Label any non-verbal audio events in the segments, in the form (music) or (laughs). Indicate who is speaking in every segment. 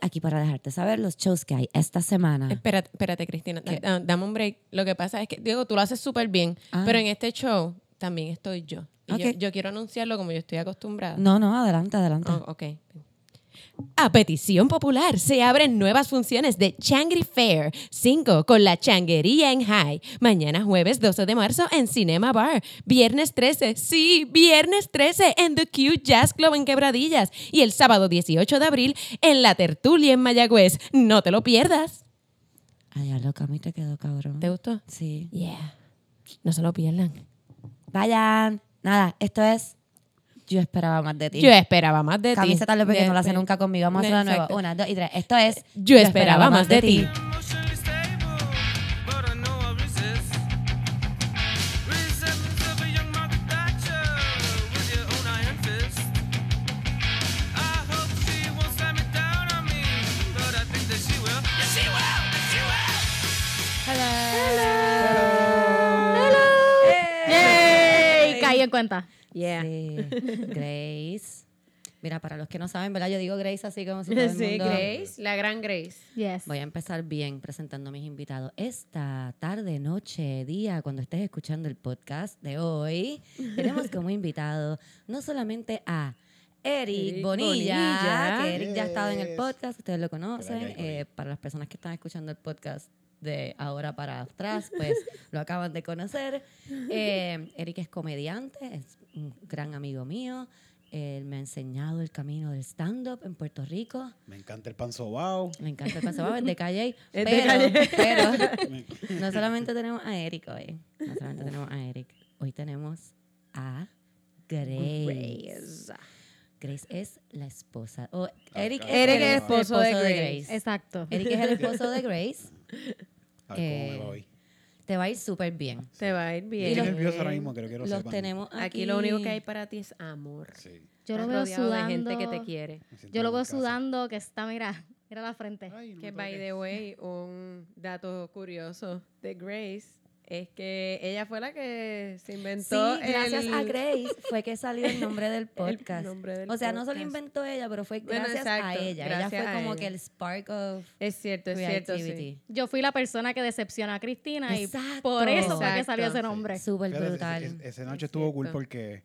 Speaker 1: aquí para dejarte saber los shows que hay esta semana.
Speaker 2: Espérate, espérate Cristina,
Speaker 1: Ah. ¿Qué?
Speaker 2: da- dame un break. Lo que pasa es que, Diego, tú lo haces súper bien,
Speaker 1: Ah.
Speaker 2: pero en este show también estoy yo. Y yo-
Speaker 1: Ok. Mm.
Speaker 2: yo, quiero anunciarlo como yo estoy acostumbrada.
Speaker 1: No, no, adelante, adelante.
Speaker 2: Oh, ok. A petición popular, se abren nuevas funciones de Changri Fair 5 con la changuería en High. Mañana jueves 12 de marzo en Cinema Bar. Viernes 13, sí, viernes 13 en The Q Jazz Club en Quebradillas. Y el sábado 18 de abril en La Tertulia en Mayagüez. No te lo pierdas.
Speaker 1: Allá loca, a mí te quedó cabrón.
Speaker 2: ¿Te gustó?
Speaker 1: Sí.
Speaker 2: Yeah. No se lo pierdan.
Speaker 1: Vayan. Nada, esto es. Yo esperaba más de ti.
Speaker 2: Yo esperaba más de ti.
Speaker 1: Camiseta tal vez porque no la hace
Speaker 2: Despe-
Speaker 1: nunca conmigo. Vamos a hacerlo de nuevo.
Speaker 2: Exacto.
Speaker 1: Una, dos y tres. Esto es.
Speaker 2: Yo esperaba más de ti.
Speaker 3: Emotionally stable, but I know I resist. Resentments of a young Margaret Thatcher with your own iron fist. I hope she won't slam it down on me, but I think that she will. Yes, she will. Yes, she will.
Speaker 4: ¡Yay! Caí en cuenta.
Speaker 2: Yeah.
Speaker 1: Sí. Grace. Mira, para los que no saben, ¿verdad? Yo digo Grace así como si todo el mundo...
Speaker 2: la gran Grace.
Speaker 4: Yes.
Speaker 1: Voy a empezar bien presentando a mis invitados. Esta tarde, noche, día, cuando estés escuchando el podcast de hoy, tenemos como invitado no solamente a Eric,
Speaker 2: Eric
Speaker 1: Bonilla,
Speaker 2: Bonilla.
Speaker 1: que Eric ya ha estado en el
Speaker 5: Yes.
Speaker 1: podcast, ustedes lo
Speaker 5: Gracias,
Speaker 1: conocen.
Speaker 5: Eric.
Speaker 1: Eh, para las personas que están escuchando el podcast de ahora para atrás, pues lo acaban de conocer. Eh, Eric es comediante, es un gran amigo mío. Él me ha enseñado el camino del stand-up en Puerto Rico.
Speaker 5: Me encanta el pan sobao.
Speaker 1: Me encanta el paseo, es de calle.
Speaker 2: Es de
Speaker 1: pero,
Speaker 2: calle.
Speaker 1: pero (laughs)
Speaker 5: Me-
Speaker 2: (laughs)
Speaker 1: no solamente tenemos a Eric hoy. No solamente tenemos a Eric. Hoy tenemos a Grace. Grace es la esposa. O Eric,
Speaker 5: claro.
Speaker 1: es
Speaker 5: Eric
Speaker 1: el
Speaker 5: es
Speaker 4: esposo de
Speaker 1: Grace.
Speaker 4: Exacto.
Speaker 1: Eric es el esposo de Grace.
Speaker 5: A ver cómo
Speaker 1: Eh,
Speaker 5: me va hoy.
Speaker 1: Te va a ir súper bien.
Speaker 2: Te va a ir bien.
Speaker 1: y
Speaker 5: Estoy
Speaker 1: los-
Speaker 5: nervioso ahora mismo, creo que lo
Speaker 1: Los
Speaker 5: sepan.
Speaker 1: tenemos aquí.
Speaker 2: Aquí lo único que hay para ti es amor.
Speaker 5: Sí,
Speaker 4: Yo lo
Speaker 2: Estás
Speaker 4: veo
Speaker 2: rodeado
Speaker 4: sudando.
Speaker 2: de gente que te quiere.
Speaker 5: me siento
Speaker 4: Yo lo
Speaker 5: en
Speaker 4: veo
Speaker 5: casa.
Speaker 4: sudando, que está, mira, mira la frente.
Speaker 5: Ay, no me
Speaker 2: Que by
Speaker 5: toques.
Speaker 2: the way, un dato curioso de Grace es que ella fue la que se
Speaker 1: Sí,
Speaker 2: inventó
Speaker 1: gracias
Speaker 2: el,
Speaker 1: a Grace fue que salió el nombre
Speaker 2: (laughs)
Speaker 1: del podcast.
Speaker 2: nombre del
Speaker 1: o sea, no se lo
Speaker 2: podcast.
Speaker 1: inventó ella, pero fue
Speaker 2: Bueno,
Speaker 1: gracias a
Speaker 2: exacto,
Speaker 1: ella.
Speaker 2: gracias
Speaker 1: ella
Speaker 2: a
Speaker 1: fue como
Speaker 2: ella.
Speaker 1: que el spark of
Speaker 2: Es cierto, es cierto, sí.
Speaker 1: creativity.
Speaker 4: Yo fui la persona que decepcionó a Cristina
Speaker 1: Exacto.
Speaker 4: y por eso fue que salió ese
Speaker 2: Exacto.
Speaker 4: nombre.
Speaker 1: Súper
Speaker 5: Fíjate,
Speaker 1: brutal.
Speaker 5: Ese, ese- esa noche
Speaker 2: Es
Speaker 5: estuvo cool
Speaker 2: cierto.
Speaker 5: porque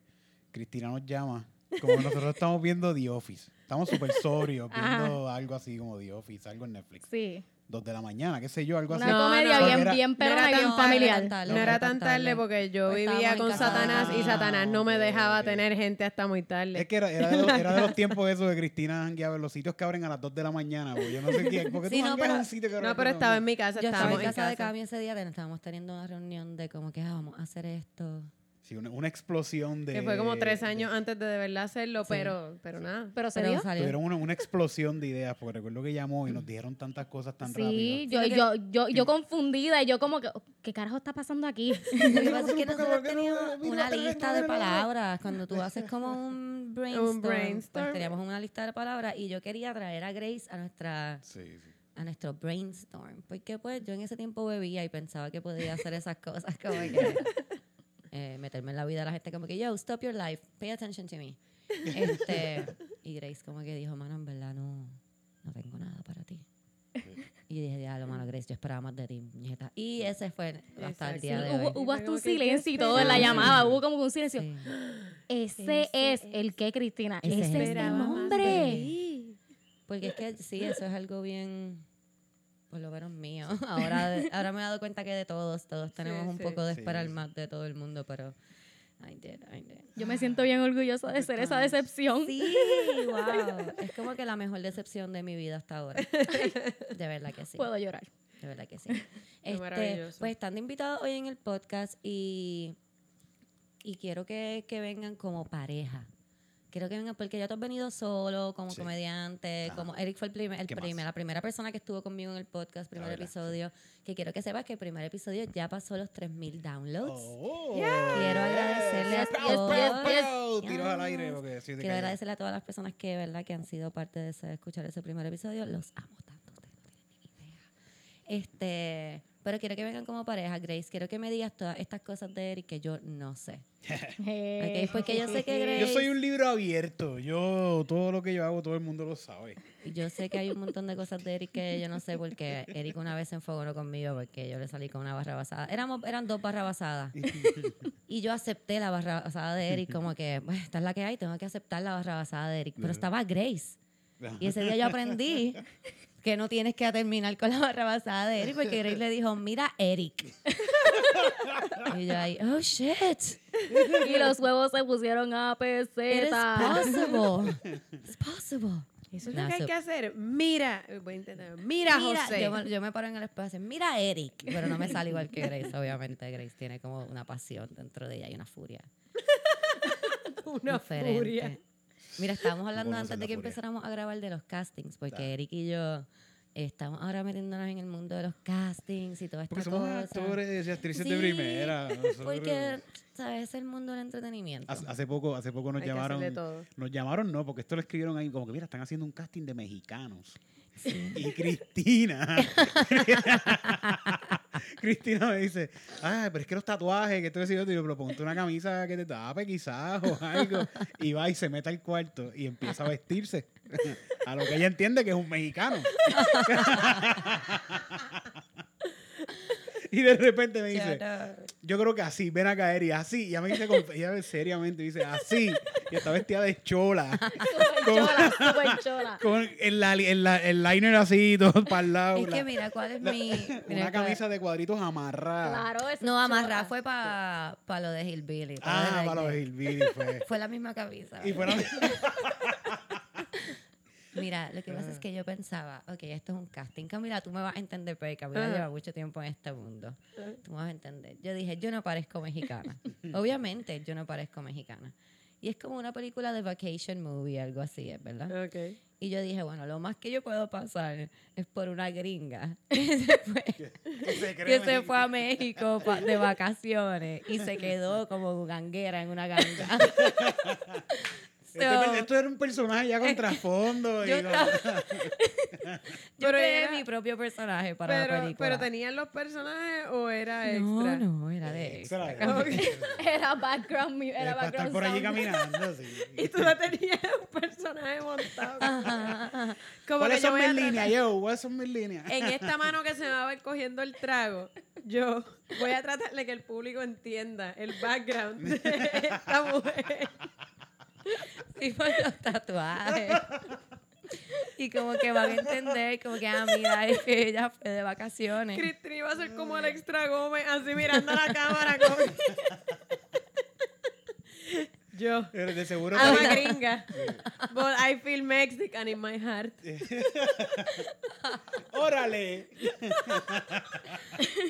Speaker 5: Cristina nos llama. Como nosotros estamos viendo The Office. Estamos súper sobrios
Speaker 4: Ajá.
Speaker 5: viendo algo así como The Office, algo en Netflix.
Speaker 4: Sí.
Speaker 5: Dos de la mañana, qué sé yo, algo
Speaker 4: Una
Speaker 5: así.
Speaker 2: No,
Speaker 4: comedia
Speaker 5: no,
Speaker 4: bien,
Speaker 5: era-
Speaker 4: bien
Speaker 2: no era
Speaker 4: perona, bien
Speaker 2: tan-
Speaker 4: familiar.
Speaker 1: Dale,
Speaker 2: No era
Speaker 1: era
Speaker 2: tan
Speaker 1: tan
Speaker 2: tarde
Speaker 1: tarde.
Speaker 2: porque yo
Speaker 1: Pues
Speaker 2: vivía
Speaker 1: estábamos
Speaker 2: con
Speaker 1: en casa.
Speaker 2: Satanás y
Speaker 1: Ah,
Speaker 2: Satanás no me
Speaker 5: ok,
Speaker 2: dejaba
Speaker 5: ok.
Speaker 2: tener gente hasta muy tarde.
Speaker 5: Es que era, era de los, era de los tiempos esos de Cristina jangueaba en los sitios que abren a las 2 de la mañana. porque Yo no sé qué. ¿Por qué
Speaker 1: Sí,
Speaker 5: tú
Speaker 1: no,
Speaker 5: jangueas
Speaker 1: pero-
Speaker 5: en un sitio que abre a
Speaker 2: no,
Speaker 5: las
Speaker 2: pero
Speaker 5: 2 de la
Speaker 2: estaba en
Speaker 5: mañana?
Speaker 2: mi casa,
Speaker 1: Yo estaba
Speaker 2: estábamos
Speaker 1: en casa de
Speaker 2: casa.
Speaker 1: Cami ese día, ten- estábamos teniendo una reunión de como que ah, vamos a hacer esto.
Speaker 5: Sí, una, una explosión de.
Speaker 2: Que fue como tres años
Speaker 5: de-
Speaker 2: antes de de verdad hacerlo,
Speaker 1: Sí.
Speaker 2: pero, pero nada.
Speaker 4: Pero se
Speaker 1: Pero
Speaker 4: dio.
Speaker 1: salió.
Speaker 5: Tuvieron una, una explosión de ideas, porque recuerdo que llamó y nos dijeron tantas cosas tan
Speaker 4: Sí,
Speaker 5: rápido.
Speaker 4: yo, yo, yo, yo confundida y yo como que, ¿qué carajo está pasando aquí?
Speaker 1: (laughs) Lo que pasa es que
Speaker 5: Porque
Speaker 1: nosotros
Speaker 5: porque no-
Speaker 1: teníamos
Speaker 5: mira,
Speaker 1: una
Speaker 5: pero
Speaker 1: lista
Speaker 5: no,
Speaker 1: de
Speaker 5: no, no.
Speaker 1: palabras. Cuando tú haces como un brainstorm,
Speaker 2: brainstorm.
Speaker 1: Pues teníamos una lista de palabras y yo quería traer a Grace a nuestra
Speaker 5: Sí, sí.
Speaker 1: a nuestro brainstorm. Porque pues yo en ese tiempo bebía y pensaba que podía hacer esas cosas como
Speaker 4: (laughs)
Speaker 1: que eh, meterme en la vida de la gente como que yo, stop your life, pay attention to me. Este,
Speaker 4: (laughs)
Speaker 1: y Grace como que dijo, mano, en verdad no, no tengo nada para ti. Y dije, diablo, mano, Grace, yo esperaba más de ti, muñeca. Y ese fue hasta el día de hoy.
Speaker 4: Hubo, hubo hasta
Speaker 2: Como
Speaker 4: un
Speaker 2: que, ¿qué
Speaker 4: silencio y todo en la
Speaker 5: esperaba?
Speaker 4: llamada, hubo como que un silencio.
Speaker 1: Sí.
Speaker 4: Ese es el que, Cristina.
Speaker 1: Ese
Speaker 4: Ese,
Speaker 1: es
Speaker 4: es
Speaker 1: el
Speaker 4: el
Speaker 2: Esperaba más
Speaker 4: nombre.
Speaker 1: Porque es que sí, eso es algo bien, por lo menos mío. (laughs) Ahora, de- ahora me he dado cuenta que de todos, todos tenemos un
Speaker 2: sí.
Speaker 1: poco de
Speaker 5: Sí,
Speaker 1: esperar
Speaker 5: sí.
Speaker 1: más de todo el mundo, pero I did, I did.
Speaker 4: Yo me siento bien orgullosa de ser esa decepción.
Speaker 1: (laughs) Sí, wow. Es como que la mejor decepción de mi vida hasta (laughs) ahora. De verdad que sí.
Speaker 4: Puedo llorar.
Speaker 1: De verdad que sí. Este,
Speaker 2: maravilloso.
Speaker 1: pues están invitados hoy en el podcast y, y quiero que, que vengan como pareja. Quiero que vengan porque ya tú has venido solo, como
Speaker 5: Sí.
Speaker 1: comediante,
Speaker 5: Ajá.
Speaker 1: como Eric fue el primer, el
Speaker 5: ¿Qué más?
Speaker 1: primer- la primera persona que estuvo conmigo en el podcast, primer
Speaker 5: verdad, sí.
Speaker 1: episodio. Que quiero que sepas que el primer episodio ya pasó los 3.000 downloads.
Speaker 5: Oh.
Speaker 1: Quiero agradecerle a
Speaker 4: Yes, yes,
Speaker 1: todos.
Speaker 4: yes,
Speaker 1: yes.
Speaker 5: Tiros al aire. Porque sí, te
Speaker 1: Quiero
Speaker 5: cayó.
Speaker 1: agradecerle a todas las personas que, ¿verdad? que han sido parte de ese- escuchar ese primer episodio. Los amo tanto, ustedes no tienen ni idea. Este, Pero quiero que vengan como pareja, Grace. Quiero que me digas todas estas cosas de Eric que yo no sé. Ok, porque yo sé que Grace.
Speaker 5: Yo soy un libro abierto. Yo, todo lo que yo hago, todo el mundo lo sabe.
Speaker 1: Yo sé que hay un montón de cosas de Eric que yo no sé porque Eric una vez se enfogonó conmigo porque yo le salí con una barra basada. Éramos, eran dos barra basadas. Y yo acepté la barra basada de Eric como que, bueno, esta es la que hay, tengo que aceptar la barra basada de Eric. Pero estaba Grace. Y ese día yo aprendí que no tienes que terminar con la barra basada de Eric porque Grace le dijo, mira Eric. Y yo ahí, oh shit.
Speaker 4: Y los huevos se pusieron a
Speaker 1: It is
Speaker 4: peseta.
Speaker 1: possible. It's possible.
Speaker 6: Eso es
Speaker 1: Nah,
Speaker 6: lo que hay
Speaker 1: so-
Speaker 6: que hacer. Mira, voy a intentar. Mira,
Speaker 1: Mira,
Speaker 6: José.
Speaker 1: Yo, me- yo me paro en el espejo así, mira Eric. Pero no me sale igual que Grace, obviamente. Grace tiene como una pasión dentro de ella y una furia.
Speaker 6: (laughs) Una
Speaker 1: diferente.
Speaker 6: furia.
Speaker 1: Mira, estábamos hablando
Speaker 5: Vamos
Speaker 1: antes
Speaker 5: a hacer
Speaker 1: de
Speaker 5: la
Speaker 1: que
Speaker 5: furia.
Speaker 1: empezáramos a grabar de los castings, porque
Speaker 5: Dale.
Speaker 1: Eric y yo estamos ahora metiéndonos en el mundo de los castings y toda esta
Speaker 5: Porque
Speaker 1: cosa.
Speaker 5: somos actores y actrices de
Speaker 1: Sí,
Speaker 5: primera. nosotros-
Speaker 1: Porque, ¿sabes? Es el mundo del entretenimiento.
Speaker 5: Hace hace poco, hace poco nos
Speaker 6: Hay que
Speaker 5: llamaron.
Speaker 6: hacer de todo.
Speaker 5: Nos llamaron, no, porque esto lo escribieron ahí como que, mira, están haciendo un casting de mexicanos. (laughs) Y Cristina. (laughs) Cristina me dice, ah, pero es que los tatuajes, que estoy diciendo, yo pero ponte una camisa que te tape quizás o algo. Y va y se mete al cuarto y empieza a vestirse. a lo que ella entiende que es un mexicano. y de repente me dice, yo creo que así, ven a caer y así. Ya me dice, con- ella me- seriamente dice, así. Y está vestida de chola. con,
Speaker 4: Chola, súper chola.
Speaker 5: con el, lali- el, la- el liner así, todo (laughs) para el lado.
Speaker 1: es
Speaker 5: la-
Speaker 1: que mira, ¿cuál es mi...? mira,
Speaker 5: (laughs)
Speaker 1: cuál-
Speaker 5: una camisa de cuadritos amarrada.
Speaker 4: Claro, esa
Speaker 1: No,
Speaker 4: es
Speaker 1: amarrar
Speaker 4: chola.
Speaker 1: fue para lo de Hillbilly. pa' lo de
Speaker 5: Ah,
Speaker 1: Rey
Speaker 5: para los
Speaker 1: Day.
Speaker 5: hillbillies fue.
Speaker 1: Fue la misma camisa.
Speaker 5: Y
Speaker 1: ¿verdad?
Speaker 5: fueron (laughs)
Speaker 1: Mira, lo que pasa es que yo pensaba, ok, esto es un casting. Camila, tú me vas a entender, porque Camila lleva mucho tiempo en este mundo. Tú me vas a entender. Yo dije, yo no parezco mexicana. Obviamente, yo no parezco mexicana. Y es como una película de vacation movie, algo así, es ¿verdad?
Speaker 6: Ok.
Speaker 1: Y yo dije, bueno, lo más que yo puedo pasar es por una gringa (laughs) que se fue,
Speaker 5: se
Speaker 1: que se fue a México pa- de vacaciones y se quedó como ganguera en una ganga.
Speaker 5: Este-
Speaker 1: So-
Speaker 5: esto era un personaje ya con trasfondo. y
Speaker 1: Yo (laughs)
Speaker 5: lo-
Speaker 1: estaba-
Speaker 5: (laughs)
Speaker 1: Yo
Speaker 6: Pero
Speaker 1: creé
Speaker 6: era-
Speaker 1: mi propio personaje para la
Speaker 6: Pero,
Speaker 1: película.
Speaker 6: pero tenían los personajes o era
Speaker 1: No,
Speaker 6: extra.
Speaker 1: no, era de
Speaker 5: Extra,
Speaker 1: extra.
Speaker 5: era
Speaker 6: Ok.
Speaker 4: Era background mu-
Speaker 5: Era
Speaker 4: era
Speaker 5: para estar
Speaker 4: background
Speaker 5: por allí
Speaker 4: sound.
Speaker 5: caminando. así.
Speaker 6: (laughs) Y tú no tenías un
Speaker 1: (laughs)
Speaker 6: personaje montado.
Speaker 1: Ajá, ajá.
Speaker 6: Como
Speaker 5: ¿Cuáles
Speaker 6: que yo
Speaker 5: son
Speaker 6: voy a
Speaker 5: mis
Speaker 6: tratar-
Speaker 5: líneas, yo? ¿Cuáles son mis líneas?
Speaker 6: En esta mano que se me va a ver cogiendo el trago, yo voy a tratar de que el público entienda el background de esta
Speaker 1: (laughs)
Speaker 6: mujer.
Speaker 1: Sí, por los tatuajes. Y como que van a entender, como que, ah, mira, (laughs) es que ella fue de vacaciones.
Speaker 6: Cristri va a ser como el extra Gómez, así mirando a la cámara. como- (laughs) Yo.
Speaker 5: Pero (laughs) De seguro.
Speaker 6: I'm a gringa. But I feel Mexican in my heart.
Speaker 5: ¡Órale!
Speaker 1: (laughs)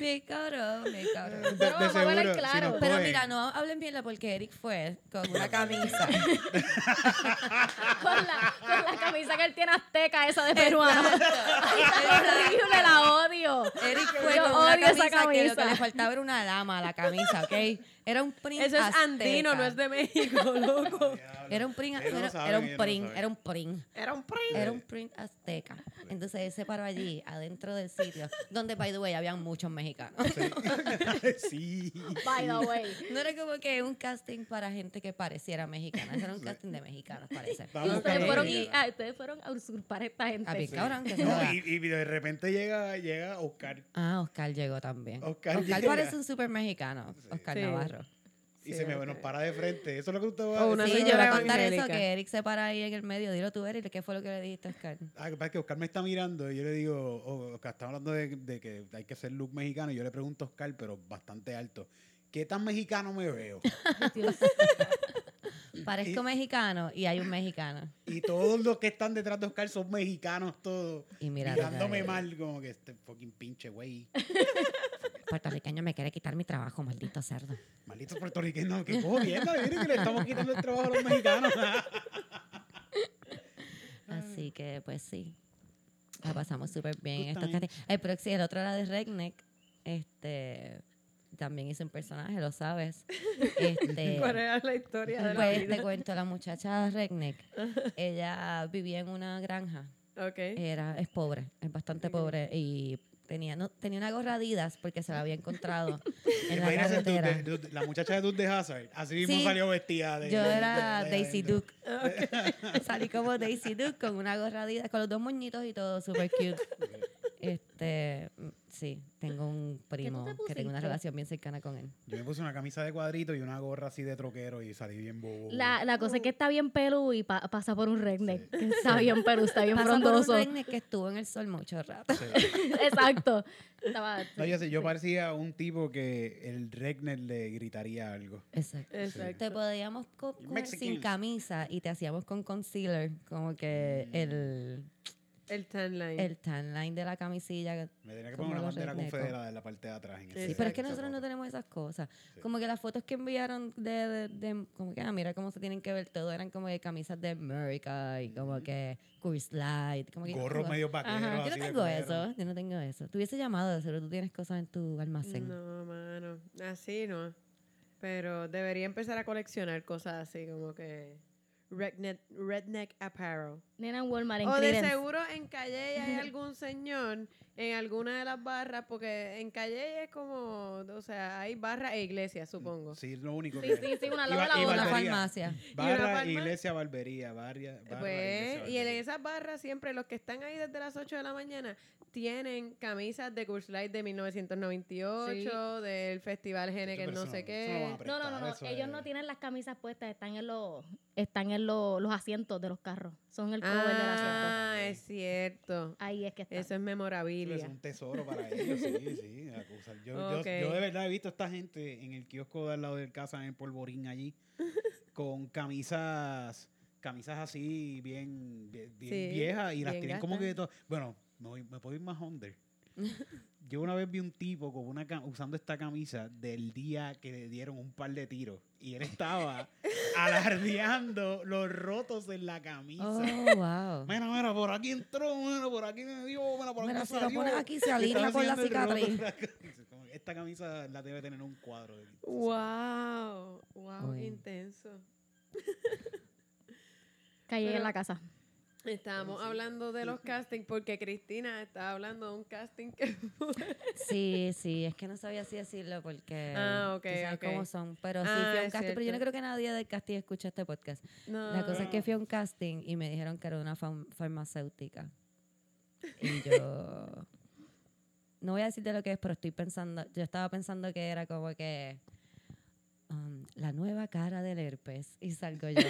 Speaker 1: Me cabrón, me cabrón.
Speaker 5: De- de
Speaker 4: vamos a hablar
Speaker 5: seguro,
Speaker 4: claro.
Speaker 5: si nos
Speaker 1: Pero
Speaker 5: cogen.
Speaker 1: mira, no hablen mierda porque Eric fue con una
Speaker 5: (laughs)
Speaker 1: camisa.
Speaker 4: (laughs) Con la, con la camisa que él tiene azteca, esa de peruano. (laughs) Ay, tan horrible, la odio.
Speaker 1: Eric fue
Speaker 4: Yo
Speaker 1: con una
Speaker 4: odio esa
Speaker 1: camisa, que lo que
Speaker 4: camisa.
Speaker 1: le faltaba era una dama a la camisa, ¿ok? Era un print
Speaker 6: Eso es
Speaker 1: azteca.
Speaker 6: andino, no es de México, loco.
Speaker 1: Era un print,
Speaker 5: Ellos no
Speaker 1: era-
Speaker 5: saben,
Speaker 1: era un
Speaker 5: ellos no
Speaker 1: print,
Speaker 5: saben.
Speaker 1: era un print.
Speaker 6: Era un primo.
Speaker 1: Era un print azteca. Entonces él se paró allí, adentro del sitio, donde, by the way, habían muchos mexicanos.
Speaker 5: (laughs) sí.
Speaker 4: By the way.
Speaker 1: No era como que un casting para gente que pareciera mexicana. Eso era un casting de mexicanos,
Speaker 5: (laughs)
Speaker 1: parece.
Speaker 5: Estaba
Speaker 4: Y ustedes
Speaker 5: buscando
Speaker 4: fueron,
Speaker 5: idea.
Speaker 4: y- ah, ustedes fueron a usurpar a esta gente.
Speaker 1: A Ah, bien cabrón que se
Speaker 5: No,
Speaker 1: joda.
Speaker 5: y, y de repente llega, llega Oscar
Speaker 1: Ah, Oscar llegó también.
Speaker 5: Oscar
Speaker 1: Oscar,
Speaker 5: llega.
Speaker 1: parece un súper mexicano. Oscar
Speaker 6: Sí.
Speaker 1: Navarro.
Speaker 5: y se me nos para de frente. Eso es lo que usted va a
Speaker 6: O una
Speaker 5: decir. Ah,
Speaker 1: Sí, yo voy
Speaker 6: señora
Speaker 1: a contar eso,
Speaker 6: evangélica.
Speaker 1: que Eric se para ahí en el medio. Dilo tú, Eric, ¿qué fue lo que le dijiste a Oscar?
Speaker 5: Ah, que pasa es que Oscar me está mirando y yo le digo, oh, Oscar, estamos hablando de, de que hay que ser look mexicano. Y yo le pregunto a Oscar, pero bastante alto, ¿qué tan mexicano me veo?
Speaker 1: Parezco mexicano y hay un mexicano.
Speaker 5: Y todos los que están detrás de Oscar son mexicanos todos.
Speaker 1: Y mira,
Speaker 5: mirándome
Speaker 1: mira,
Speaker 5: mal, como que este fucking pinche güey.
Speaker 1: Puertorriqueño me quiere quitar mi trabajo, maldito cerdo.
Speaker 5: Maldito puertorriqueño, que jodiendo, mire que le estamos quitando el trabajo a los mexicanos. ¿ah?
Speaker 1: Así que, pues sí. La
Speaker 6: Pues,
Speaker 1: pasamos súper bien en estos
Speaker 5: Justamente.
Speaker 1: castings. El próximo, el otro era de Redneck. Este. También hice un personaje, lo
Speaker 6: (laughs)
Speaker 1: sabes. Este.
Speaker 6: ¿Cuál era la historia de la
Speaker 1: Pues te
Speaker 6: vida?
Speaker 1: cuento, la muchacha de
Speaker 6: (laughs)
Speaker 1: Redneck, ella vivía en una granja,
Speaker 6: Ok.
Speaker 1: eh, era, es pobre, es bastante pobre y Tenía, no, tenía una gorra Adidas porque se la había
Speaker 6: (laughs)
Speaker 1: encontrado (laughs) en la
Speaker 5: Imagínate tú,
Speaker 1: carretera.
Speaker 5: de- de- la muchacha de Dude de Hazard, así mismo
Speaker 1: Sí.
Speaker 5: salió vestida de.
Speaker 1: Yo
Speaker 5: de-
Speaker 1: era
Speaker 5: de- de
Speaker 1: Daisy
Speaker 5: adentro.
Speaker 1: Duke. (laughs) Salí como Daisy Duke con una gorra Adidas, con los dos moñitos y todo, super cute. Este, mm, sí, tengo un primo
Speaker 4: te
Speaker 1: que tengo una
Speaker 4: pusiste?
Speaker 1: relación bien cercana con él.
Speaker 5: Yo me puse una camisa de cuadrito y una gorra así de troquero y salí bien bobo.
Speaker 4: La, la cosa es que está bien pelu y pa- pasa por un redneck. que Está bien pelu, está bien
Speaker 1: Pasó por un
Speaker 4: frondoso.
Speaker 1: redneck que estuvo en el sol mucho rato.
Speaker 5: Sí.
Speaker 4: (laughs) Exacto. Estaba,
Speaker 5: No, yo, sé, yo parecía un tipo que el Regner le gritaría algo.
Speaker 1: Exacto.
Speaker 6: Exacto.
Speaker 1: Te podíamos co- coger sin
Speaker 5: Mexicans.
Speaker 1: camisa y te hacíamos con concealer, como que el,
Speaker 6: El tan line.
Speaker 1: el tan line de la camisilla.
Speaker 5: Me tenía que
Speaker 1: Como
Speaker 5: poner una
Speaker 1: los
Speaker 5: bandera
Speaker 1: rednecos.
Speaker 5: confederada en la parte de atrás. en el
Speaker 6: Sí,
Speaker 1: Sí,
Speaker 5: centro
Speaker 1: pero es
Speaker 5: de
Speaker 1: que
Speaker 5: esa
Speaker 1: nosotros no
Speaker 5: foto.
Speaker 1: tenemos esas cosas.
Speaker 5: Sí.
Speaker 1: Como que las fotos que enviaron de, de- de- como que, ah, mira cómo se tienen que ver todo, eran como de camisas de America y como que Curse Light. Como que yo no
Speaker 5: Gorros
Speaker 1: tengo-
Speaker 5: medio vaqueros.
Speaker 1: Ajá, Yo
Speaker 5: así
Speaker 1: no
Speaker 5: de
Speaker 1: tengo
Speaker 5: cuadro.
Speaker 1: eso, yo no tengo eso. Te hubiese llamado, de seguro tú tienes cosas en tu almacén.
Speaker 6: No, mano. Así no. Pero debería empezar a coleccionar cosas así como que redneck, redneck apparel.
Speaker 4: nena en Walmart en
Speaker 6: O de
Speaker 4: Clearance.
Speaker 6: seguro en Calle hay algún señor en alguna de las barras, porque en Calle es como, o sea, hay barras e iglesias, supongo.
Speaker 5: Sí, lo único
Speaker 4: Sí,
Speaker 5: que...
Speaker 4: sí, sí, una al
Speaker 5: Y
Speaker 4: lado de
Speaker 5: ba-
Speaker 4: la
Speaker 5: y
Speaker 4: otra.
Speaker 1: Una
Speaker 5: barbería.
Speaker 1: farmacia.
Speaker 5: Barra,
Speaker 6: una palma.
Speaker 5: iglesia, barbería, barria, barra, iglesia,
Speaker 6: Pues, y en
Speaker 5: barbería.
Speaker 6: esas barras siempre los que están ahí desde las 8 de la mañana tienen camisas de Curse Light de 1998, del Festival Gene que
Speaker 5: Pero
Speaker 6: no
Speaker 5: eso
Speaker 6: sé
Speaker 5: no- eso no van
Speaker 6: qué.
Speaker 5: a
Speaker 4: No, no,
Speaker 5: prestar,
Speaker 4: no, no.
Speaker 5: eso
Speaker 4: Ellos
Speaker 5: es-
Speaker 4: no tienen las camisas puestas, están en los, están en los, los asientos de los carros. Son el cover del asiento.
Speaker 6: Ah, es cierto.
Speaker 4: Ahí es que están.
Speaker 6: Eso es
Speaker 5: Sí, Es
Speaker 6: memorabilia.
Speaker 1: (laughs)
Speaker 5: un tesoro para ellos, sí, sí. acusar. Yo, yo-
Speaker 6: Ok.
Speaker 5: yo de verdad he visto a esta gente en el kiosco de al lado del casa, en el
Speaker 1: (laughs)
Speaker 5: polvorín allí, con camisas, camisas así bien, bien, bien
Speaker 6: Sí,
Speaker 5: viejas y las
Speaker 6: bien
Speaker 5: tienen como que
Speaker 6: gastas.
Speaker 5: de todo. Bueno, me, voy- me puedo ir más
Speaker 1: (laughs)
Speaker 5: under. Yo una vez vi un tipo con una ca- usando esta camisa del día que le dieron un par de tiros y él
Speaker 1: (laughs)
Speaker 5: estaba alardeando los rotos en la camisa.
Speaker 1: Oh, wow.
Speaker 5: (laughs) Mira, mira, por aquí entró, mira, por aquí me dio, mira, por aquí
Speaker 1: Mira, si lo
Speaker 5: salió.
Speaker 1: pones aquí, se
Speaker 5: Y
Speaker 1: alinea
Speaker 5: estaba
Speaker 1: con la
Speaker 5: enseñando el
Speaker 1: cicatriz.
Speaker 5: roto de la camisa. Como que (laughs) Esta camisa la debe tener en un cuadro. de-
Speaker 6: Wow, wow,
Speaker 1: Oye.
Speaker 6: qué intenso.
Speaker 4: Calle en
Speaker 6: Pero-
Speaker 4: la casa.
Speaker 6: Estábamos hablando
Speaker 5: (laughs)
Speaker 6: de los castings porque Cristina estaba hablando de un casting que fue-
Speaker 1: Sí, sí, es que no sabía así decirlo porque
Speaker 6: Ah, ok,
Speaker 1: tú sabes
Speaker 6: ok.
Speaker 1: cómo son. Pero sí,
Speaker 6: Ah,
Speaker 1: fui a un
Speaker 6: es
Speaker 1: casting. Pero yo no
Speaker 6: cierto.
Speaker 1: creo que nadie del casting escuche este podcast.
Speaker 6: No.
Speaker 1: La
Speaker 6: (laughs)
Speaker 1: cosa es que fui a un casting y me dijeron que era una fam- farmacéutica. Y yo. No voy a decirte lo que es, pero estoy pensando. Yo estaba pensando que era como que. um, la nueva cara del herpes. Y salgo yo.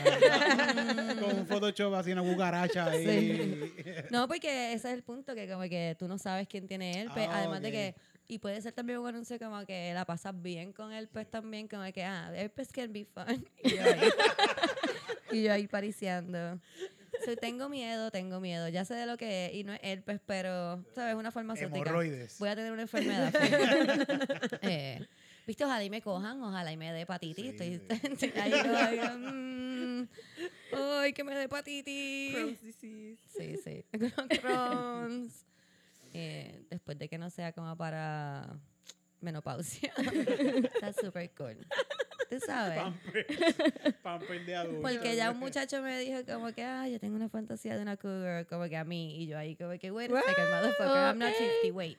Speaker 5: Con un Photoshop así, una
Speaker 6: (laughs)
Speaker 5: cucaracha ahí.
Speaker 1: No, porque ese es el punto, que como que tú no sabes quién tiene herpes,
Speaker 5: Ah,
Speaker 1: además
Speaker 5: ok.
Speaker 1: de que, y puede ser también un anuncio como que la pasas bien con herpes también, como que, ah, herpes can be
Speaker 5: (laughs)
Speaker 1: fun. Y yo ahí, (laughs) y yo ahí pariciando. So, tengo miedo, tengo miedo, ya sé de lo que es, y no es herpes, pero, ¿sabes? Una farmacéutica.
Speaker 5: Hemorroides.
Speaker 1: Voy a tener una enfermedad.
Speaker 5: (laughs)
Speaker 1: full. Eh, Viste, ojalá y me cojan, ojalá y me dé hepatitis.
Speaker 5: Sí,
Speaker 1: estoy, (laughs) ahí, ay, yo, mm, ay, que me dé hepatitis.
Speaker 6: Crohn's disease.
Speaker 1: Sí, sí. (laughs) Crohn's. Eh, después de que no sea como para menopausia. (laughs) Está súper cool. Tú sabes.
Speaker 5: Pampers.
Speaker 6: (laughs)
Speaker 5: Pampers de adulto.
Speaker 1: Porque ya un muchacho me dijo como que, ah, yo tengo una fantasía de una cougar, como que a mí. Y yo ahí como que, wait a second, motherfucker, I'm not 50, wait.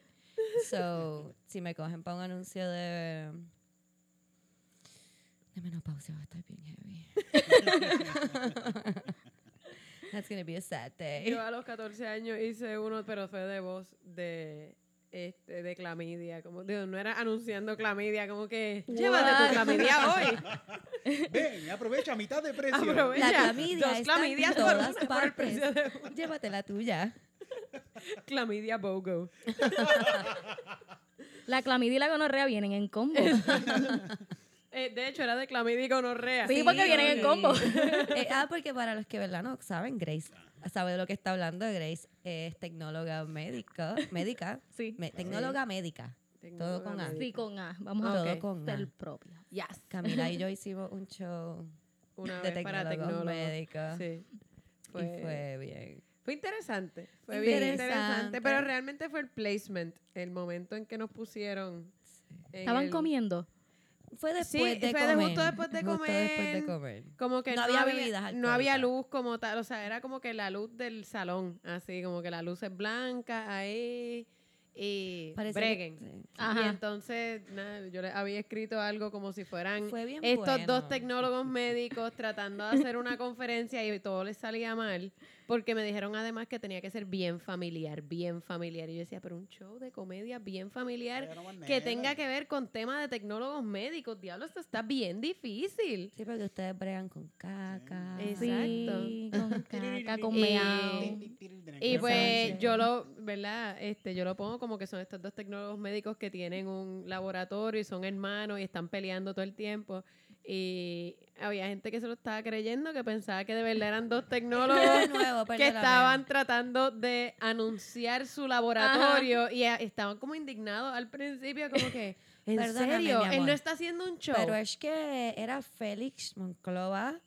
Speaker 1: So, si me cogen para un anuncio de... De menopausia va a estar bien heavy. (laughs) That's gonna be a sad day. (laughs)
Speaker 6: Yo a los 14 años hice uno, pero fue de voz de este de clamidia, como de- no era anunciando clamidia, como que llévate tu clamidia
Speaker 1: (laughs)
Speaker 6: hoy.
Speaker 5: (laughs) Ven, aprovecha a mitad de precio.
Speaker 6: (laughs) Aprovecha.
Speaker 1: La clamidia
Speaker 6: Dos
Speaker 1: está en
Speaker 6: clamidias por
Speaker 1: todas
Speaker 6: una- (laughs) por el
Speaker 1: partes.
Speaker 6: precio de una.
Speaker 1: Llévate la tuya.
Speaker 6: Clamidia bogo.
Speaker 4: La clamidia y la gonorrea vienen en combo.
Speaker 6: Eh, de hecho era de clamidia y gonorrea.
Speaker 4: Sí, porque vienen en
Speaker 1: sí.
Speaker 4: combo.
Speaker 1: (laughs) Eh, ah, porque para los que verdad no saben, Grace sabe de lo que está hablando. Grace es tecnóloga médica, médica,
Speaker 4: (laughs) Sí.
Speaker 1: me- tecnóloga médica. Todo con A.
Speaker 4: Sí, con A. Vamos
Speaker 1: Todo
Speaker 4: a ver
Speaker 1: con A.
Speaker 4: el propio.
Speaker 6: Yes.
Speaker 1: Camila y yo hicimos un show
Speaker 6: Una
Speaker 1: de
Speaker 6: vez para
Speaker 1: tecnólogo
Speaker 6: tecnólogo.
Speaker 1: médico.
Speaker 6: Sí.
Speaker 1: y fue bien.
Speaker 6: Fue interesante, fue bien
Speaker 1: Interesante.
Speaker 6: interesante, pero realmente fue el placement, el momento en que nos pusieron. en
Speaker 4: Estaban
Speaker 6: el-
Speaker 4: comiendo.
Speaker 1: Fue después
Speaker 6: Sí,
Speaker 1: de
Speaker 6: fue
Speaker 1: comer.
Speaker 6: de- justo después de
Speaker 1: Justo después de
Speaker 6: comer.
Speaker 1: comer.
Speaker 6: Como que
Speaker 1: No
Speaker 6: no,
Speaker 1: había
Speaker 6: había,
Speaker 1: bebidas
Speaker 6: no había
Speaker 1: alcohólicas.
Speaker 6: luz como tal, o sea, era como que la luz del salón, así como que la luz es blanca ahí y
Speaker 1: Parece que-
Speaker 6: breguen.
Speaker 1: sí.
Speaker 6: Y
Speaker 4: Ajá.
Speaker 6: entonces, nada, yo le había escrito algo como si fueran
Speaker 1: Fue bien
Speaker 6: estos
Speaker 1: bueno. (laughs)
Speaker 6: dos tecnólogos médicos tratando de hacer una conferencia y todo les salía mal, porque me dijeron además que tenía que ser bien familiar, bien familiar. Y yo decía, pero un show de comedia bien familiar que tenga que ver con temas de tecnólogos médicos, diablo, esto está bien difícil.
Speaker 1: Sí, porque ustedes bregan con caca.
Speaker 6: Sí.
Speaker 4: Sí, con caca,
Speaker 6: (laughs)
Speaker 4: con
Speaker 6: Y-
Speaker 4: meao.
Speaker 6: Y pues
Speaker 4: Sánchez.
Speaker 6: yo lo, ¿verdad? Este, yo lo pongo como que son estos dos tecnólogos médicos que tienen un laboratorio y son hermanos y están peleando todo el tiempo. Y había gente que se lo estaba creyendo, que pensaba que de verdad eran dos
Speaker 1: De (laughs)
Speaker 6: tecnólogos
Speaker 1: nuevo,
Speaker 6: que
Speaker 1: perdóname.
Speaker 6: estaban tratando de anunciar su laboratorio y eh, estaban como indignados al principio, como
Speaker 1: (laughs)
Speaker 6: que, ¿en
Speaker 1: Perdóname,
Speaker 6: serio?
Speaker 1: mi
Speaker 6: Él
Speaker 1: amor.
Speaker 6: no está haciendo un show.
Speaker 1: Pero es que era Félix Monclova.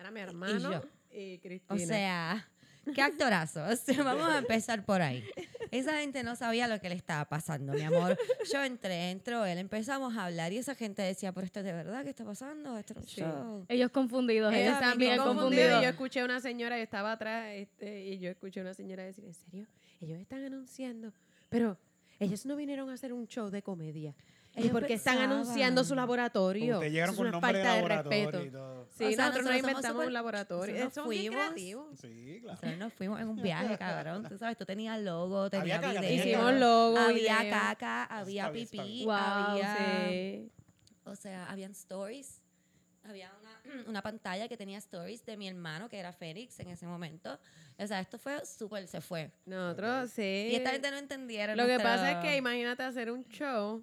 Speaker 6: Era mi hermano y,
Speaker 1: yo.
Speaker 6: Cristina.
Speaker 1: O sea,
Speaker 6: (laughs)
Speaker 1: qué actorazo. O sea, vamos a empezar por ahí. Esa gente no sabía lo que le estaba pasando, mi amor. Yo entré, entró él, empezamos a hablar y esa gente decía, pero esto es de verdad, ¿qué está pasando? Esto es un
Speaker 6: Sí.
Speaker 1: show.
Speaker 4: Ellos confundidos,
Speaker 1: Ellos
Speaker 6: Eh,
Speaker 4: ellos
Speaker 1: estaban
Speaker 4: están
Speaker 1: bien
Speaker 4: bien
Speaker 1: confundidos.
Speaker 6: confundido.
Speaker 4: confundidos.
Speaker 6: Yo escuché a una señora, yo estaba atrás, este, y yo escuché a una señora decir, ¿en serio? Ellos están anunciando, pero ellos no vinieron a hacer un show de comedia. ¿Y
Speaker 1: Ellos
Speaker 6: por qué están
Speaker 1: pensaban.
Speaker 6: anunciando su laboratorio?
Speaker 5: Te
Speaker 6: Eso
Speaker 5: llegaron
Speaker 6: es
Speaker 5: con
Speaker 6: una
Speaker 5: nombre de
Speaker 6: falta
Speaker 5: laboratorio y
Speaker 6: respeto.
Speaker 5: todo.
Speaker 1: O
Speaker 6: Sí,
Speaker 1: sea,
Speaker 6: nosotros,
Speaker 1: nosotros
Speaker 6: no
Speaker 1: somos
Speaker 6: inventamos
Speaker 1: súper-
Speaker 6: un laboratorio.
Speaker 1: nosotros
Speaker 6: Son bien
Speaker 1: fuimos-
Speaker 6: creativos.
Speaker 5: Sí,
Speaker 1: O
Speaker 6: (laughs)
Speaker 5: claro.
Speaker 1: sea, nos fuimos en un viaje, cabrón. Tú sabes, tú tenías logo, tenías
Speaker 5: caca,
Speaker 1: video.
Speaker 5: tenía
Speaker 6: Hicimos logo,
Speaker 1: Había
Speaker 6: video.
Speaker 1: caca, había
Speaker 5: Está bien, está
Speaker 1: pipí,
Speaker 5: bien.
Speaker 4: Wow,
Speaker 1: había...
Speaker 6: Sí.
Speaker 1: O sea, habían stories. Había una, (clears throat) una pantalla que tenía stories de mi hermano, que era Félix en ese momento. O sea, esto fue súper, se fue.
Speaker 6: Nosotros, sí.
Speaker 1: Y esta gente no entendieron.
Speaker 6: Eh, Lo que
Speaker 1: nuestro-
Speaker 6: pasa es que imagínate hacer un show,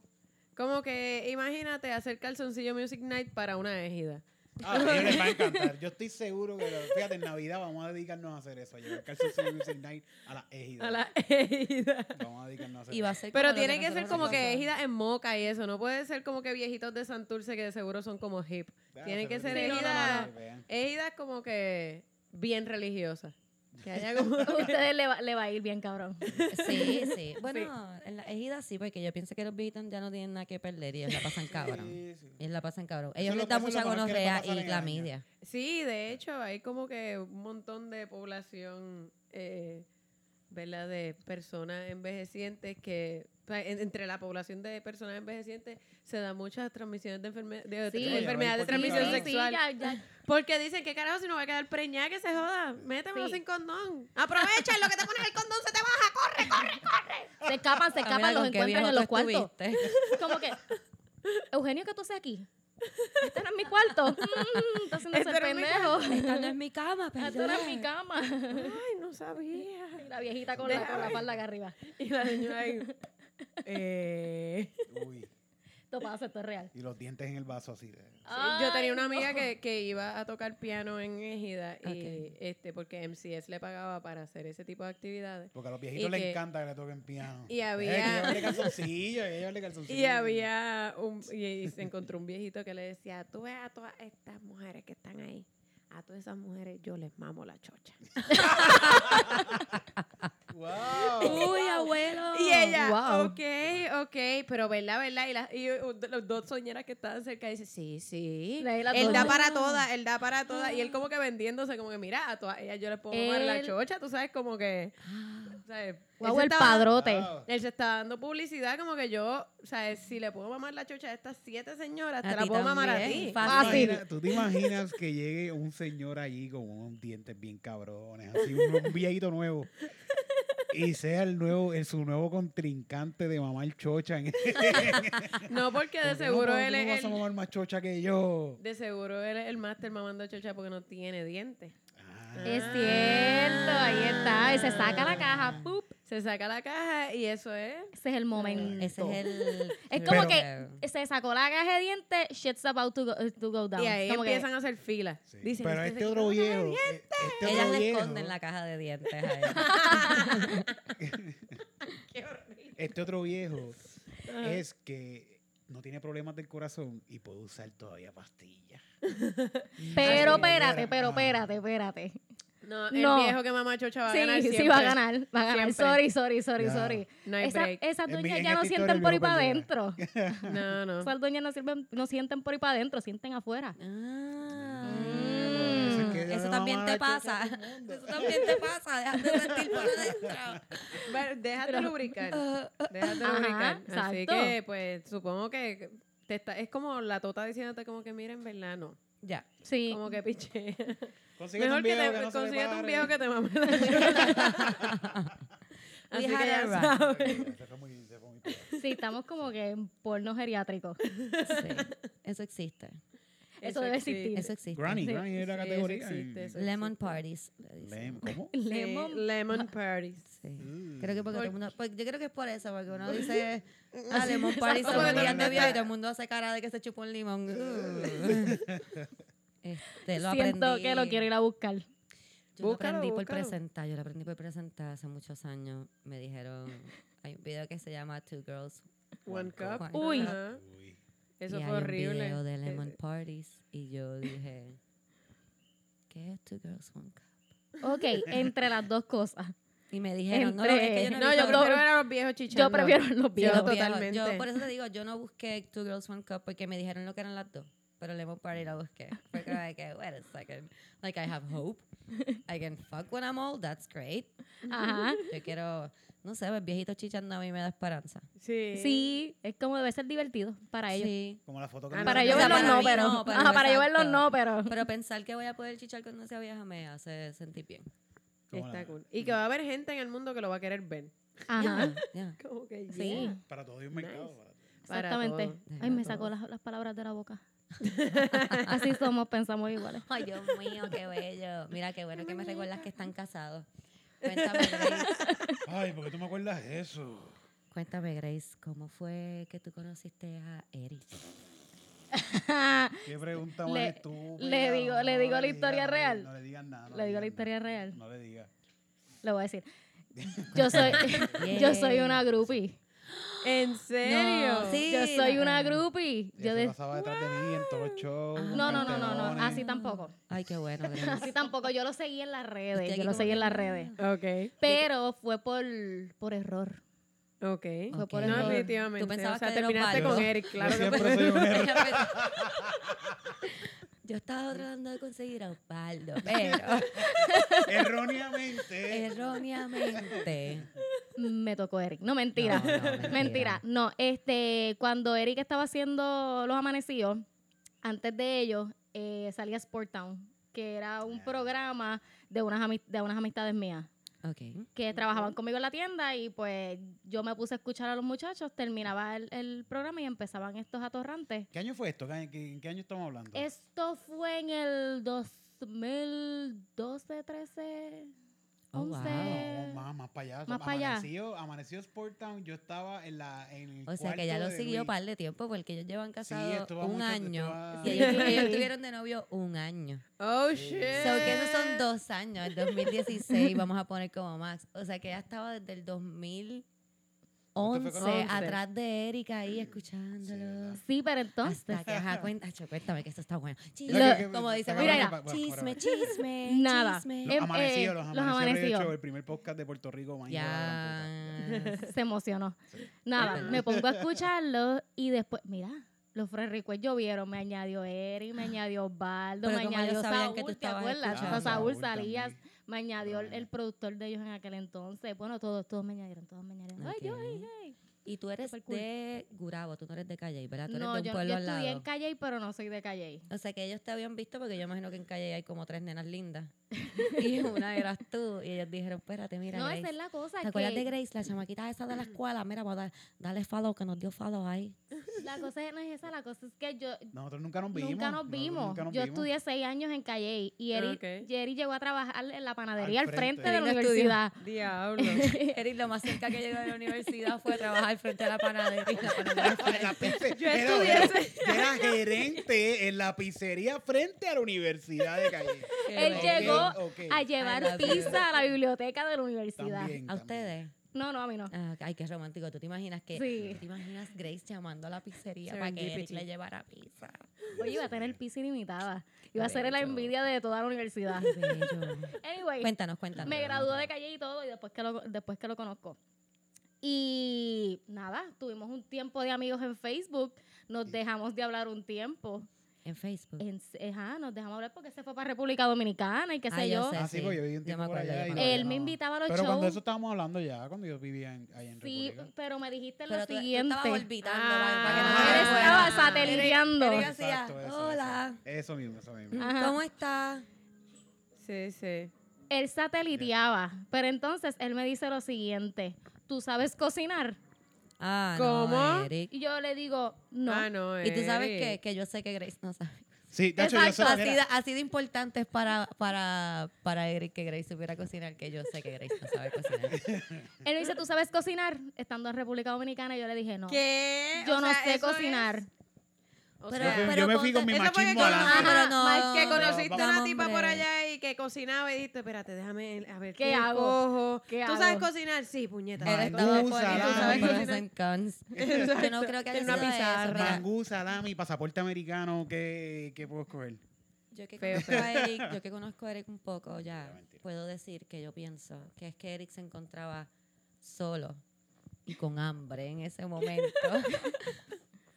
Speaker 6: como que imagínate hacer calzoncillo Music Night para una égida.
Speaker 5: Ah, a ellos les va a encantar. Yo estoy seguro que, lo- fíjate, en Navidad vamos a dedicarnos a hacer eso, a llevar calzoncillo Music Night a la égida.
Speaker 1: (laughs)
Speaker 6: A la égida.
Speaker 5: Vamos a dedicarnos a hacer
Speaker 1: Y va a ser
Speaker 6: Pero
Speaker 1: como lo
Speaker 6: tiene que ser
Speaker 1: nosotros
Speaker 6: como que
Speaker 1: recordamos.
Speaker 6: égida en moca y eso. No puede ser como que viejitos de Santurce que de seguro son como hip.
Speaker 5: eso.
Speaker 6: tiene que ser
Speaker 5: Sí, no, no,
Speaker 6: égida.
Speaker 5: no, no, vean.
Speaker 6: Égidas como que bien religiosas. Que haya como...
Speaker 4: (laughs) Ustedes le va, le va a ir bien, cabrón.
Speaker 1: (laughs) Sí, sí. Bueno, en la égida sí, porque yo pienso que los Beatles ya no tienen nada que perder y ellos la pasan cabrón.
Speaker 5: Sí, sí.
Speaker 1: Ellos la pasan cabrón.
Speaker 5: es
Speaker 1: Ellos
Speaker 5: lo-
Speaker 1: les da
Speaker 5: eso es lo
Speaker 1: mucha
Speaker 5: mejor que les va a
Speaker 1: gonorrea
Speaker 5: pasar en
Speaker 1: y
Speaker 5: el
Speaker 1: clamidia.
Speaker 6: Sí, de hecho, hay como que un montón de población, eh, ¿verdad? De personas envejecientes que... o sea, en- Entre la población de personas envejecientes se dan muchas transmisiones de, enferme- de-
Speaker 4: Sí.
Speaker 6: de enfermedades de
Speaker 5: Sí, sí,
Speaker 6: transmisión
Speaker 5: sí,
Speaker 6: sexual.
Speaker 4: ya, ya.
Speaker 6: Porque dicen, ¿qué carajo si no va a quedar preñada que se joda? Métemelo
Speaker 4: Sí.
Speaker 6: sin condón. Aprovecha, en lo que te pones el condón se te baja, corre, corre.
Speaker 4: Se escapan, se
Speaker 1: Camila,
Speaker 4: escapan, los
Speaker 1: ¿con qué
Speaker 4: encuentran
Speaker 1: viejo
Speaker 4: en
Speaker 1: tú
Speaker 4: los cuartos.
Speaker 1: (laughs) estuviste?
Speaker 4: Como que, Eugenio, ¿qué tú haces aquí? Este no es mi cuarto. Mm, está haciendo
Speaker 6: Este
Speaker 4: ese
Speaker 6: no es mi
Speaker 4: pendejo. (laughs)
Speaker 1: Esta no es mi cama,
Speaker 4: Esto
Speaker 1: perdón.
Speaker 4: Ah, no es mi cama.
Speaker 6: Ay, no sabía.
Speaker 4: Y la viejita con la, con la espalda acá arriba.
Speaker 6: Y la señora ahí. (laughs) eh.
Speaker 5: Uy,
Speaker 4: Esto pasa, esto es real.
Speaker 5: y los dientes en el vaso así. de-
Speaker 6: Yo tenía una
Speaker 4: Ay,
Speaker 6: amiga
Speaker 4: no.
Speaker 6: que, que iba a tocar piano en Ejida y
Speaker 1: Ok.
Speaker 6: este porque MCS le pagaba para hacer ese tipo de actividades.
Speaker 5: Porque a los viejitos
Speaker 6: Y
Speaker 5: les
Speaker 6: que-
Speaker 5: encanta que le toquen piano.
Speaker 6: y había-
Speaker 5: Llevarle calzoncillo, llevarle calzoncillo.
Speaker 6: Y había un y, y se encontró un viejito que le decía, "Tú ves a todas estas mujeres que están ahí, a todas esas mujeres yo les mamo la chocha." Uh,
Speaker 5: ¡Wow!
Speaker 1: Uy, abuelo.
Speaker 6: Y ella,
Speaker 4: wow.
Speaker 6: ok, ok, pero verdad, verdad. Y, las- y, uh, de los dos soñeras que estaban cerca dice, sí, sí.
Speaker 4: La de las
Speaker 6: él
Speaker 4: dos.
Speaker 6: da para todas, él da para todas. Y él como que vendiéndose, como que mira, a todas ellas yo les puedo tomar la
Speaker 4: Él-
Speaker 6: chocha, tú sabes,
Speaker 4: (gasps)
Speaker 6: como que... ¿sabes?
Speaker 4: Guau,
Speaker 6: Él se
Speaker 4: el
Speaker 6: estaba-
Speaker 4: padrote.
Speaker 5: Wow.
Speaker 6: Él se está dando publicidad como que yo, ¿sabes? Si le puedo mamar la chocha a estas siete señoras,
Speaker 1: A
Speaker 6: te la
Speaker 1: ti
Speaker 6: puedo mamar a
Speaker 1: también,
Speaker 6: ti.
Speaker 1: fácil.
Speaker 5: ¿Tú te imaginas- ¿Tú te imaginas que llegue un señor allí con unos dientes bien cabrones, así un, un viejito nuevo, y sea el nuevo, el, su nuevo contrincante de mamar chocha? En,
Speaker 6: No, porque (laughs)
Speaker 5: (laughs)
Speaker 6: de seguro
Speaker 5: ¿Cómo-
Speaker 6: él
Speaker 5: cómo vas
Speaker 6: es
Speaker 5: a
Speaker 6: el...
Speaker 5: mamar más chocha que yo?
Speaker 6: De seguro él es el máster mamando chocha porque no tiene dientes.
Speaker 5: Ah,
Speaker 4: Es cierto, ahí está. Y se saca la caja. ¡pup!
Speaker 6: Se saca la caja y eso es...
Speaker 4: Ese es el momento.
Speaker 1: Ese es el.
Speaker 4: Es como
Speaker 5: Pero-
Speaker 4: que se sacó la caja de dientes, shit's about to go, eh, to go down.
Speaker 6: Mm. Y ahí
Speaker 4: Es como que-
Speaker 6: empiezan a hacer filas.
Speaker 5: sí.
Speaker 6: Dicen,
Speaker 5: Pero
Speaker 6: "Este
Speaker 5: este
Speaker 6: se
Speaker 5: otro
Speaker 6: quitó la caja de
Speaker 5: viejo.
Speaker 6: dientes".
Speaker 5: eh, Este
Speaker 1: Ellas
Speaker 5: otro
Speaker 1: le
Speaker 5: viejo.
Speaker 1: esconden la caja de dientes a él.
Speaker 5: Este
Speaker 6: (laughs)
Speaker 5: otro viejo es que no tiene problemas del corazón y puede usar todavía
Speaker 6: (laughs)
Speaker 5: pastillas.
Speaker 4: Pero
Speaker 5: Ay,
Speaker 4: espérate,
Speaker 5: era-
Speaker 4: pero
Speaker 5: ah.
Speaker 4: espérate, espérate.
Speaker 6: ah, No, el
Speaker 4: No.
Speaker 6: viejo que mamá chocha va a
Speaker 4: Sí,
Speaker 6: ganar
Speaker 4: sí,
Speaker 6: siempre.
Speaker 4: va a ganar, va a ganar.
Speaker 6: Siempre.
Speaker 4: Sorry, sorry, sorry,
Speaker 5: Ya.
Speaker 4: sorry.
Speaker 6: No hay
Speaker 4: Esa-
Speaker 6: break.
Speaker 4: esas
Speaker 5: En mi-
Speaker 4: dueñas
Speaker 5: en
Speaker 4: ya no
Speaker 5: esta historia
Speaker 4: sienten
Speaker 5: el
Speaker 4: por ahí
Speaker 5: viejo
Speaker 4: para
Speaker 5: perderá.
Speaker 4: adentro.
Speaker 6: No, no.
Speaker 4: Esas dueñas no, sirven- no sienten por ahí para adentro, sienten afuera.
Speaker 1: Ah.
Speaker 5: Por eso es que yo
Speaker 1: Eso
Speaker 5: le
Speaker 1: también
Speaker 5: mamo
Speaker 1: te
Speaker 5: la chocha
Speaker 1: pasa.
Speaker 5: a todo el mundo.
Speaker 1: Eso también te pasa. Déjate de sentir por adentro.
Speaker 6: Bueno, déjate lubricar. Déjate
Speaker 4: Ajá,
Speaker 6: lubricar. Así
Speaker 4: exacto.
Speaker 6: que, pues, supongo que te está, es como la tota diciéndote como que, mira, en verdad, no.
Speaker 1: Ya.
Speaker 4: Sí.
Speaker 6: Como que piche. (laughs)
Speaker 5: Consíguete
Speaker 6: Mejor
Speaker 5: un
Speaker 6: que
Speaker 5: viejo
Speaker 6: te
Speaker 5: que no se le
Speaker 6: consíguete un
Speaker 5: pare.
Speaker 6: viejo que te mame la (laughs) chocha. Así
Speaker 1: We
Speaker 6: que
Speaker 1: had
Speaker 6: ya
Speaker 1: a run.
Speaker 6: sabes.
Speaker 5: Se fue muy- se fue muy pegado.
Speaker 4: Sí, estamos como que en porno geriátrico.
Speaker 1: Sí. Eso existe.
Speaker 4: Eso debe existir.
Speaker 1: Eso existe.
Speaker 5: Granny,
Speaker 4: Sí,
Speaker 5: Granny era
Speaker 6: sí,
Speaker 5: categoría.
Speaker 6: eso
Speaker 5: en-
Speaker 6: existe, eso
Speaker 1: Lemon parties. le dicen.
Speaker 5: Lem- ¿Cómo?
Speaker 6: (laughs) Sí,
Speaker 4: Lemon-
Speaker 6: Lemon parties.
Speaker 1: Sí.
Speaker 5: Mm.
Speaker 1: Creo que porque todo el mundo. pues, yo creo que es por eso, porque uno dice. (laughs) Ah, lemon
Speaker 5: O
Speaker 6: (laughs)
Speaker 1: party son
Speaker 5: porque todo el
Speaker 1: días
Speaker 5: mundo
Speaker 1: de viejo y
Speaker 5: está-
Speaker 1: todo el mundo hace cara de que se chupó un limón.
Speaker 5: Mm.
Speaker 1: (laughs) este, lo
Speaker 4: Siento
Speaker 1: aprendí.
Speaker 4: que lo quiero ir a buscar.
Speaker 1: Yo
Speaker 6: Búscalo,
Speaker 1: lo aprendí por
Speaker 6: búscalo.
Speaker 1: presentar, yo lo aprendí por presentar hace muchos años. Me dijeron, (laughs) hay un video que se llama Two Girls.
Speaker 6: One cup. ah.
Speaker 1: One
Speaker 4: Uy.
Speaker 6: Ajá.
Speaker 5: Uy.
Speaker 6: Eso
Speaker 1: y
Speaker 6: fue
Speaker 1: hay
Speaker 6: horrible.
Speaker 1: un video de
Speaker 6: Eh,
Speaker 1: Lemon Parties y yo dije, ¿qué es Two Girls One Cup?
Speaker 4: Ok, entre las dos cosas.
Speaker 1: Y me dijeron, no,
Speaker 4: Entre-
Speaker 1: es que yo no,
Speaker 6: No,
Speaker 1: he
Speaker 6: yo
Speaker 1: visto-
Speaker 6: prefiero ver a los viejos
Speaker 4: Yo
Speaker 6: chichando.
Speaker 4: prefiero los
Speaker 1: Sí, los
Speaker 4: viejos.
Speaker 6: Yo
Speaker 1: viejos.
Speaker 6: totalmente.
Speaker 1: Yo por eso te digo, yo no busqué Two Girls One Cup porque me dijeron lo que eran las dos, pero Lemon Party la busqué. Fue como de que, wait a second, like I have hope, I can fuck when I'm old, that's great.
Speaker 4: Ajá.
Speaker 1: Yo quiero, no sé, ver viejitos chichando a mí me da esperanza.
Speaker 6: Sí.
Speaker 4: Sí, es como debe ser divertido para ellos.
Speaker 1: Sí.
Speaker 5: Como la foto que
Speaker 6: Ah,
Speaker 5: me
Speaker 4: Para
Speaker 5: mandaste.
Speaker 4: yo
Speaker 1: O sea,
Speaker 4: verlos
Speaker 1: para
Speaker 4: no,
Speaker 1: mí
Speaker 4: pero.
Speaker 1: no, pero
Speaker 4: Ajá, para yo
Speaker 1: exacto.
Speaker 4: verlos no, pero.
Speaker 1: Pero pensar que voy a poder chichar cuando sea vieja me hace sentir bien.
Speaker 5: Como la-
Speaker 6: Está cool. Y que va a haber gente en el mundo que lo va a querer ver.
Speaker 4: Ajá.
Speaker 1: Ya.
Speaker 6: Como que
Speaker 4: Sí.
Speaker 6: yeah.
Speaker 5: Para todo hay un mercado.
Speaker 6: Nice.
Speaker 5: para todo.
Speaker 6: Para
Speaker 4: Exactamente.
Speaker 6: todo.
Speaker 4: Ay, me
Speaker 1: Para
Speaker 4: sacó las, las palabras de la boca. (laughs) Así somos, pensamos (laughs) iguales.
Speaker 1: Ay, Dios mío, qué bello. Mira, qué bueno que me recuerdas que están casados. Cuéntame, Grace,
Speaker 5: Ay, ¿por qué tú me acuerdas de eso?
Speaker 1: cuéntame, Grace ¿cómo fue que tú conociste a Eric?
Speaker 5: Qué pregunta más
Speaker 4: Le-
Speaker 5: estúpida.
Speaker 4: le digo- le digo la
Speaker 5: digas,
Speaker 4: historia
Speaker 5: no le-
Speaker 4: real.
Speaker 5: No le digas nada. no
Speaker 4: Le digo la
Speaker 5: digas
Speaker 4: historia
Speaker 5: nada.
Speaker 4: real.
Speaker 5: No le digas.
Speaker 4: Lo voy a decir. Yo soy, (laughs) yo soy una groupie.
Speaker 6: ¿En serio?
Speaker 1: sí.
Speaker 4: Yo soy una
Speaker 1: no.
Speaker 4: groupie.
Speaker 5: Yo
Speaker 4: Yo de- Ah.
Speaker 5: pasaba detrás de mí en todos los shows. con
Speaker 4: no, no, no, no, no.
Speaker 5: pantalones.
Speaker 4: Así tampoco.
Speaker 1: Ay, qué bueno,
Speaker 4: (laughs)
Speaker 1: Grace.
Speaker 4: Así tampoco. Yo lo seguí en las redes.
Speaker 1: Estoy
Speaker 4: Yo
Speaker 1: aquí
Speaker 4: lo
Speaker 1: como
Speaker 4: seguí
Speaker 1: que- "Ah".
Speaker 4: en las redes.
Speaker 6: Ok.
Speaker 4: Pero fue por, por error.
Speaker 6: Ok.
Speaker 4: Fue por
Speaker 1: Ok.
Speaker 6: No,
Speaker 4: error.
Speaker 6: definitivamente.
Speaker 1: Tú pensabas
Speaker 6: o sea,
Speaker 1: que era
Speaker 6: terminaste
Speaker 1: Osvaldo.
Speaker 6: con Eric, claro
Speaker 5: Yo
Speaker 6: que
Speaker 5: siempre soy un error.
Speaker 1: (laughs) Yo estaba tratando de conseguir a Osvaldo, pero
Speaker 5: (laughs) Erróneamente.
Speaker 1: erróneamente.
Speaker 4: Me tocó Eric. No, mentira.
Speaker 1: No, no,
Speaker 4: mentira. No, este, cuando Eric estaba haciendo Los Amanecidos, antes de ellos, eh, salía Sport Town, que era un programa de unas, ami- de unas amistades mías
Speaker 1: Ok.
Speaker 4: que trabajaban conmigo en la tienda y pues yo me puse a escuchar a los muchachos, terminaba el, el programa y empezaban estos atorrantes.
Speaker 5: ¿Qué año fue esto? ¿En qué, en qué año estamos hablando?
Speaker 4: Esto fue en el 2012, 13, 11.
Speaker 1: Oh,
Speaker 5: No, más, más para allá.
Speaker 4: más pa' allá.
Speaker 5: Amanecido, amanecido Sport Town, yo estaba en, la, en el
Speaker 1: O sea que
Speaker 5: cuarto
Speaker 1: ya lo
Speaker 5: de
Speaker 1: siguió
Speaker 5: Luis.
Speaker 1: un par de tiempo porque ellos llevan casados
Speaker 5: esto va
Speaker 1: un
Speaker 5: mucho- esto
Speaker 1: año.
Speaker 5: va-
Speaker 1: Y ellos,
Speaker 4: Sí.
Speaker 1: ellos tuvieron de novio un
Speaker 5: (laughs)
Speaker 1: año.
Speaker 6: (laughs) Oh, shit.
Speaker 1: So que esos son dos años, el 2016 vamos a poner como Max. O sea que ella estaba desde el 2011
Speaker 5: Usted fue con-
Speaker 6: Once.
Speaker 1: atrás de Erika ahí
Speaker 5: Sí,
Speaker 1: escuchándolo.
Speaker 5: ¿verdad?
Speaker 4: Sí, pero entonces...
Speaker 1: hasta que ajá,
Speaker 5: (laughs)
Speaker 1: cuenta, Acho, cuéntame que esto está bueno. Chisme,
Speaker 5: Lo- que-
Speaker 1: como
Speaker 5: que-
Speaker 1: dice,
Speaker 5: que-
Speaker 1: mira,
Speaker 5: que-
Speaker 1: mira,
Speaker 5: que-
Speaker 1: chisme,
Speaker 5: que-
Speaker 1: chisme,
Speaker 4: (laughs) Nada.
Speaker 1: chisme.
Speaker 5: Los
Speaker 4: Eh,
Speaker 5: amanecidos,
Speaker 4: eh,
Speaker 5: los
Speaker 4: los
Speaker 5: amanecidos. Radio
Speaker 4: amanecidos.
Speaker 5: Show, el primer podcast de Puerto Rico. man, hijo de la
Speaker 1: Ya.
Speaker 4: se emocionó. Nada, me pongo a escucharlo y después, mira, los friend requests llovieron, me añadió Eric, me añadió Osvaldo,
Speaker 1: Pero
Speaker 4: me
Speaker 1: como
Speaker 4: añadió
Speaker 1: ellos sabían
Speaker 4: Saúl,
Speaker 1: que tú
Speaker 4: ¿te
Speaker 1: estabas
Speaker 4: acuerdas?
Speaker 5: escuchando.
Speaker 4: O sea, Saúl
Speaker 5: Saúl también.
Speaker 4: Salías, me añadió el,
Speaker 5: Bueno.
Speaker 4: el productor de ellos en aquel entonces. Bueno, todos, todos me añadieron, todos me añadieron. Ay, yo, ay,
Speaker 1: Ok.
Speaker 4: ay.
Speaker 1: Y tú eres
Speaker 4: Supercool.
Speaker 1: de Gurabo, tú no eres de Calle, ¿verdad? Tú eres
Speaker 4: No,
Speaker 1: de un
Speaker 4: yo,
Speaker 1: pueblo
Speaker 4: yo
Speaker 1: al lado.
Speaker 4: estudié en Calle, pero no soy de Calle.
Speaker 1: O sea, que ellos te habían visto porque yo imagino que en calle hay como tres nenas lindas. (laughs) y una eras tú. Y ellos dijeron, espérate, mira,
Speaker 4: No,
Speaker 1: Grace.
Speaker 4: esa es la cosa.
Speaker 1: ¿Te acuerdas de
Speaker 4: que-
Speaker 1: Grace, la chamaquita esa de la escuela? Mira, vamos a dar- dale follow, que nos dio follow (laughs) ahí.
Speaker 4: La cosa es- no es esa, la cosa es que yo,
Speaker 5: Nosotros nunca nos vimos.
Speaker 4: Nunca nos
Speaker 5: nosotros
Speaker 4: vimos.
Speaker 5: nunca nos
Speaker 4: yo
Speaker 5: vimos.
Speaker 4: estudié seis años en Calle y Eri,
Speaker 6: Ok.
Speaker 4: y Eri llegó a trabajar en la panadería
Speaker 5: Al
Speaker 4: al frente,
Speaker 5: frente.
Speaker 4: de la
Speaker 1: Eri no estudió.
Speaker 4: universidad.
Speaker 1: (laughs)
Speaker 6: Diablo.
Speaker 1: Eric, lo más cerca que llegó de la universidad fue trabajar frente a (laughs) la panadería.
Speaker 4: (laughs)
Speaker 1: (laughs)
Speaker 5: La pizze-
Speaker 6: Yo
Speaker 5: era-
Speaker 6: estudié
Speaker 5: era-
Speaker 6: ese-
Speaker 5: yo (laughs) era gerente en la pizzería frente a la Universidad de Calle.
Speaker 4: Él
Speaker 5: Ok,
Speaker 4: llegó
Speaker 5: ok.
Speaker 4: a
Speaker 1: I
Speaker 4: llevar
Speaker 1: love you.
Speaker 4: pizza a la biblioteca de la universidad.
Speaker 5: También,
Speaker 1: ¿A
Speaker 5: también.
Speaker 1: ustedes?
Speaker 4: No, no, a mí no.
Speaker 1: Ah, ay, qué romántico. ¿Tú te imaginas que...
Speaker 4: Sí.
Speaker 1: ¿tú te imaginas Grace llamando a la pizzería para que Eric
Speaker 6: Serendipity.
Speaker 1: le llevara pizza?
Speaker 4: Oye, iba a tener pizza ilimitada. Iba a ser la
Speaker 1: Bello.
Speaker 4: envidia de toda la universidad.
Speaker 1: Qué bello.
Speaker 4: Anyway,
Speaker 1: cuéntanos, cuéntanos.
Speaker 4: me graduó de Calle y todo y después que lo, después que lo conozco. Y nada, tuvimos un tiempo de amigos en Facebook, nos dejamos de hablar un tiempo.
Speaker 1: en Facebook.
Speaker 4: En- eh, ajá, nos dejamos hablar porque se fue para República Dominicana y qué sé
Speaker 1: Ah, yo
Speaker 4: yo.
Speaker 1: sé.
Speaker 5: Ah, sí,
Speaker 1: sí.
Speaker 5: pues yo viví un
Speaker 1: Ya
Speaker 5: tiempo
Speaker 1: me
Speaker 5: por
Speaker 1: acuerdo,
Speaker 5: allá.
Speaker 1: ya
Speaker 5: y
Speaker 1: me
Speaker 5: no-
Speaker 1: acuerdo.
Speaker 4: Él me invitaba a los
Speaker 5: Pero cuando
Speaker 4: shows.
Speaker 5: eso estábamos hablando ya, cuando yo vivía en, allá en
Speaker 4: Sí,
Speaker 5: República.
Speaker 4: pero me dijiste lo
Speaker 1: Pero tú, tú
Speaker 4: siguiente.
Speaker 1: estabas orbitando.
Speaker 6: Ah,
Speaker 1: para que no
Speaker 4: Ah,
Speaker 1: me
Speaker 4: él
Speaker 1: recuerdes.
Speaker 4: estaba
Speaker 1: Ah.
Speaker 4: satelliteando.
Speaker 1: Eric hacía,
Speaker 5: Exacto, eso,
Speaker 1: hola,
Speaker 5: Eso, Eso mismo, eso mismo.
Speaker 4: Ajá.
Speaker 1: ¿cómo estás?
Speaker 6: Sí, sí.
Speaker 4: Él sateliteaba, pero entonces él me dice lo siguiente, ¿tú sabes cocinar?
Speaker 1: Ah,
Speaker 6: ¿Cómo?
Speaker 1: no, Eric.
Speaker 4: Y yo le digo, no.
Speaker 6: Ah, no,
Speaker 1: Y tú sabes
Speaker 6: Eric.
Speaker 1: que, que yo sé que Grace no sabe.
Speaker 5: Sí, (laughs) de hecho, yo
Speaker 1: Exacto,
Speaker 5: soy-
Speaker 1: así,
Speaker 5: mira,
Speaker 1: de,
Speaker 5: (laughs)
Speaker 1: así de importante es para, para, para Eric que Grace supiera cocinar, que yo sé que Grace no sabe
Speaker 5: (laughs)
Speaker 1: cocinar.
Speaker 4: Él me dice, ¿tú sabes cocinar? Estando en República Dominicana, y yo le dije, no.
Speaker 6: ¿Qué?
Speaker 4: Yo
Speaker 6: O
Speaker 4: no
Speaker 6: sea,
Speaker 4: sé
Speaker 6: eso es-
Speaker 4: cocinar.
Speaker 6: o
Speaker 1: Pero-
Speaker 6: sea,
Speaker 5: yo, yo me fui
Speaker 1: ponte-
Speaker 5: con mi
Speaker 6: eso fue que
Speaker 5: machismo
Speaker 6: conocí-
Speaker 5: adelante.
Speaker 1: Pero no,
Speaker 6: Más que
Speaker 1: no,
Speaker 6: conociste a una
Speaker 1: vamos,
Speaker 6: tipa
Speaker 1: hombre.
Speaker 6: por allá y que cocinaba y dijiste, espérate, déjame a ver
Speaker 4: ¿Qué
Speaker 6: qué,
Speaker 4: hago?
Speaker 6: cojo.
Speaker 4: ¿Qué
Speaker 6: ¿Tú
Speaker 4: hago?
Speaker 6: sabes cocinar? Sí, puñeta.
Speaker 1: Él
Speaker 6: sabes
Speaker 1: estaba
Speaker 5: Mangú,
Speaker 1: por ahí, tú
Speaker 5: salami.
Speaker 1: sabes, pros and cons. Yo no creo que haya (laughs)
Speaker 6: Tiene una
Speaker 1: sido eso,
Speaker 6: pizarra.
Speaker 1: mira.
Speaker 5: Mangú, salami, pasaporte americano, ¿qué, qué puedo escoger?
Speaker 1: Yo que
Speaker 6: Feo,
Speaker 1: conozco a Eric, yo que conozco a Eric un poco ya,
Speaker 5: mentira.
Speaker 1: puedo decir que yo pienso que es que Eric se encontraba solo y con hambre en ese momento.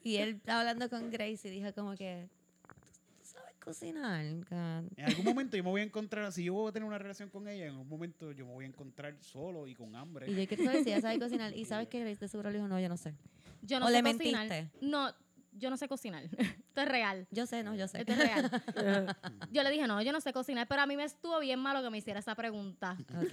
Speaker 1: y él estaba hablando con Grace y dijo como que, ¿tú, tú sabes cocinar? can?"
Speaker 5: En algún momento yo me voy a encontrar, si yo voy a tener una relación con ella, en algún momento yo me voy a encontrar solo y con hambre.
Speaker 1: Y yo quiero saber si ella sabe cocinar. Y sabes que Grace de seguro le dijo, no, yo no sé.
Speaker 4: Yo no
Speaker 1: ¿O
Speaker 4: sé
Speaker 1: le
Speaker 4: cocinar.
Speaker 1: mentiste?
Speaker 4: No, yo no sé cocinar. (laughs) Esto es real.
Speaker 1: Yo sé, no, yo sé.
Speaker 4: Esto es real.
Speaker 1: (laughs)
Speaker 6: (laughs)
Speaker 4: Yo le dije, no, yo no sé cocinar, pero a mí me estuvo bien malo que me hiciera esa pregunta.
Speaker 1: Ok.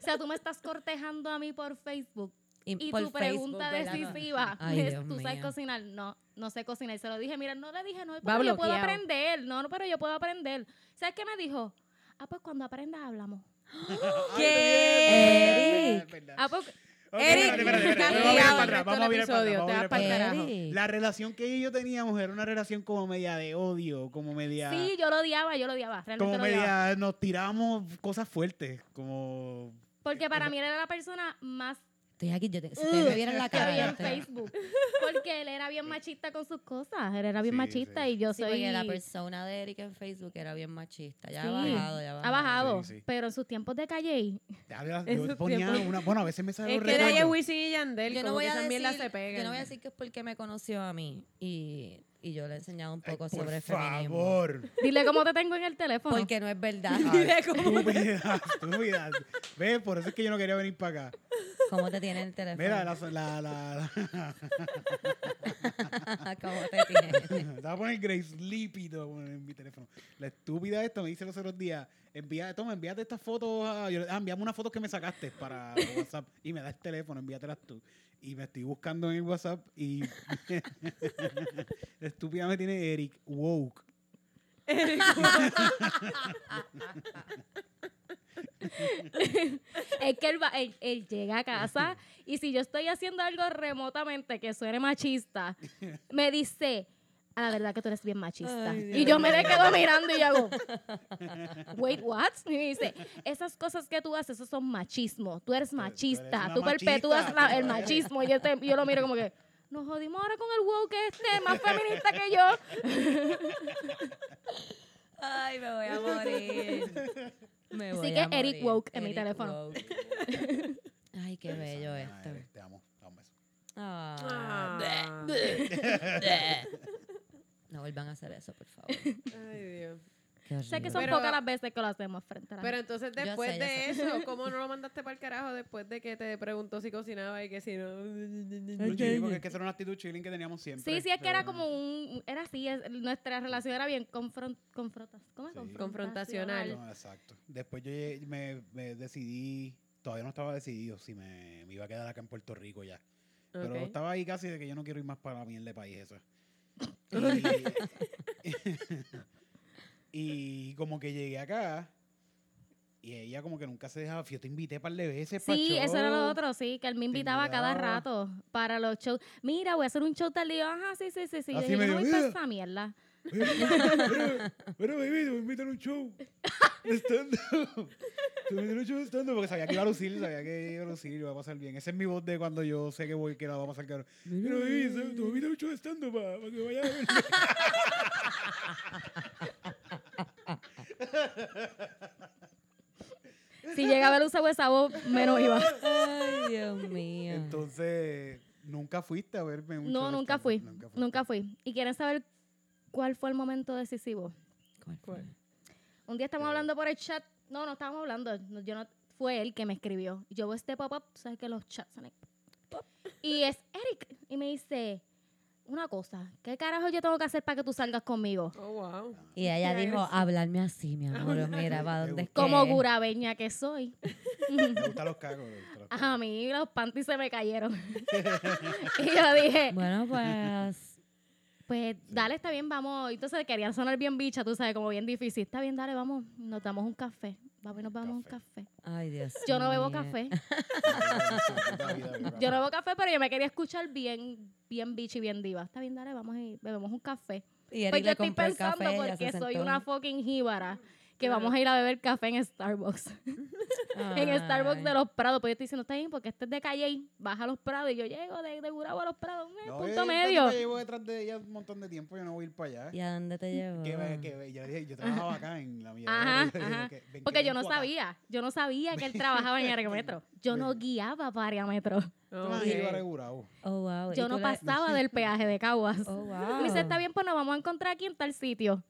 Speaker 4: O sea, tú me estás cortejando a mí por Facebook. Y
Speaker 1: por
Speaker 4: tu
Speaker 1: Facebook,
Speaker 4: pregunta
Speaker 1: ¿verdad?
Speaker 4: decisiva
Speaker 1: (laughs) Ay,
Speaker 4: es,
Speaker 1: Dios
Speaker 4: ¿tú sabes
Speaker 1: mío.
Speaker 4: cocinar? No, no sé cocinar. Y Se lo dije, mira, no le dije, no,
Speaker 6: Va
Speaker 4: pero yo puedo
Speaker 6: bloqueado.
Speaker 4: aprender. No, no, pero yo puedo aprender. ¿Sabes qué me dijo? Ah, pues cuando aprendas hablamos.
Speaker 6: ¿Qué?
Speaker 5: Es verdad.
Speaker 4: Ah, pues,
Speaker 5: Ok,
Speaker 6: Eric,
Speaker 5: espérate, espérate, espérate.
Speaker 6: castigado
Speaker 5: Vamos a ir para
Speaker 6: el
Speaker 5: atrás,
Speaker 6: resto
Speaker 5: vamos a
Speaker 6: del
Speaker 5: ir para atrás,
Speaker 6: episodio,
Speaker 5: vamos a
Speaker 6: te
Speaker 5: ir
Speaker 6: vas pa'l
Speaker 5: para atrás.
Speaker 6: carajo.
Speaker 1: Eric.
Speaker 5: La relación que ella y yo teníamos era una relación como media de odio, como media...
Speaker 4: sí, yo lo odiaba, yo lo odiaba. Realmente
Speaker 5: como
Speaker 4: lo odiaba.
Speaker 5: media... Nos tiramos cosas fuertes, como...
Speaker 4: Porque para mí él era la persona más
Speaker 1: Estoy aquí, yo te, si ustedes me vieran la
Speaker 4: que
Speaker 1: cara.
Speaker 4: había en
Speaker 1: yo te-
Speaker 4: Facebook. Porque él era bien (laughs) machista con sus cosas. Él era bien
Speaker 5: Sí,
Speaker 4: machista
Speaker 5: sí.
Speaker 4: y yo
Speaker 1: Sí,
Speaker 4: soy...
Speaker 1: porque la persona de Eric en Facebook era bien machista. Ya ha
Speaker 4: Sí.
Speaker 1: bajado, ya ha bajado.
Speaker 4: ha bajado,
Speaker 5: Sí, sí.
Speaker 4: pero en sus tiempos de calle
Speaker 5: Ya había-
Speaker 6: Esos
Speaker 5: Yo ponía
Speaker 6: tiempos.
Speaker 5: una... Bueno, a veces me sale
Speaker 6: Es
Speaker 5: los
Speaker 6: que de ahí es
Speaker 5: recuerdos.
Speaker 6: Wisin y Yandel,
Speaker 1: Yo
Speaker 6: como
Speaker 1: no, voy
Speaker 6: que
Speaker 1: a
Speaker 6: esas
Speaker 1: decir,
Speaker 6: mierdas se
Speaker 1: yo no voy a
Speaker 6: pegan.
Speaker 1: decir que es porque me conoció a mí y, y yo le he enseñado un
Speaker 5: Ay,
Speaker 1: poco
Speaker 5: por
Speaker 1: sobre feminismo.
Speaker 5: favor.
Speaker 6: (laughs)
Speaker 4: Dile cómo te tengo en el teléfono.
Speaker 1: Porque no es (laughs) verdad.
Speaker 5: Ay, estúpida, estúpida. Ve, por eso es que yo no quería venir
Speaker 6: (laughs)
Speaker 5: para acá.
Speaker 1: ¿Cómo te tiene el teléfono?
Speaker 5: Mira, la, la, la, la-
Speaker 1: (laughs) ¿Cómo te
Speaker 5: (laughs)
Speaker 1: tiene?
Speaker 5: Estaba poner Grace lípido en mi teléfono. La estúpida esta me dice los otros días, envía, toma, envíate estas fotos, a- yo le- ah, envíame unas fotos que me sacaste para WhatsApp y me da el teléfono, envíatelas tú. Y me estoy buscando en el WhatsApp y (laughs) la estúpida me tiene Eric Woke.
Speaker 4: Es que él, va- él- él llega a casa y si yo estoy haciendo algo remotamente que suene machista, me dice, a la verdad que tú eres bien machista.
Speaker 1: Ay,
Speaker 4: y yo me le quedo mirando y yo hago, wait, what? Y me dice, esas cosas que tú haces, eso son machismo. Tú eres machista.
Speaker 5: una
Speaker 4: Tú, perpetúas
Speaker 5: machista,
Speaker 4: la-
Speaker 5: tú
Speaker 4: el
Speaker 5: eres.
Speaker 4: machismo. Y yo, te- yo lo miro como que, nos jodimos ahora con el woke este, más feminista que yo.
Speaker 1: Ay, me (laughs) voy a morir. Me
Speaker 4: Así
Speaker 1: voy
Speaker 4: que
Speaker 1: a morir.
Speaker 4: Eric Woke en mi teléfono.
Speaker 1: Woke. (laughs) Ay, qué bello
Speaker 5: Ah,
Speaker 1: esto.
Speaker 5: Eric, Te amo, te amo.
Speaker 1: Ah. (laughs)
Speaker 6: Ah.
Speaker 1: No vuelvan a hacer eso, por (laughs) favor.
Speaker 6: Ay, Dios.
Speaker 1: Qué
Speaker 4: Sé que son
Speaker 1: horrible.
Speaker 6: Pero-
Speaker 4: pocas las veces que lo hacemos frente a la
Speaker 6: Pero
Speaker 4: gente.
Speaker 6: entonces
Speaker 1: Yo
Speaker 6: después
Speaker 1: sé, yo
Speaker 6: de
Speaker 1: sé. (laughs)
Speaker 6: eso, ¿cómo no lo mandaste para el carajo después de que te preguntó si cocinaba y que si
Speaker 5: Pero
Speaker 6: no?
Speaker 5: chilling, porque es que esa era una actitud chilling que teníamos siempre.
Speaker 4: Sí, sí, es que era
Speaker 5: Pero-
Speaker 4: como un... Era así, es- nuestra relación era bien confron- confrontas, ¿cómo es?
Speaker 5: Sí.
Speaker 4: confrontacional.
Speaker 5: No, exacto. Después yo llegué- me, me decidí, todavía no estaba decidido si me, me iba a quedar acá en Puerto Rico ya. Pero
Speaker 6: Ok.
Speaker 5: estaba ahí casi de que yo no quiero ir más para la mierda de país
Speaker 4: (laughs)
Speaker 5: esa. Y, (laughs) y como que llegué acá y ella como que nunca se dejaba. Yo te invité un par de veces para
Speaker 4: Sí, eso era lo otro, sí, que él me
Speaker 5: Te
Speaker 4: invitaba cada
Speaker 5: invitaba.
Speaker 4: rato para los shows. Mira, voy a hacer un show tal día. Ajá, sí, sí, sí, sí. Yo
Speaker 5: Así
Speaker 4: dije, yo
Speaker 5: medio,
Speaker 4: no voy para
Speaker 5: "Ugh".
Speaker 4: esa mierda.
Speaker 5: (laughs) Pero, pero baby, te voy a invitar a un show. de Stand-up. (laughs) Te voy a invitar a un show de stand-up porque sabía que iba a lucir, sabía que iba a lucir, iba a pasar bien. Esa es mi voz de cuando yo sé que voy, que la va a pasar caro. Pero baby, te voy a invitar a un show de stand-up para que vaya a ver.
Speaker 4: Si llegaba el usado esa voz, menos iba.
Speaker 1: Ay, Dios mío.
Speaker 5: Entonces, nunca fuiste a verme. un show
Speaker 4: No,
Speaker 5: de
Speaker 4: nunca
Speaker 5: stand-up?
Speaker 4: fui,
Speaker 5: Nunca fuiste.
Speaker 4: nunca fui. ¿Y quieren saber ¿Cuál fue el momento decisivo?
Speaker 1: ¿Cuál fue?
Speaker 4: Un día estamos hablando por el chat. No, no estábamos hablando. no, Yo no, fue él que me escribió. Yo veo este pop-up, sabes que los chats son ahí, (laughs) pop. Y es Eric. Y me dice, una cosa, ¿qué carajo yo tengo que hacer para que tú salgas conmigo?
Speaker 6: Oh, wow.
Speaker 1: Y ella dijo, hablarme así,
Speaker 5: Ah,
Speaker 1: mi amor, mira, ¿para
Speaker 5: Te
Speaker 1: dónde es
Speaker 5: gusta.
Speaker 4: Como
Speaker 1: que-
Speaker 4: gurabeña que soy. (laughs)
Speaker 5: Me gustan los cacos. me gustan los cacos.
Speaker 4: A mí los panties se me cayeron. (laughs) y yo dije,
Speaker 1: Bueno, pues...
Speaker 4: Pues dale, está bien, vamos. Entonces querían sonar bien bicha, tú sabes, como bien difícil. Está bien, dale, vamos, nos damos un café. Vamos y nos vamos a un café.
Speaker 1: Ay, Dios
Speaker 4: Yo no bebo
Speaker 1: mío.
Speaker 4: café.
Speaker 5: Viva, viva, viva.
Speaker 4: Yo no bebo café, pero yo me quería escuchar bien, bien bicha y bien diva. Está bien, dale, vamos y bebemos un café.
Speaker 1: Y Eric
Speaker 4: Pues
Speaker 1: le
Speaker 4: yo estoy
Speaker 1: compró el
Speaker 4: pensando
Speaker 1: café, ella
Speaker 4: porque
Speaker 1: se
Speaker 4: soy
Speaker 1: sentó.
Speaker 4: una fucking jíbara que vamos a ir a beber café en Starbucks. (laughs)
Speaker 1: Ah,
Speaker 4: en Starbucks de
Speaker 1: Ay.
Speaker 4: los Prados. Pues yo estoy diciendo, está bien, porque este es de Calle, baja a los Prados y yo llego de, de Gurabo a los Prados. eh,
Speaker 5: No,
Speaker 4: punto
Speaker 5: yo- Yo
Speaker 4: medio.
Speaker 5: llevo detrás de ella un montón de tiempo, yo no voy a ir para allá.
Speaker 1: ¿Y a dónde te llevó?
Speaker 5: Que ve- que ve- yo, le dije, yo trabajaba acá en la mía. (laughs)
Speaker 4: Ajá, ajá. Porque yo no sabía, yo no sabía que él trabajaba en Ariametro. Yo no
Speaker 5: Ven.
Speaker 4: guiaba para Ariametro.
Speaker 5: Yo iba regulado.
Speaker 1: Oh, wow. ¿y
Speaker 4: Yo
Speaker 1: tú
Speaker 4: no
Speaker 1: le-
Speaker 4: pasaba del peaje de Caguas.
Speaker 1: (laughs) Oh, wow.
Speaker 4: Me dice, está bien, pues nos vamos a encontrar aquí en tal sitio.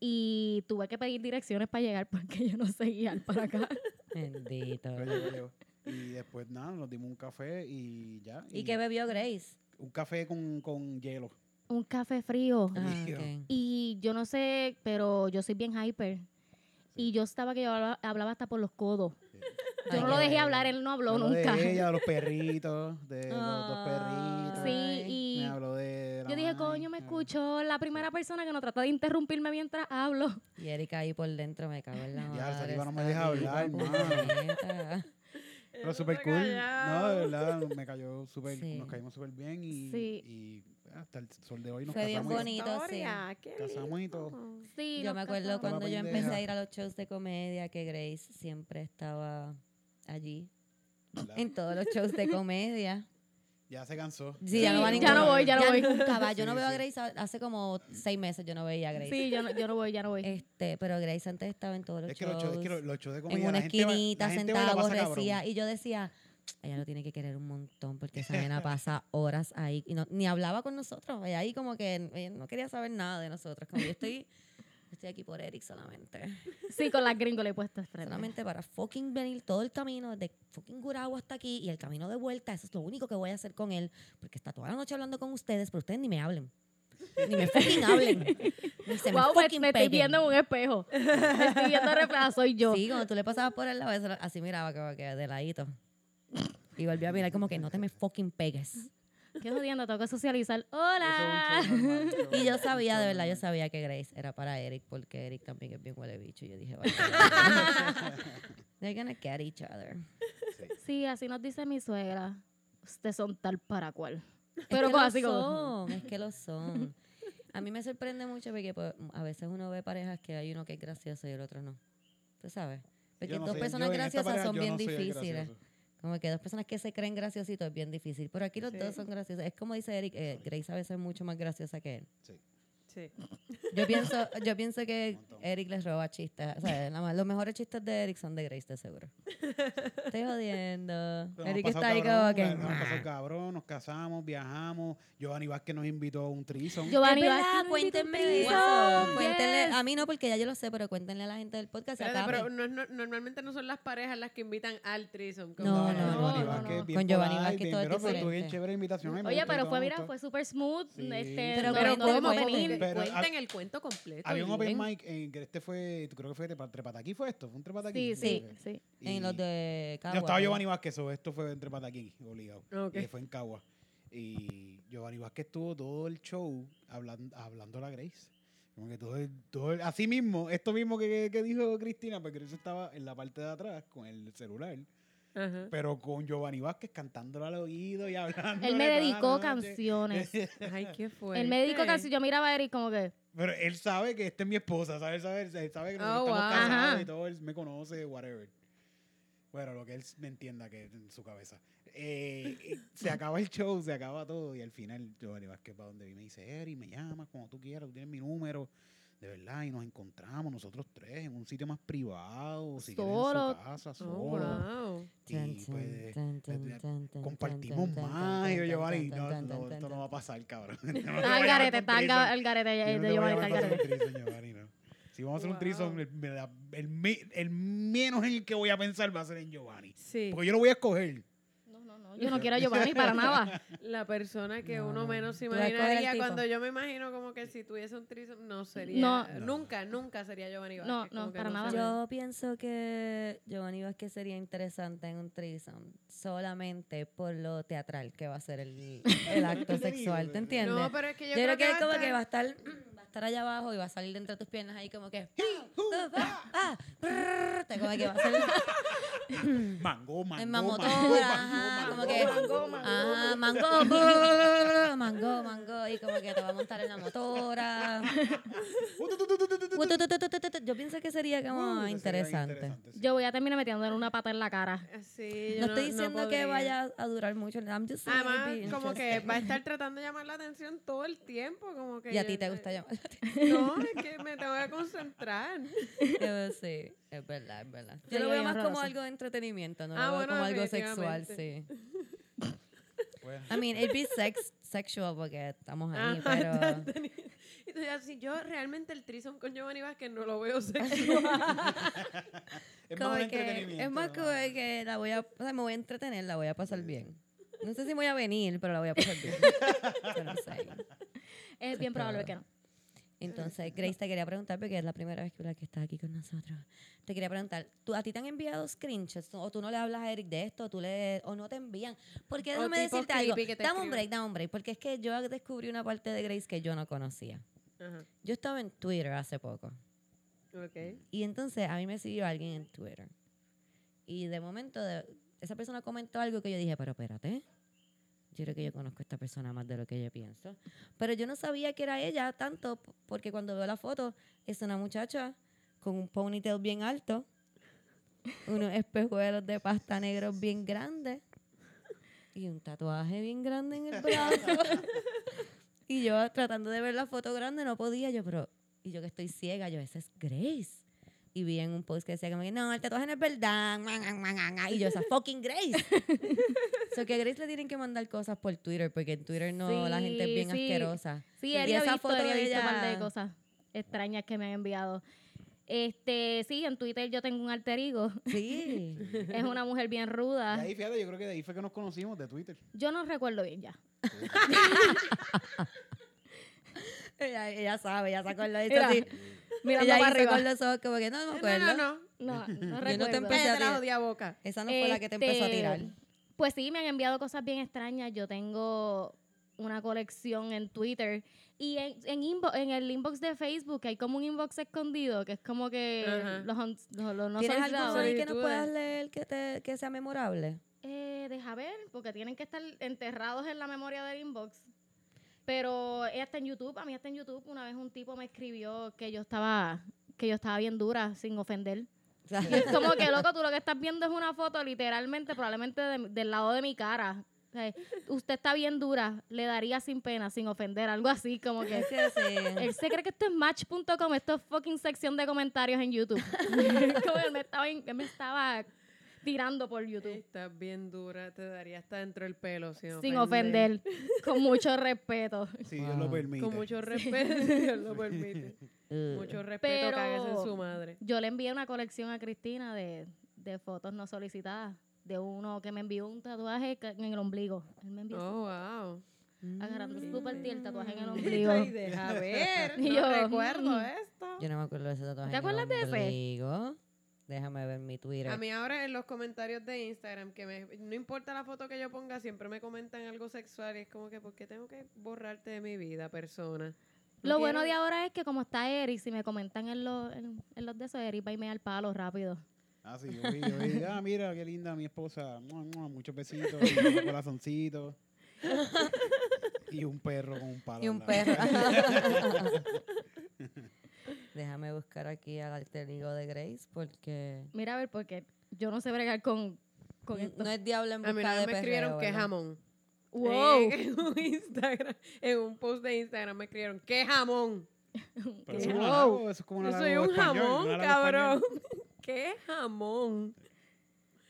Speaker 4: Y tuve que pedir direcciones para llegar (laughs) porque yo no sé guiar para acá.
Speaker 1: Bendito.
Speaker 5: Pero llegó, llegó. Y después, nada, nos dimos un café y ya.
Speaker 1: ¿Y qué bebió Grace?
Speaker 5: Un café con, con hielo.
Speaker 4: Un café frío.
Speaker 1: Ah,
Speaker 5: Líquido.
Speaker 1: ok.
Speaker 4: Y yo no sé, pero yo soy bien hyper. Y yo estaba que yo hablaba, hablaba hasta por los codos. Yo
Speaker 1: Ay,
Speaker 4: no
Speaker 1: qué
Speaker 4: lo dejé
Speaker 1: bello.
Speaker 4: hablar, él no habló
Speaker 5: Habló
Speaker 4: nunca. Ah,
Speaker 5: De ella, de los perritos, de los dos perritos.
Speaker 1: Ay.
Speaker 4: (laughs) Sí, y...
Speaker 5: Me habló de. la
Speaker 4: Yo dije,
Speaker 5: mami,
Speaker 4: coño, me
Speaker 5: habló-
Speaker 4: escuchó la primera persona que no trata de interrumpirme mientras hablo.
Speaker 1: Y Erika ahí por dentro me cago en la madre.
Speaker 5: Ya, la saliva no me
Speaker 1: esta
Speaker 5: deja
Speaker 1: diva,
Speaker 5: hablar,
Speaker 1: puñeta.
Speaker 5: Pero súper cool. No, de verdad, me cayó
Speaker 1: (laughs)
Speaker 5: súper.
Speaker 1: Sí.
Speaker 5: Nos caímos súper bien y,
Speaker 4: Sí.
Speaker 5: y ah, hasta el sol de hoy nos
Speaker 1: Fue bien
Speaker 5: casamos. y-
Speaker 1: bonito, sí.
Speaker 5: Casamos y todo.
Speaker 4: Sí,
Speaker 1: Yo
Speaker 4: nos
Speaker 1: me acuerdo
Speaker 4: casamos.
Speaker 5: Estaba
Speaker 1: cuando yo
Speaker 5: pendeja.
Speaker 1: empecé a ir a los shows de comedia que Grace siempre estaba allí.
Speaker 5: ¿verdad?
Speaker 1: En todos los shows de comedia.
Speaker 5: Ya se cansó.
Speaker 1: Sí, ya no va a
Speaker 4: ya
Speaker 1: ningún
Speaker 4: no
Speaker 1: lado.
Speaker 4: voy, ya no voy.
Speaker 1: nunca va. Yo
Speaker 5: Sí,
Speaker 1: no veo a
Speaker 5: sí.
Speaker 1: Grace a- hace como seis meses. Yo no veía a Grace.
Speaker 4: Sí, yo no, yo no voy, ya no voy.
Speaker 1: (laughs) Este, pero Grace antes estaba en todos los
Speaker 5: Es que
Speaker 1: shows.
Speaker 5: los shows, es que los- los shows de comida.
Speaker 1: en una
Speaker 5: la gente va- la
Speaker 1: esquinita,
Speaker 5: gente va y la
Speaker 1: sentada,
Speaker 5: pasa cabrón.
Speaker 1: aborrecía. Y yo decía, ella lo tiene que querer un montón porque esa nena pasa horas ahí. Y no, ni hablaba con nosotros. Ella ahí como que ella no quería saber nada de nosotros. Como yo estoy, estoy aquí por Eric solamente.
Speaker 4: Sí, con las gringolas he puesto estrella.
Speaker 1: Solamente para fucking venir todo el camino de fucking Gurabo hasta aquí y el camino de vuelta. Eso es lo único que voy a hacer con él. Porque está toda la noche hablando con ustedes, pero ustedes ni me hablen. Ni me fucking
Speaker 4: (laughs)
Speaker 1: hablen. Ni se
Speaker 4: Wow,
Speaker 1: me
Speaker 4: me,
Speaker 1: fucking
Speaker 4: me estoy
Speaker 1: peguen.
Speaker 4: viendo en un espejo. Me estoy viendo en reflejo, soy yo.
Speaker 1: Sí, cuando tú le pasabas por el lado, eso lo- así miraba como que de ladito. Y volví a mirar como que no te me fucking pegues.
Speaker 4: Qué jodiendo, tengo que socializar.
Speaker 5: Eso es
Speaker 4: ¡Hola!
Speaker 5: un show normal,
Speaker 1: (laughs)
Speaker 5: eso es
Speaker 1: Y yo
Speaker 5: un
Speaker 1: sabía,
Speaker 5: show
Speaker 1: de verdad, yo
Speaker 5: normal.
Speaker 1: sabía que Grace era para Eric, porque Eric también es bien huele bicho. Y yo dije, vale. (laughs)
Speaker 5: (laughs)
Speaker 1: They're gonna get each other.
Speaker 4: Sí, así nos dice mi suegra. Ustedes son tal para cual.
Speaker 1: Es
Speaker 4: Pero
Speaker 1: que
Speaker 4: con-
Speaker 1: lo
Speaker 4: así como...
Speaker 1: son, es que lo
Speaker 4: (laughs)
Speaker 1: son. A mí me sorprende mucho porque pues, a veces uno ve parejas que hay uno que es gracioso y el otro no. ¿Tú sabes? Porque
Speaker 5: Yo no
Speaker 1: dos
Speaker 5: sé,
Speaker 1: personas
Speaker 5: yo en esta
Speaker 1: graciosas
Speaker 5: pareja
Speaker 1: son
Speaker 5: yo
Speaker 1: bien
Speaker 5: no soy el
Speaker 1: difíciles.
Speaker 5: gracioso.
Speaker 1: Como que dos personas que se creen graciositos es bien difícil. Pero aquí los dos son graciosos. Es como dice Eric, eh, Grace a veces es mucho más graciosa que él.
Speaker 7: Sí.
Speaker 1: Yo pienso, yo pienso que
Speaker 5: Un montón.
Speaker 1: Eric les roba chistes. O sea, la ma- los mejores chistes de Eric son de Grace, de
Speaker 4: (laughs)
Speaker 1: seguro. Estoy jodiendo.
Speaker 5: Pero nos
Speaker 1: Eric
Speaker 5: hemos
Speaker 1: está ahí
Speaker 5: pasado
Speaker 1: como
Speaker 5: cabrón,
Speaker 1: que...
Speaker 5: Nos
Speaker 1: (laughs)
Speaker 5: hemos pasado cabrón, nos casamos, viajamos. Giovanni Vázquez nos invitó a un trison.
Speaker 4: Giovanni,
Speaker 1: Es
Speaker 4: va a
Speaker 1: verdad,
Speaker 4: escribir un
Speaker 1: cuéntenme
Speaker 4: trison,
Speaker 1: eso. Ah,
Speaker 4: yes.
Speaker 1: Cuéntenle, a mí no, porque ya yo lo sé, pero cuéntenle a la gente del podcast. y a
Speaker 6: Espérate,
Speaker 1: Cami.
Speaker 6: pero no es no- normalmente no son las parejas las que invitan al threesome. como-
Speaker 1: No, no,
Speaker 5: Giovanni
Speaker 1: no,
Speaker 5: Vázquez,
Speaker 1: no,
Speaker 5: Vázquez,
Speaker 1: no.
Speaker 5: bien
Speaker 1: Con Giovanni
Speaker 5: polite,
Speaker 1: Vázquez
Speaker 5: bien,
Speaker 1: todo es
Speaker 5: pero, pero estuvo bien
Speaker 1: diferente.
Speaker 5: chévere invitación. ay, me
Speaker 4: Oye,
Speaker 5: gustó,
Speaker 4: pero
Speaker 5: todo
Speaker 4: fue,
Speaker 5: me
Speaker 4: mira,
Speaker 5: gustó.
Speaker 4: fue súper smooth.
Speaker 5: Sí.
Speaker 4: Este,
Speaker 1: Pero
Speaker 4: no
Speaker 6: Pero
Speaker 4: tengo que
Speaker 6: ¿cómo? ¿Cómo
Speaker 4: venir.
Speaker 6: que
Speaker 5: Pero hab-
Speaker 6: cuenten el cuento completo.
Speaker 5: Había un open
Speaker 6: miren.
Speaker 5: mic en que este fue, creo que fue de pa- Trepataquí, fue esto, fue un Trepataquí.
Speaker 4: Sí, sí,
Speaker 5: Ok.
Speaker 4: sí.
Speaker 5: Y
Speaker 1: En los de Cagua.
Speaker 5: Yo estaba
Speaker 1: ¿no?
Speaker 5: Giovanni Vázquez, o esto fue en Trepataquí, obligado.
Speaker 6: Ok.
Speaker 5: Y fue en Cagua. Y Giovanni Vázquez estuvo todo el show hablando, hablando a la Grace. Como que todo el, todo el- así mismo, esto mismo que, que dijo Cristina, porque Grace estaba en la parte de atrás con el celular,
Speaker 6: Ajá.
Speaker 5: pero con Giovanni Vázquez cantándole al oído y (laughs) hablando.
Speaker 4: Él me dedicó
Speaker 5: (laughs)
Speaker 4: canciones.
Speaker 6: Ay, qué
Speaker 5: Pues.
Speaker 6: fuerte.
Speaker 4: Él me dedicó canciones. Yo miraba a Eric como que...
Speaker 5: Pero él sabe que esta es mi esposa, sabe, sabe, él sabe que
Speaker 6: Oh,
Speaker 5: nosotros
Speaker 6: wow.
Speaker 5: estamos casados
Speaker 4: Ajá.
Speaker 5: y todo, él me conoce, whatever. Bueno, lo que él me entienda que es en su cabeza. Eh, y se acaba el show, se acaba todo y al final Giovanni Vázquez para donde vi me dice, Eri, me llamas cuando tú quieras, tú tienes mi número. De verdad, y nos encontramos nosotros tres en un sitio más privado, si quieres en
Speaker 4: Solo.
Speaker 5: su casa,
Speaker 6: Oh,
Speaker 5: solo.
Speaker 6: wow.
Speaker 5: Y
Speaker 1: Tan,
Speaker 5: pues,
Speaker 1: tan, tan, tan, tan, tan,
Speaker 5: compartimos
Speaker 1: tan, tan,
Speaker 5: más. Y yo,
Speaker 1: tan,
Speaker 5: Giovanni,
Speaker 1: tan,
Speaker 5: no,
Speaker 1: tan,
Speaker 5: no,
Speaker 1: tan,
Speaker 5: esto no va a
Speaker 1: tan,
Speaker 5: pasar, cabrón. (laughs)
Speaker 4: Está al garete, está al ga- al garete
Speaker 5: Yo
Speaker 4: eh,
Speaker 5: no
Speaker 4: de
Speaker 5: te voy a
Speaker 4: Giovanni, está al
Speaker 5: llamar para hacer
Speaker 4: garete.
Speaker 5: un threesome, Giovanni, no. Si vamos a hacer un
Speaker 6: Wow.
Speaker 5: threesome, el, me da- el mi- el menos en el que voy a pensar va a ser en Giovanni.
Speaker 6: Sí.
Speaker 5: Porque yo lo voy a escoger.
Speaker 4: No, no, no. Yo no quiero a Giovanni para nada.
Speaker 6: La persona que
Speaker 1: No,
Speaker 6: uno
Speaker 1: no.
Speaker 6: menos se
Speaker 1: Tú vas a escoger al
Speaker 6: imaginaría,
Speaker 1: tipo.
Speaker 6: cuando yo me imagino como que si tuviese un trisom, no sería.
Speaker 4: No.
Speaker 5: No.
Speaker 6: Nunca, nunca sería Giovanni
Speaker 4: No,
Speaker 6: Vázquez.
Speaker 4: no,
Speaker 6: como que
Speaker 4: para nada.
Speaker 6: sería.
Speaker 1: Yo pienso que Giovanni Vázquez sería interesante en un threesome solamente por lo teatral que va a ser el,
Speaker 5: (laughs)
Speaker 1: el acto sexual, ¿te entiendes?
Speaker 6: No, pero es que
Speaker 1: yo,
Speaker 6: yo,
Speaker 1: creo, que,
Speaker 6: va a
Speaker 1: como
Speaker 6: estar-
Speaker 1: que va a estar (clears throat) va a estar allá abajo y va a salir de entre tus piernas ahí como que ah, ah, ah, brrr, te- como que va a
Speaker 5: (laughs)
Speaker 1: salir
Speaker 5: Mango, mango,
Speaker 1: en
Speaker 5: mango,
Speaker 1: mamotora,
Speaker 5: mango,
Speaker 1: ajá,
Speaker 5: mango,
Speaker 1: como que ajá, mango, brrr, mango, mango y como que te va a montar en la motora. Yo pienso que sería
Speaker 5: Uh,
Speaker 1: como
Speaker 5: ese sería
Speaker 1: interesante.
Speaker 5: sí.
Speaker 4: Yo voy a terminar metiéndole una pata en la cara.
Speaker 6: Sí, yo
Speaker 1: No estoy
Speaker 6: no
Speaker 1: diciendo que
Speaker 6: podría.
Speaker 1: vaya a durar mucho. I'm just saying it'd be
Speaker 6: Además, como que
Speaker 1: interesting.
Speaker 6: va a estar tratando de llamar la atención todo el tiempo. Como que
Speaker 1: Y a
Speaker 6: yo-
Speaker 1: ti te gusta
Speaker 6: (laughs)
Speaker 1: llamar.
Speaker 6: No, es que me tengo que
Speaker 1: (laughs)
Speaker 6: concentrar.
Speaker 1: Eh, sí, es verdad, es verdad. Yo
Speaker 4: Sí,
Speaker 1: lo
Speaker 4: yo
Speaker 1: veo
Speaker 4: bien
Speaker 1: más como
Speaker 4: horrorosa.
Speaker 1: algo de entretenimiento, no
Speaker 6: Ah,
Speaker 1: lo veo
Speaker 6: bueno,
Speaker 1: como algo sexual, sí.
Speaker 6: definitivamente.
Speaker 5: Bueno,
Speaker 1: I mean, it'd be sex, sexual porque estamos ahí,
Speaker 6: Ajá, (laughs)
Speaker 1: pero...
Speaker 6: estás teniendo- Entonces, así, yo realmente el trisom con Giovanni Vázquez no lo
Speaker 1: (laughs)
Speaker 6: veo sexual.
Speaker 5: es
Speaker 1: como
Speaker 5: más un
Speaker 1: que, es
Speaker 5: entretenimiento,
Speaker 1: más
Speaker 5: ¿no?
Speaker 1: como que la voy a, o sea, me voy a entretener, la voy a pasar bien. No sé si voy a venir, pero la voy a pasar
Speaker 6: (laughs)
Speaker 1: bien. Yo no sé.
Speaker 4: Es bien probable que no.
Speaker 1: Entonces, Grace, te quería preguntar, porque es la primera vez que la que está aquí con nosotros. Te quería preguntar, ¿tú, ¿a ti te han enviado screenshots? ¿O tú no le hablas a Eric de esto? tú le, ¿O no te envían? Porque
Speaker 6: O
Speaker 1: déjame
Speaker 6: tipos
Speaker 1: decirte algo.
Speaker 6: creepy que te
Speaker 1: Dame un
Speaker 6: escriben.
Speaker 1: break, dame un break. Porque es que yo descubrí una parte de Grace que yo no conocía.
Speaker 6: Ajá,
Speaker 1: Yo estaba en Twitter hace poco.
Speaker 6: ok.
Speaker 1: Y entonces a mí me siguió alguien en Twitter. Y de momento de- esa persona comentó algo que yo dije, pero espérate. Yo creo que yo conozco a esta persona más de lo que yo pienso. Pero yo no sabía que era ella tanto p- porque cuando veo la foto es una muchacha con un ponytail bien alto, unos espejuelos de pasta negros bien grandes y un tatuaje bien grande en el brazo. y yo tratando de ver la foto grande no podía, yo pero y yo que estoy ciega, yo, esa es Grace. Y vi en un post que decía como que no, el tatuaje no es verdad. Y yo, esa fucking
Speaker 4: (laughs)
Speaker 1: Grace. so que a Grace le tienen que mandar cosas por Twitter, porque en Twitter no, la gente es
Speaker 4: Sí,
Speaker 1: bien
Speaker 4: sí.
Speaker 1: asquerosa.
Speaker 4: Sí,
Speaker 1: Y
Speaker 4: Eri ha
Speaker 1: esa
Speaker 4: visto,
Speaker 1: foto
Speaker 4: Eri ha
Speaker 1: de
Speaker 4: visto un par de
Speaker 1: ella-
Speaker 4: cosas extrañas que me han enviado. Este, sí, en Twitter yo tengo un alter ego. (laughs)
Speaker 1: Sí.
Speaker 4: Es una mujer bien
Speaker 5: De
Speaker 4: ruda.
Speaker 5: ahí, fíjate, yo creo que de ahí fue que nos conocimos,
Speaker 1: (laughs)
Speaker 5: de Twitter.
Speaker 4: Yo no recuerdo bien ya.
Speaker 1: ella, ella sabe, ella sacó lo hizo
Speaker 4: Mira,
Speaker 1: así.
Speaker 4: Mirando
Speaker 1: Ella
Speaker 4: para
Speaker 1: hizo con (laughs)
Speaker 4: arriba. Eh,
Speaker 1: los ojos como que no, no me
Speaker 6: No,
Speaker 1: acuerdo.
Speaker 6: no, no.
Speaker 4: No, no
Speaker 1: Yo no te empecé
Speaker 4: recuerdo.
Speaker 1: a
Speaker 6: Cállate la
Speaker 1: tirar.
Speaker 6: jodida boca.
Speaker 1: Esa no fue la que te empezó a
Speaker 4: Este,
Speaker 1: tirar.
Speaker 4: Pues sí, me han enviado cosas bien extrañas. Yo tengo una colección en Twitter y en, en, inbo- en el inbox de Facebook hay como un inbox escondido que es como que
Speaker 6: Ajá.
Speaker 4: los, un- los- los no
Speaker 1: ¿Tienes algo
Speaker 4: solicitados.
Speaker 1: ahí que nos
Speaker 6: Solicitudes.
Speaker 1: puedas leer que, te, que sea memorable?
Speaker 4: Eh, deja ver, porque tienen que estar enterrados en la memoria del inbox. Pero eh, hasta en YouTube, a mí hasta en YouTube, una vez un tipo me escribió que yo estaba que yo estaba bien dura, sin ofender.
Speaker 1: O sea,
Speaker 4: Y es como que, loco, tú lo que estás viendo es una foto literalmente, probablemente de- del lado de mi cara. O sea, usted está bien dura, le daría sin pena, sin ofender, algo así, como que...
Speaker 1: es (laughs) que sí.
Speaker 4: (laughs) Él se cree que esto es match.com, esto es fucking sección de comentarios en YouTube. (laughs) como él me estaba, in- él me estaba tirando por YouTube.
Speaker 6: Estás bien dura, te daría hasta dentro del pelo. Sin,
Speaker 4: sin ofender,
Speaker 1: (laughs)
Speaker 4: con mucho respeto.
Speaker 5: Si Dios lo
Speaker 1: Wow.
Speaker 5: permite.
Speaker 6: Con mucho respeto, (laughs) si
Speaker 1: (laughs)
Speaker 6: Dios lo permite.
Speaker 1: Eh,
Speaker 6: Mucho respeto,
Speaker 4: Pero-
Speaker 6: cáguese en su madre.
Speaker 4: Yo le envié una colección a Cristina de, de fotos no solicitadas, de uno que me envió un tatuaje ca- en el ombligo. Él me envió
Speaker 6: Oh, wow.
Speaker 1: mm.
Speaker 4: así, agarrando su partida el tatuaje en el
Speaker 6: Ay,
Speaker 4: ombligo.
Speaker 6: deja
Speaker 4: (laughs)
Speaker 6: ver.
Speaker 4: Y
Speaker 6: No
Speaker 4: yo,
Speaker 6: recuerdo
Speaker 4: mm.
Speaker 6: esto.
Speaker 1: Yo no me acuerdo de ese tatuaje.
Speaker 4: ¿Te acuerdas de ese?
Speaker 1: Digo, déjame ver mi Twitter.
Speaker 6: A mí ahora en los comentarios de Instagram, que me, no importa la foto que yo ponga, siempre me comentan algo sexual y es como que, ¿por qué tengo que borrarte de mi vida, persona?
Speaker 4: Lo bueno de
Speaker 6: quiero-
Speaker 4: ahora es que como está Eric, si me comentan en, los en, en los de esos, Eric va y me da el palo rápido.
Speaker 5: Ah, sí, yo vi, yo vi. Ah, mira, qué linda mi esposa. Mua, mua, muchos besitos, y un corazoncito. Y un perro con un palo.
Speaker 1: Y
Speaker 5: al
Speaker 1: un
Speaker 5: lado.
Speaker 1: perro. (laughs) Déjame buscar aquí al alter ego de Grace porque
Speaker 4: Mira a ver, porque yo no sé bregar con, con
Speaker 1: n-
Speaker 4: esto.
Speaker 1: no es diablo en busca
Speaker 6: A mí una vez
Speaker 1: de
Speaker 6: me
Speaker 1: perreo,
Speaker 6: escribieron que
Speaker 1: ¿verdad?
Speaker 6: jamón.
Speaker 4: ¡Wow!
Speaker 6: Eh, (laughs) en, un Instagram, en un post de Instagram me escribieron, ¿qué jamón?
Speaker 5: Pero eso es
Speaker 6: Wow.
Speaker 5: un halago, eso es como un
Speaker 6: Yo
Speaker 5: halago
Speaker 6: soy un
Speaker 5: español,
Speaker 6: (laughs) jamón,
Speaker 5: halago español.
Speaker 6: cabrón. ¿Qué jamón?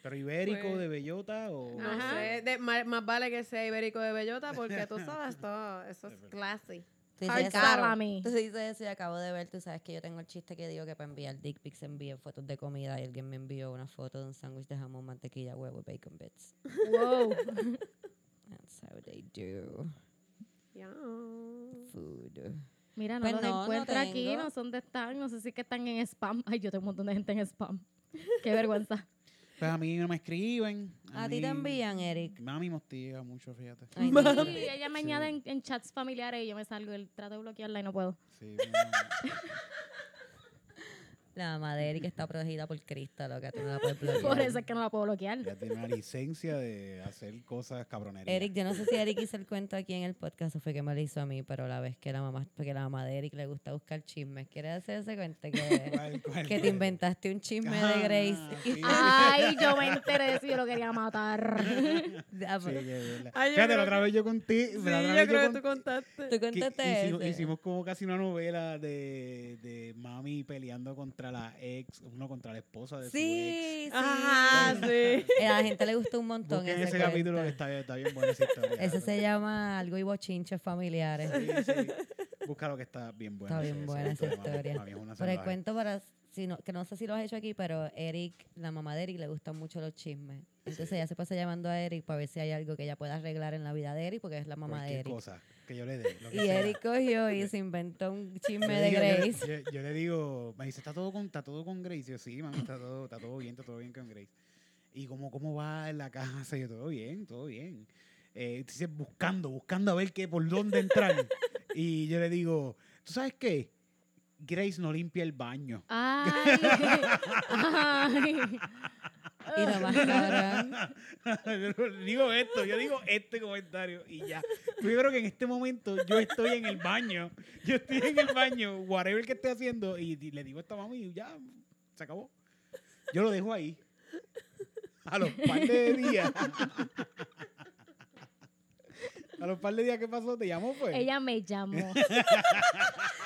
Speaker 5: Pero ibérico
Speaker 6: Pues-
Speaker 5: de bellota o.
Speaker 6: No
Speaker 4: Ajá.
Speaker 6: sé, de- más, más vale que sea ibérico
Speaker 5: (laughs)
Speaker 6: de bellota porque tú sabes todo, eso es
Speaker 5: Es verdad.
Speaker 6: classy.
Speaker 1: Tú
Speaker 6: Hard
Speaker 1: dices,
Speaker 6: Claro.
Speaker 4: Claro.
Speaker 1: (laughs)
Speaker 4: a mí.
Speaker 1: tú dices eso y acabo de ver, tú sabes que yo tengo el chiste que digo que para enviar dick pics envío fotos de comida y alguien me envió una foto de un sándwich de jamón, mantequilla, huevo, y bacon bits.
Speaker 4: Wow.
Speaker 1: That's how they do
Speaker 6: Ya.
Speaker 1: food.
Speaker 4: Mira, no
Speaker 1: Pues
Speaker 4: los
Speaker 1: no, no
Speaker 4: encuentro aquí,
Speaker 1: tengo.
Speaker 4: no sé dónde están, no sé si es que están en spam. Ay, yo tengo un montón de gente en spam. Qué vergüenza.
Speaker 5: Pues a mí no me escriben.
Speaker 1: A ti te
Speaker 5: mí-
Speaker 1: envían, Eric.
Speaker 5: Mami me hostiga mucho, fíjate.
Speaker 1: Ay,
Speaker 4: Sí,
Speaker 1: Dios.
Speaker 4: ella me
Speaker 5: Sí.
Speaker 4: añade en, en chats familiares y yo me salgo, el trato de bloquearla y no puedo.
Speaker 5: Sí, no.
Speaker 1: La madre que está protegida por Cristo, loca, tú no la puedes bloquear.
Speaker 4: Por eso es que no la puedo bloquear.
Speaker 5: Ya tiene una licencia de hacer cosas cabronerías.
Speaker 1: Eric, yo no sé si Eric hizo el cuento aquí en el podcast o fue que me lo hizo a mí, pero la vez que la mamá, porque la mamá de Eric le gusta buscar chismes, ¿quieres hacer ese cuento que,
Speaker 5: ¿Cuál- cuál- (laughs)
Speaker 1: que te inventaste un chisme de
Speaker 5: Ah,
Speaker 1: Grace? (laughs)
Speaker 5: sí.
Speaker 4: Ay, yo me enteré de eso y yo lo quería matar.
Speaker 1: Ah,
Speaker 5: Sí,
Speaker 1: pero-
Speaker 5: que es verdad.
Speaker 6: Ay, yo
Speaker 5: Fíjate,
Speaker 6: creo
Speaker 5: la otra vez yo conté.
Speaker 6: Sí, yo
Speaker 5: la otra vez
Speaker 6: creo que
Speaker 5: conté-
Speaker 6: tú contaste.
Speaker 1: Tú
Speaker 5: que
Speaker 1: contaste
Speaker 5: hicimos,
Speaker 1: ese.
Speaker 5: hicimos como casi una novela de, de mami peleando contra la ex, uno contra la esposa de
Speaker 1: Sí, sí.
Speaker 5: (laughs)
Speaker 6: Ajá, sí.
Speaker 1: Eh, A la gente le gustó un
Speaker 5: su ex.
Speaker 1: montón
Speaker 5: Busquen
Speaker 1: ese,
Speaker 5: ese capítulo que
Speaker 1: cuento.
Speaker 5: está, bien- está bien buena esa historia.
Speaker 1: Ese
Speaker 5: Sí,
Speaker 1: se llama Algo y Bochinches Familiares.
Speaker 5: sí. Búscalo que está bien bueno.
Speaker 1: Está bien buena esa historia. Pero el cuento para, si no, que no sé si lo has hecho aquí, pero Eric, la mamá de Eric, le gustan mucho los chismes. Entonces ella se pasa llamando a Eric para ver si hay algo que ella pueda arreglar en la vida de Eric, porque es la mamá de Eric.
Speaker 5: cosa que yo le dé. lo que
Speaker 1: Y
Speaker 5: sea.
Speaker 1: Eric cogió y se inventó
Speaker 5: (laughs)
Speaker 1: un
Speaker 5: Yo
Speaker 1: chisme
Speaker 5: le
Speaker 1: de
Speaker 5: digo- yo le-
Speaker 1: Grace.
Speaker 5: Yo, yo le digo, me dice, ¿está todo con, está todo con Grace? Yo, sí, mami, está todo, está todo bien, está todo bien con Grace. Y como, ¿cómo va en la casa? Yo, todo bien, todo bien. Eh, dice, buscando, buscando a ver qué, por dónde
Speaker 1: (laughs)
Speaker 5: entrar. y yo le digo, ¿tú sabes qué? Grace no limpia el baño.
Speaker 4: Ay. (laughs) Ay.
Speaker 1: Y
Speaker 2: (laughs)
Speaker 5: (laughs)
Speaker 1: lo más cabrón.
Speaker 5: Yo digo esto, yo digo este comentario y ya. Pero Yo creo que en este momento yo estoy en el baño, yo estoy en el baño, whatever que esté haciendo, y, y le digo a esta mami y ya, se acabó. Yo lo dejo ahí. A los par de días. A los par de días, ¿qué pasó? ¿Te llamó, pues?
Speaker 4: Ella me llamó.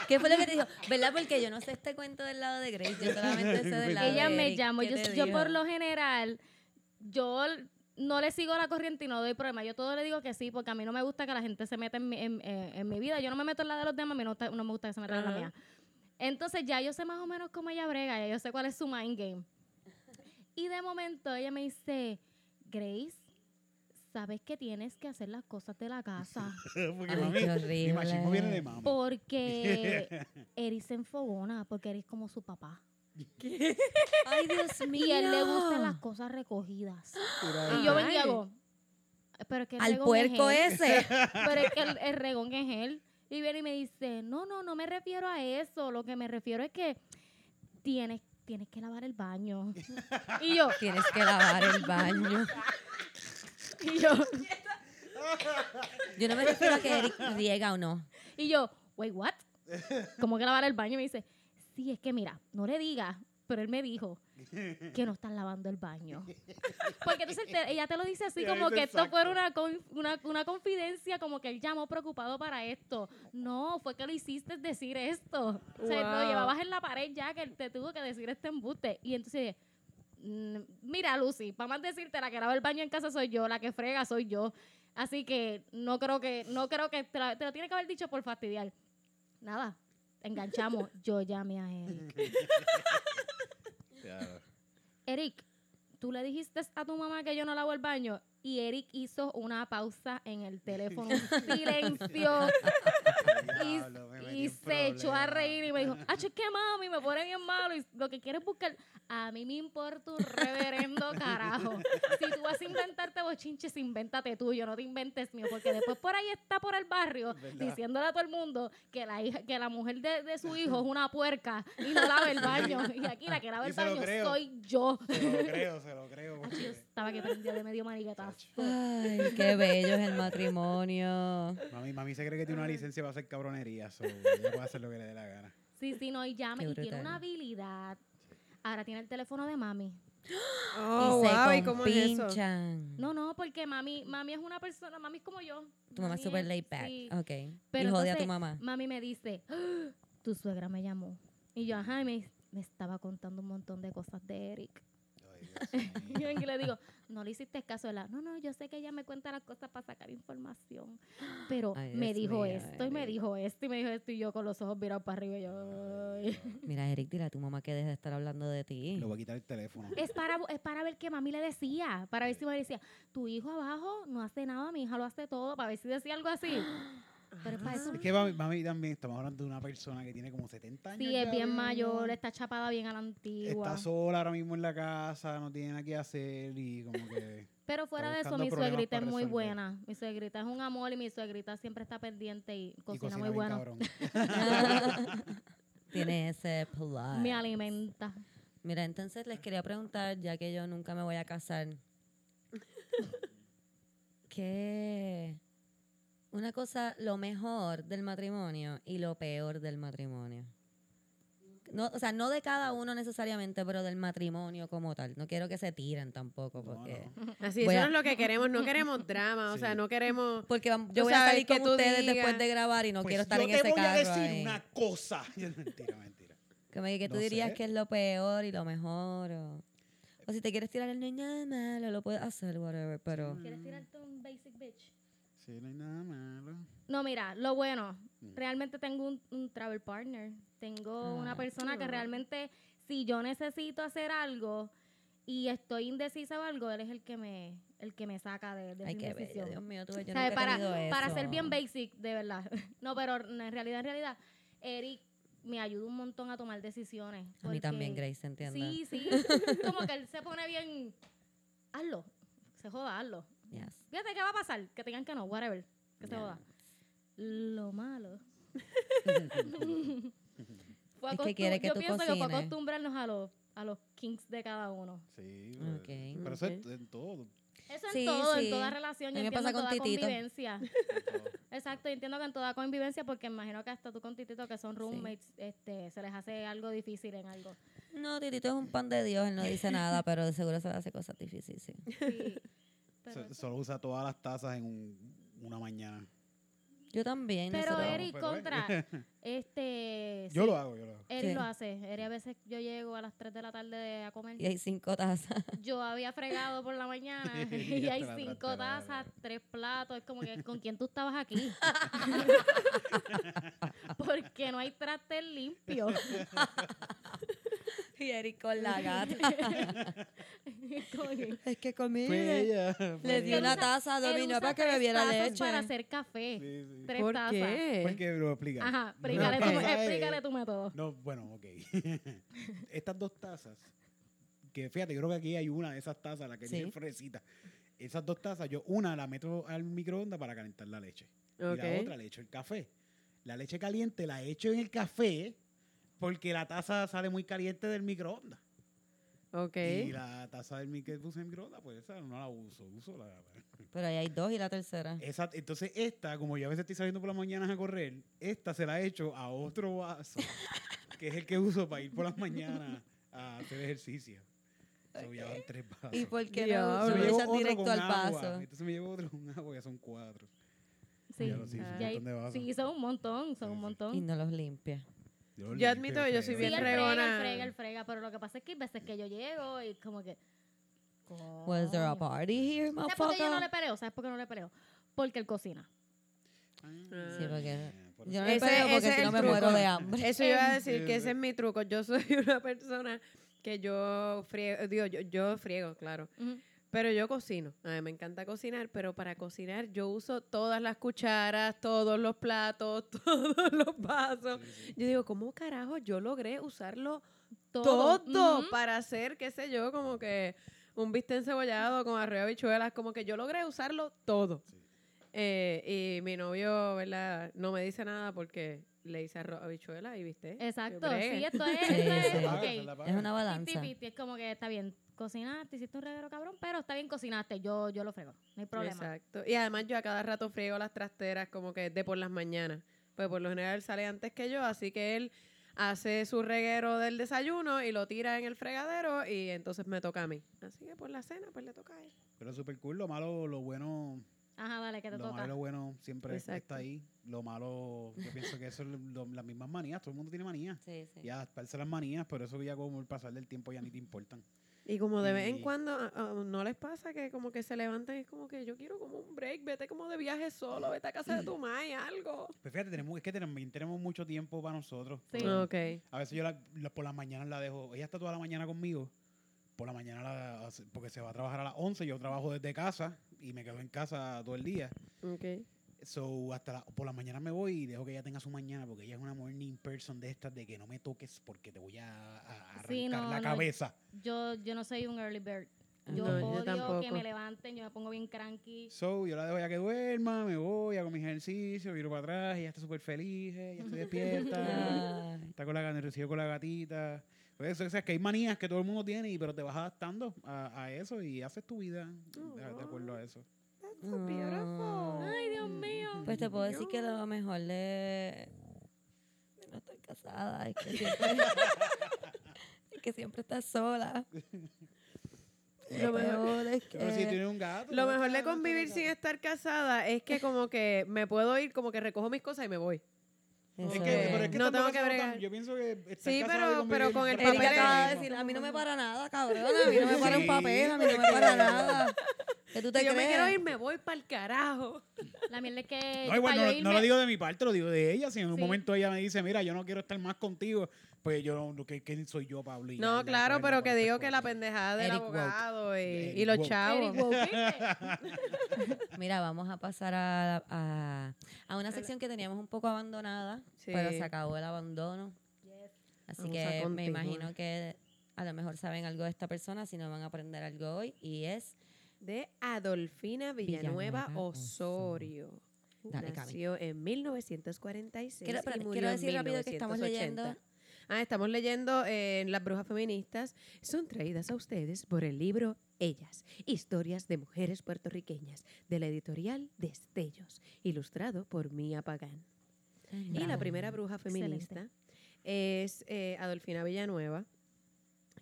Speaker 1: ¿Qué fue lo que te dijo? ¿Verdad? Porque yo no sé este cuento del lado de Grace, yo
Speaker 5: (laughs)
Speaker 1: solamente sé del lado
Speaker 4: Ella
Speaker 1: de
Speaker 4: me
Speaker 1: Eric.
Speaker 4: llamó.
Speaker 1: ¿Qué
Speaker 4: Yo,
Speaker 1: te
Speaker 4: yo
Speaker 1: dijo?
Speaker 4: por lo general, yo l- no le sigo la corriente y no doy problema. Yo todo le digo que sí, porque a mí no me gusta que la gente se meta en mi, en, eh, en mi vida. Yo no me meto en la de los demás, a mí no, ta- no me gusta que se metan en la
Speaker 6: Ajá.
Speaker 4: mía. Entonces ya yo sé más o menos cómo ella brega, ya yo sé cuál es su mind game. Y de momento ella me dice, Grace, ¿sabes que tienes que hacer las cosas de
Speaker 1: (laughs)
Speaker 4: la casa?
Speaker 5: (laughs) Porque
Speaker 1: Ay,
Speaker 5: mami,
Speaker 1: qué
Speaker 5: mi machismo
Speaker 1: horrible.
Speaker 5: viene de
Speaker 1: (laughs)
Speaker 5: mami.
Speaker 4: Porque eres se enfogona, porque eres como su papá.
Speaker 1: Ay, Dios mío.
Speaker 4: (laughs) Y a él le gustan las cosas recogidas.
Speaker 5: Mira,
Speaker 4: Y yo
Speaker 6: Ay.
Speaker 4: venía y hago, pero es que el
Speaker 1: Al
Speaker 4: regón
Speaker 1: puerco
Speaker 4: es él.
Speaker 1: ese.
Speaker 4: (laughs) Pero es que el, el regón es él. Y viene y me dice, no, no, no me refiero a eso. Lo que me refiero es que tienes, tienes que lavar el baño. Y yo,
Speaker 1: Tienes que lavar el baño.
Speaker 4: y yo,
Speaker 1: Yo no me refiero a que Eric riega o no.
Speaker 4: y yo, wait, what? ¿Cómo que lavar el baño? Y me dice, sí, es que mira, no le digas, pero él me dijo que no estás lavando el baño. Porque entonces te- ella te lo dice así,
Speaker 5: Ella
Speaker 4: como
Speaker 5: dice
Speaker 4: que esto
Speaker 5: exacto.
Speaker 4: fuera una, con- una, una confidencia, como que él llamó preocupado para esto. No, fue que lo hiciste decir esto. O sea,
Speaker 6: Wow.
Speaker 4: lo llevabas en la pared ya que él te tuvo que decir este embuste. Y entonces, mm, mira, Lucy, para más decirte, la que lava el baño en casa soy yo, la que frega soy yo. Así que no creo que, no creo que te, la- te lo tiene que haber dicho por fastidiar. Nada, enganchamos. Yo llamé a Eric.
Speaker 5: claro.
Speaker 4: Eric, tú le dijiste a tu mamá que yo no lavo el baño. Y Eric hizo una pausa en el teléfono, un silencio, y,
Speaker 5: Diablo, me metí
Speaker 4: y
Speaker 5: en
Speaker 4: se echó a
Speaker 5: problemas.
Speaker 4: reír y me dijo, ah, es que mami, me pone bien malo y lo que quieres buscar, a mí me importa un reverendo carajo. Si tú vas a inventarte bochinches, invéntate tuyo, no te inventes mío, porque después por ahí está por el barrio
Speaker 5: ¿Verdad?
Speaker 4: diciéndole a todo el mundo que la hija, que la mujer de, de su hijo es una puerca y no lava el baño. Y aquí la que lava
Speaker 5: Y
Speaker 4: el
Speaker 5: se lo
Speaker 4: baño
Speaker 5: creo.
Speaker 4: soy yo.
Speaker 5: Se lo creo, se lo creo.
Speaker 4: Ay, yo
Speaker 5: porque-
Speaker 4: estaba que prendía de medio mariquetazo.
Speaker 1: Ay, qué bello es el matrimonio.
Speaker 5: Mami, mami se cree que tiene una licencia para hacer cabronería, so, ella puede hacer lo que le dé la gana.
Speaker 4: Sí, sí, no, y llama,
Speaker 1: Qué
Speaker 4: y tiene una
Speaker 1: brutal.
Speaker 4: habilidad. Ahora tiene el teléfono de mami.
Speaker 6: Oh,
Speaker 1: y se
Speaker 6: wow, ¿y cómo es eso?
Speaker 1: compinchan.
Speaker 4: No, no, porque mami, mami es una persona, mami es como yo.
Speaker 1: Tu mamá es súper laid back.
Speaker 4: sí.
Speaker 1: Ok.
Speaker 4: Pero
Speaker 1: y jode a tu
Speaker 4: entonces, mm.
Speaker 1: mamá.
Speaker 4: Mami me dice, "Ah, tu suegra me llamó. Y yo, ajá, y me, me estaba contando un montón de cosas de Eric. (laughs)
Speaker 5: Ay, Ay, Dios mío.
Speaker 4: Yo vengo y le digo, no le hiciste caso a la. No, no, yo sé que ella me cuenta las cosas para sacar información. Pero
Speaker 1: Ay,
Speaker 4: me
Speaker 1: Dios
Speaker 4: dijo
Speaker 1: mío,
Speaker 4: esto y me
Speaker 1: Eric.
Speaker 4: dijo esto y me dijo esto y yo con los ojos virados para arriba. y (laughs) yo, "Ay".
Speaker 1: Mira, Eric, dile a tu mamá que deje de estar hablando de ti.
Speaker 5: Le voy a quitar el teléfono.
Speaker 4: es, para, bu- es para ver qué mami le decía. Para ver si mami le decía, tu hijo abajo no hace nada, mi hija lo hace todo. Para ver si decía algo así. Pero es para eso.
Speaker 5: Es que mami, mami también, estamos hablando de una persona que tiene como 70 años.
Speaker 4: Sí, es
Speaker 5: ya,
Speaker 4: bien
Speaker 5: ¿no?
Speaker 4: mayor, está chapada bien a la antigua.
Speaker 5: Está sola ahora mismo en la casa, no tiene nada que hacer y como que...
Speaker 4: Pero fuera de eso,
Speaker 5: buscando
Speaker 4: mi
Speaker 5: problemas
Speaker 4: suegrita es
Speaker 5: para
Speaker 4: muy
Speaker 5: resolver.
Speaker 4: buena. Mi suegrita es un amor y mi suegrita siempre está pendiente y
Speaker 5: y
Speaker 4: (laughs) cocina, muy
Speaker 5: bien (laughs)
Speaker 4: bueno.
Speaker 5: cabrón.
Speaker 1: (laughs) Tiene ese plus.
Speaker 4: Me alimenta.
Speaker 1: Mira, entonces les quería preguntar, ya que yo nunca me voy a
Speaker 6: (laughs)
Speaker 1: casar, ¿qué? Una cosa, lo mejor del matrimonio y lo peor del matrimonio. No, o sea, no de cada uno necesariamente, pero del matrimonio como tal. No quiero que se tiren tampoco,
Speaker 5: No,
Speaker 1: porque...
Speaker 6: Así,
Speaker 1: Voy
Speaker 6: eso
Speaker 1: a-
Speaker 6: no es lo que queremos. No queremos drama. O sea,
Speaker 5: Sí.
Speaker 6: no queremos.
Speaker 1: Porque vam-
Speaker 6: Tú
Speaker 1: yo voy a
Speaker 6: sabes
Speaker 1: salir
Speaker 6: que
Speaker 1: con
Speaker 6: tú
Speaker 1: ustedes
Speaker 6: digas,
Speaker 1: después de grabar y no
Speaker 5: Pues
Speaker 1: quiero estar
Speaker 5: yo
Speaker 1: en
Speaker 5: te
Speaker 1: ese
Speaker 5: voy a
Speaker 1: carro
Speaker 5: decir
Speaker 1: ahí.
Speaker 5: una (laughs) cosa. mentira, mentira.
Speaker 1: Que, me- que tú
Speaker 5: No
Speaker 1: dirías
Speaker 5: sé.
Speaker 1: que es lo peor y lo mejor. O, o si te quieres tirar el niño malo, lo puedes hacer, whatever. Pero
Speaker 4: ¿Quieres tirarte un basic bitch?
Speaker 5: Sí, no hay nada malo.
Speaker 4: No, mira, lo bueno,
Speaker 5: Mm.
Speaker 4: realmente tengo un, un travel partner. Tengo
Speaker 1: Ah.
Speaker 4: una persona que realmente, si yo necesito hacer algo y estoy indecisa o algo, él es el que me, el que me saca de, de
Speaker 1: hay
Speaker 4: esa
Speaker 1: que ver.
Speaker 4: indecisión.
Speaker 1: Dios mío, tú, yo
Speaker 4: ¿Sabe?
Speaker 1: nunca he tenido
Speaker 4: para,
Speaker 1: eso.
Speaker 4: para ser bien basic, de verdad. (laughs) No, pero en realidad, en realidad, Eric me ayuda un montón a tomar decisiones.
Speaker 1: A mí también,
Speaker 4: porque-
Speaker 1: Grace, ¿entiendes?
Speaker 4: Sí, sí.
Speaker 1: (laughs)
Speaker 4: Como que él se pone bien, hazlo, se joda, hazlo.
Speaker 1: Yes.
Speaker 4: Fíjate qué va a pasar, que tengan que no, whatever, que se
Speaker 1: Ya.
Speaker 4: joda.
Speaker 5: (laughs)
Speaker 4: Lo malo. Fue
Speaker 1: Es que
Speaker 4: acostum-
Speaker 1: quiere que
Speaker 4: yo
Speaker 1: tú
Speaker 4: pienso que fue
Speaker 1: cocines.
Speaker 4: acostumbrarnos a los, a los kinks de cada uno.
Speaker 5: Sí,
Speaker 1: Ok.
Speaker 5: pero- pero eso es en todo.
Speaker 4: Eso en
Speaker 1: Sí,
Speaker 4: todo,
Speaker 1: sí.
Speaker 4: en toda relación,
Speaker 1: A mí
Speaker 4: yo
Speaker 1: me pasa
Speaker 4: entiendo en
Speaker 1: con
Speaker 4: toda
Speaker 1: Titito.
Speaker 4: convivencia. (laughs)
Speaker 5: en todo.
Speaker 4: Exacto, yo entiendo que en toda convivencia, porque imagino que hasta tú con Titito, que son roommates, este, se les hace algo difícil
Speaker 5: (laughs)
Speaker 4: en algo.
Speaker 1: No, Titito es un pan de Dios, él no dice nada, pero de seguro se le hace cosas difíciles. sí.
Speaker 4: Sí, pero
Speaker 5: So- Solo usa todas las tazas en un- una mañana.
Speaker 1: Yo también.
Speaker 4: Pero
Speaker 1: nosotros-
Speaker 4: Eric,
Speaker 5: pero, eh.
Speaker 4: contra,
Speaker 5: (laughs)
Speaker 4: este...
Speaker 5: Yo
Speaker 4: sí,
Speaker 5: lo hago, yo lo hago.
Speaker 4: Eric
Speaker 1: Sí.
Speaker 4: lo hace. Eric a veces yo llego a las 3 de la tarde a comer.
Speaker 1: Y hay cinco tazas.
Speaker 4: Yo había fregado por la mañana
Speaker 5: (laughs) Y
Speaker 4: y
Speaker 5: ya
Speaker 4: hay
Speaker 5: te la
Speaker 4: cinco
Speaker 5: traste, la-
Speaker 4: tazas, tres platos. Es como que, ¿con quién tú estabas
Speaker 5: (laughs)
Speaker 4: aquí? Porque no hay traste limpio.
Speaker 1: y Eric con la gata. (laughs)
Speaker 4: Como que-
Speaker 1: es que comí.
Speaker 5: Fue
Speaker 1: Le
Speaker 5: ella. fue
Speaker 1: le di
Speaker 5: ella.
Speaker 1: una taza a
Speaker 4: Él
Speaker 1: Domino
Speaker 4: usa
Speaker 1: para que
Speaker 4: tres
Speaker 1: bebiera
Speaker 4: tazas
Speaker 1: leche.
Speaker 4: para hacer café.
Speaker 5: Sí, sí.
Speaker 4: Tres
Speaker 6: ¿Por
Speaker 4: tazas.
Speaker 6: qué?
Speaker 5: Porque lo explica.
Speaker 4: Ajá,
Speaker 5: No,
Speaker 4: explícale,
Speaker 5: lo que
Speaker 4: tú,
Speaker 5: pasa es-
Speaker 4: explícale tu método.
Speaker 5: No, bueno, ok. (laughs) Estas dos tazas, que fíjate, yo creo que aquí hay una de esas tazas, la que
Speaker 1: Sí.
Speaker 5: tiene fresita. Esas dos tazas, yo una la meto al microondas para calentar la leche. Y la
Speaker 6: Ok.
Speaker 5: otra le echo el café. La leche caliente la echo en el café porque la taza sale muy caliente del microondas.
Speaker 6: Ok.
Speaker 5: Y la taza del mi- que puse en el microondas, pues esa no la uso, uso la... (laughs)
Speaker 1: Pero ahí hay dos y la tercera.
Speaker 5: Esa, entonces esta, como yo a veces estoy saliendo por las mañanas a correr, esta se la he hecho a otro
Speaker 1: (laughs)
Speaker 5: vaso, que es el que uso para ir por las mañanas a hacer ejercicio. So, ya van tres vasos.
Speaker 1: ¿Y por qué
Speaker 6: Diablo.
Speaker 1: no, no
Speaker 5: Entonces me
Speaker 1: lo
Speaker 5: llevo
Speaker 1: echas
Speaker 5: otro
Speaker 1: directo
Speaker 5: con
Speaker 1: al
Speaker 5: agua,
Speaker 1: paso?
Speaker 5: Entonces me llevo otro con agua, ya son cuatro.
Speaker 4: Sí,
Speaker 5: Ya lo sé,
Speaker 6: Ah.
Speaker 5: un
Speaker 4: Y ahí-
Speaker 5: montón de vasos.
Speaker 4: sí, son un montón,
Speaker 5: Sí,
Speaker 4: son un
Speaker 5: sí.
Speaker 4: montón.
Speaker 1: Y no los limpia.
Speaker 5: Yo
Speaker 6: Yo admito que yo soy
Speaker 4: Sí,
Speaker 6: bien
Speaker 4: él
Speaker 5: reo.
Speaker 4: frega, él
Speaker 6: fregona.
Speaker 4: frega, él frega, pero lo que pasa es que hay veces que yo llego y como que...
Speaker 1: Was there a
Speaker 4: coño.
Speaker 1: party here,
Speaker 4: ¿Sabes por qué Oh. yo no le
Speaker 1: motherfucker?
Speaker 4: peleo? ¿Sabes por qué no le peleo? Porque él cocina.
Speaker 5: Ah,
Speaker 1: Sí, porque yo no
Speaker 6: Ese-
Speaker 1: le peleo
Speaker 6: ese
Speaker 1: porque
Speaker 6: es
Speaker 1: si no
Speaker 6: el
Speaker 1: me muero
Speaker 6: truco.
Speaker 1: de
Speaker 6: (laughs)
Speaker 1: hambre.
Speaker 6: Eso iba a decir que ese es mi truco. Yo soy (laughs) una persona que yo friego, digo, yo, yo friego, claro.
Speaker 4: Ujú.
Speaker 6: Pero yo cocino. A mí me encanta cocinar, pero para cocinar yo uso todas las cucharas, todos los platos, (laughs) todos los vasos. Yo digo, ¿cómo carajo yo logré usarlo todo,
Speaker 4: Ujú.
Speaker 6: para hacer, qué sé yo, como que un bistec cebollado con arroz y habichuelas? Como que yo logré usarlo todo.
Speaker 5: Sí.
Speaker 6: Eh, y mi novio, ¿verdad? No me dice nada porque le hice arroz, habichuelas y bistec.
Speaker 4: Exacto,
Speaker 6: brega.
Speaker 4: sí, esto es...
Speaker 1: Sí, sí.
Speaker 4: esto es-
Speaker 6: (laughs)
Speaker 1: Se la
Speaker 4: ok.
Speaker 1: Es una balanza.
Speaker 4: 50-50, es como que está bien, cocinaste, hiciste un reguero cabrón, pero está bien, cocinaste, yo, yo lo frego, no hay problema.
Speaker 6: Exacto. Y además yo a cada rato friego las trasteras como que de por las mañanas. Pues por lo general él sale antes que yo, así que él hace su reguero del desayuno y lo tira en el fregadero y entonces me toca a mí. Así que por la cena pues le toca a él.
Speaker 5: Pero súper cool, lo malo, lo bueno,
Speaker 4: Ajá, dale, que te
Speaker 5: lo
Speaker 4: toca.
Speaker 5: malo y lo bueno siempre
Speaker 6: Exacto.
Speaker 5: está ahí. Lo malo, yo pienso que eso es lo- las mismas manías, todo el mundo tiene manías.
Speaker 1: Sí, sí.
Speaker 5: Ya, parece las manías, pero eso ya como el pasar del tiempo ya ni te importan.
Speaker 6: Y como de vez en
Speaker 5: Y-
Speaker 6: cuando ah, ah, no les pasa que como que se levantan y es como que yo quiero como un break, vete como de viaje solo, vete a casa de tu madre, algo.
Speaker 5: Pues fíjate, tenemos, es que tenemos, tenemos mucho tiempo para nosotros.
Speaker 4: Sí.
Speaker 5: Por-
Speaker 6: Ok.
Speaker 5: A veces yo la- la- por las mañanas la dejo. Ella está toda la mañana conmigo. Por la mañana, la- porque se va a trabajar a las 11. Yo trabajo desde casa y me quedo en casa todo el día.
Speaker 6: Ok.
Speaker 5: So, hasta la- por la mañana me voy y dejo que ella tenga su mañana porque ella es una morning person de estas de que no me toques porque te voy a, a arrancar
Speaker 4: Sí, no,
Speaker 5: la
Speaker 4: no,
Speaker 5: cabeza.
Speaker 4: Yo, yo no soy un early bird. Yo
Speaker 6: No, yo
Speaker 4: odio que
Speaker 6: tampoco.
Speaker 4: me levanten, yo me pongo bien cranky.
Speaker 5: So, yo la dejo ya que duerma, me voy, hago mis ejercicios, viro para atrás, ella está súper feliz, eh, ya estoy
Speaker 1: (laughs)
Speaker 5: despierta.
Speaker 1: Ay,
Speaker 5: está con la gan- recibo con la gatita. Pues eso, o sea, que hay manías que todo el mundo tiene, y- pero te vas adaptando a, a eso y haces tu vida de, de acuerdo a eso.
Speaker 1: beautiful.
Speaker 4: Ay, Dios mío.
Speaker 1: Pues te puedo decir que lo mejor de, de no estar casada es que siempre, (laughs) es que siempre estás sola. Lo mejor es que...
Speaker 5: Pero si tienes un gato.
Speaker 6: Lo
Speaker 5: no
Speaker 6: mejor
Speaker 5: está-
Speaker 6: de
Speaker 5: no está
Speaker 6: convivir
Speaker 5: casado.
Speaker 6: sin estar casada es que como que me puedo ir, como que recojo mis cosas y me voy.
Speaker 1: Eso
Speaker 5: Es que,
Speaker 6: Ok.
Speaker 5: pero es que
Speaker 6: No
Speaker 5: tampoco
Speaker 6: tengo que
Speaker 5: se nota-
Speaker 6: bregar.
Speaker 5: Yo pienso que. estar
Speaker 6: Sí,
Speaker 5: casado y
Speaker 6: pero- pero
Speaker 5: convivir
Speaker 6: con el
Speaker 5: no es
Speaker 1: Erika
Speaker 6: papel
Speaker 5: lo
Speaker 1: acaba de
Speaker 5: mismo.
Speaker 1: decir, a mí no me para nada, cabrón, a mí no me para un papel, a mí no me para nada. ¿Qué tú te
Speaker 6: Si yo me
Speaker 1: crees?
Speaker 6: quiero ir, me voy para el carajo.
Speaker 4: La mierda es que.
Speaker 5: No, igual,
Speaker 4: para
Speaker 5: no,
Speaker 4: yo
Speaker 5: lo- no lo
Speaker 4: irme-
Speaker 5: digo de mi parte, lo digo de ella. Si en un
Speaker 4: Sí.
Speaker 5: momento ella me dice, mira, yo no quiero estar más contigo, pues yo, no- ¿qué, qué soy yo, Pues, Pablo?
Speaker 6: No, claro, pero que digo que la pendejada del
Speaker 1: Eric woke.
Speaker 6: abogado y, y
Speaker 5: Eric
Speaker 6: los
Speaker 5: woke.
Speaker 6: chavos.
Speaker 4: Eric
Speaker 5: (laughs)
Speaker 4: Woke, ¿viste?
Speaker 1: Mira, vamos a pasar a, a, a una sección que teníamos un poco abandonada,
Speaker 6: Sí.
Speaker 1: pero se acabó el abandono. Así
Speaker 6: Vamos a
Speaker 1: que me
Speaker 6: continuar.
Speaker 1: imagino que a lo mejor saben algo de esta persona, si no van a aprender algo hoy, y es
Speaker 6: De Adolfina Villanueva,
Speaker 1: Villanueva
Speaker 6: Osorio.
Speaker 1: Dale, Cami.
Speaker 6: Nació en 1946
Speaker 1: Quiero-
Speaker 6: y
Speaker 1: espérate,
Speaker 6: murió
Speaker 1: quiero
Speaker 6: en
Speaker 1: decir rápido que estamos
Speaker 6: 1980.
Speaker 1: leyendo-
Speaker 6: Ah, estamos leyendo eh, Las Brujas Feministas. Son traídas a ustedes por el libro Ellas, Historias de Mujeres Puertorriqueñas, de la editorial Destellos, ilustrado por Mía Pagán. Y la primera bruja feminista es eh, Adolfina Villanueva,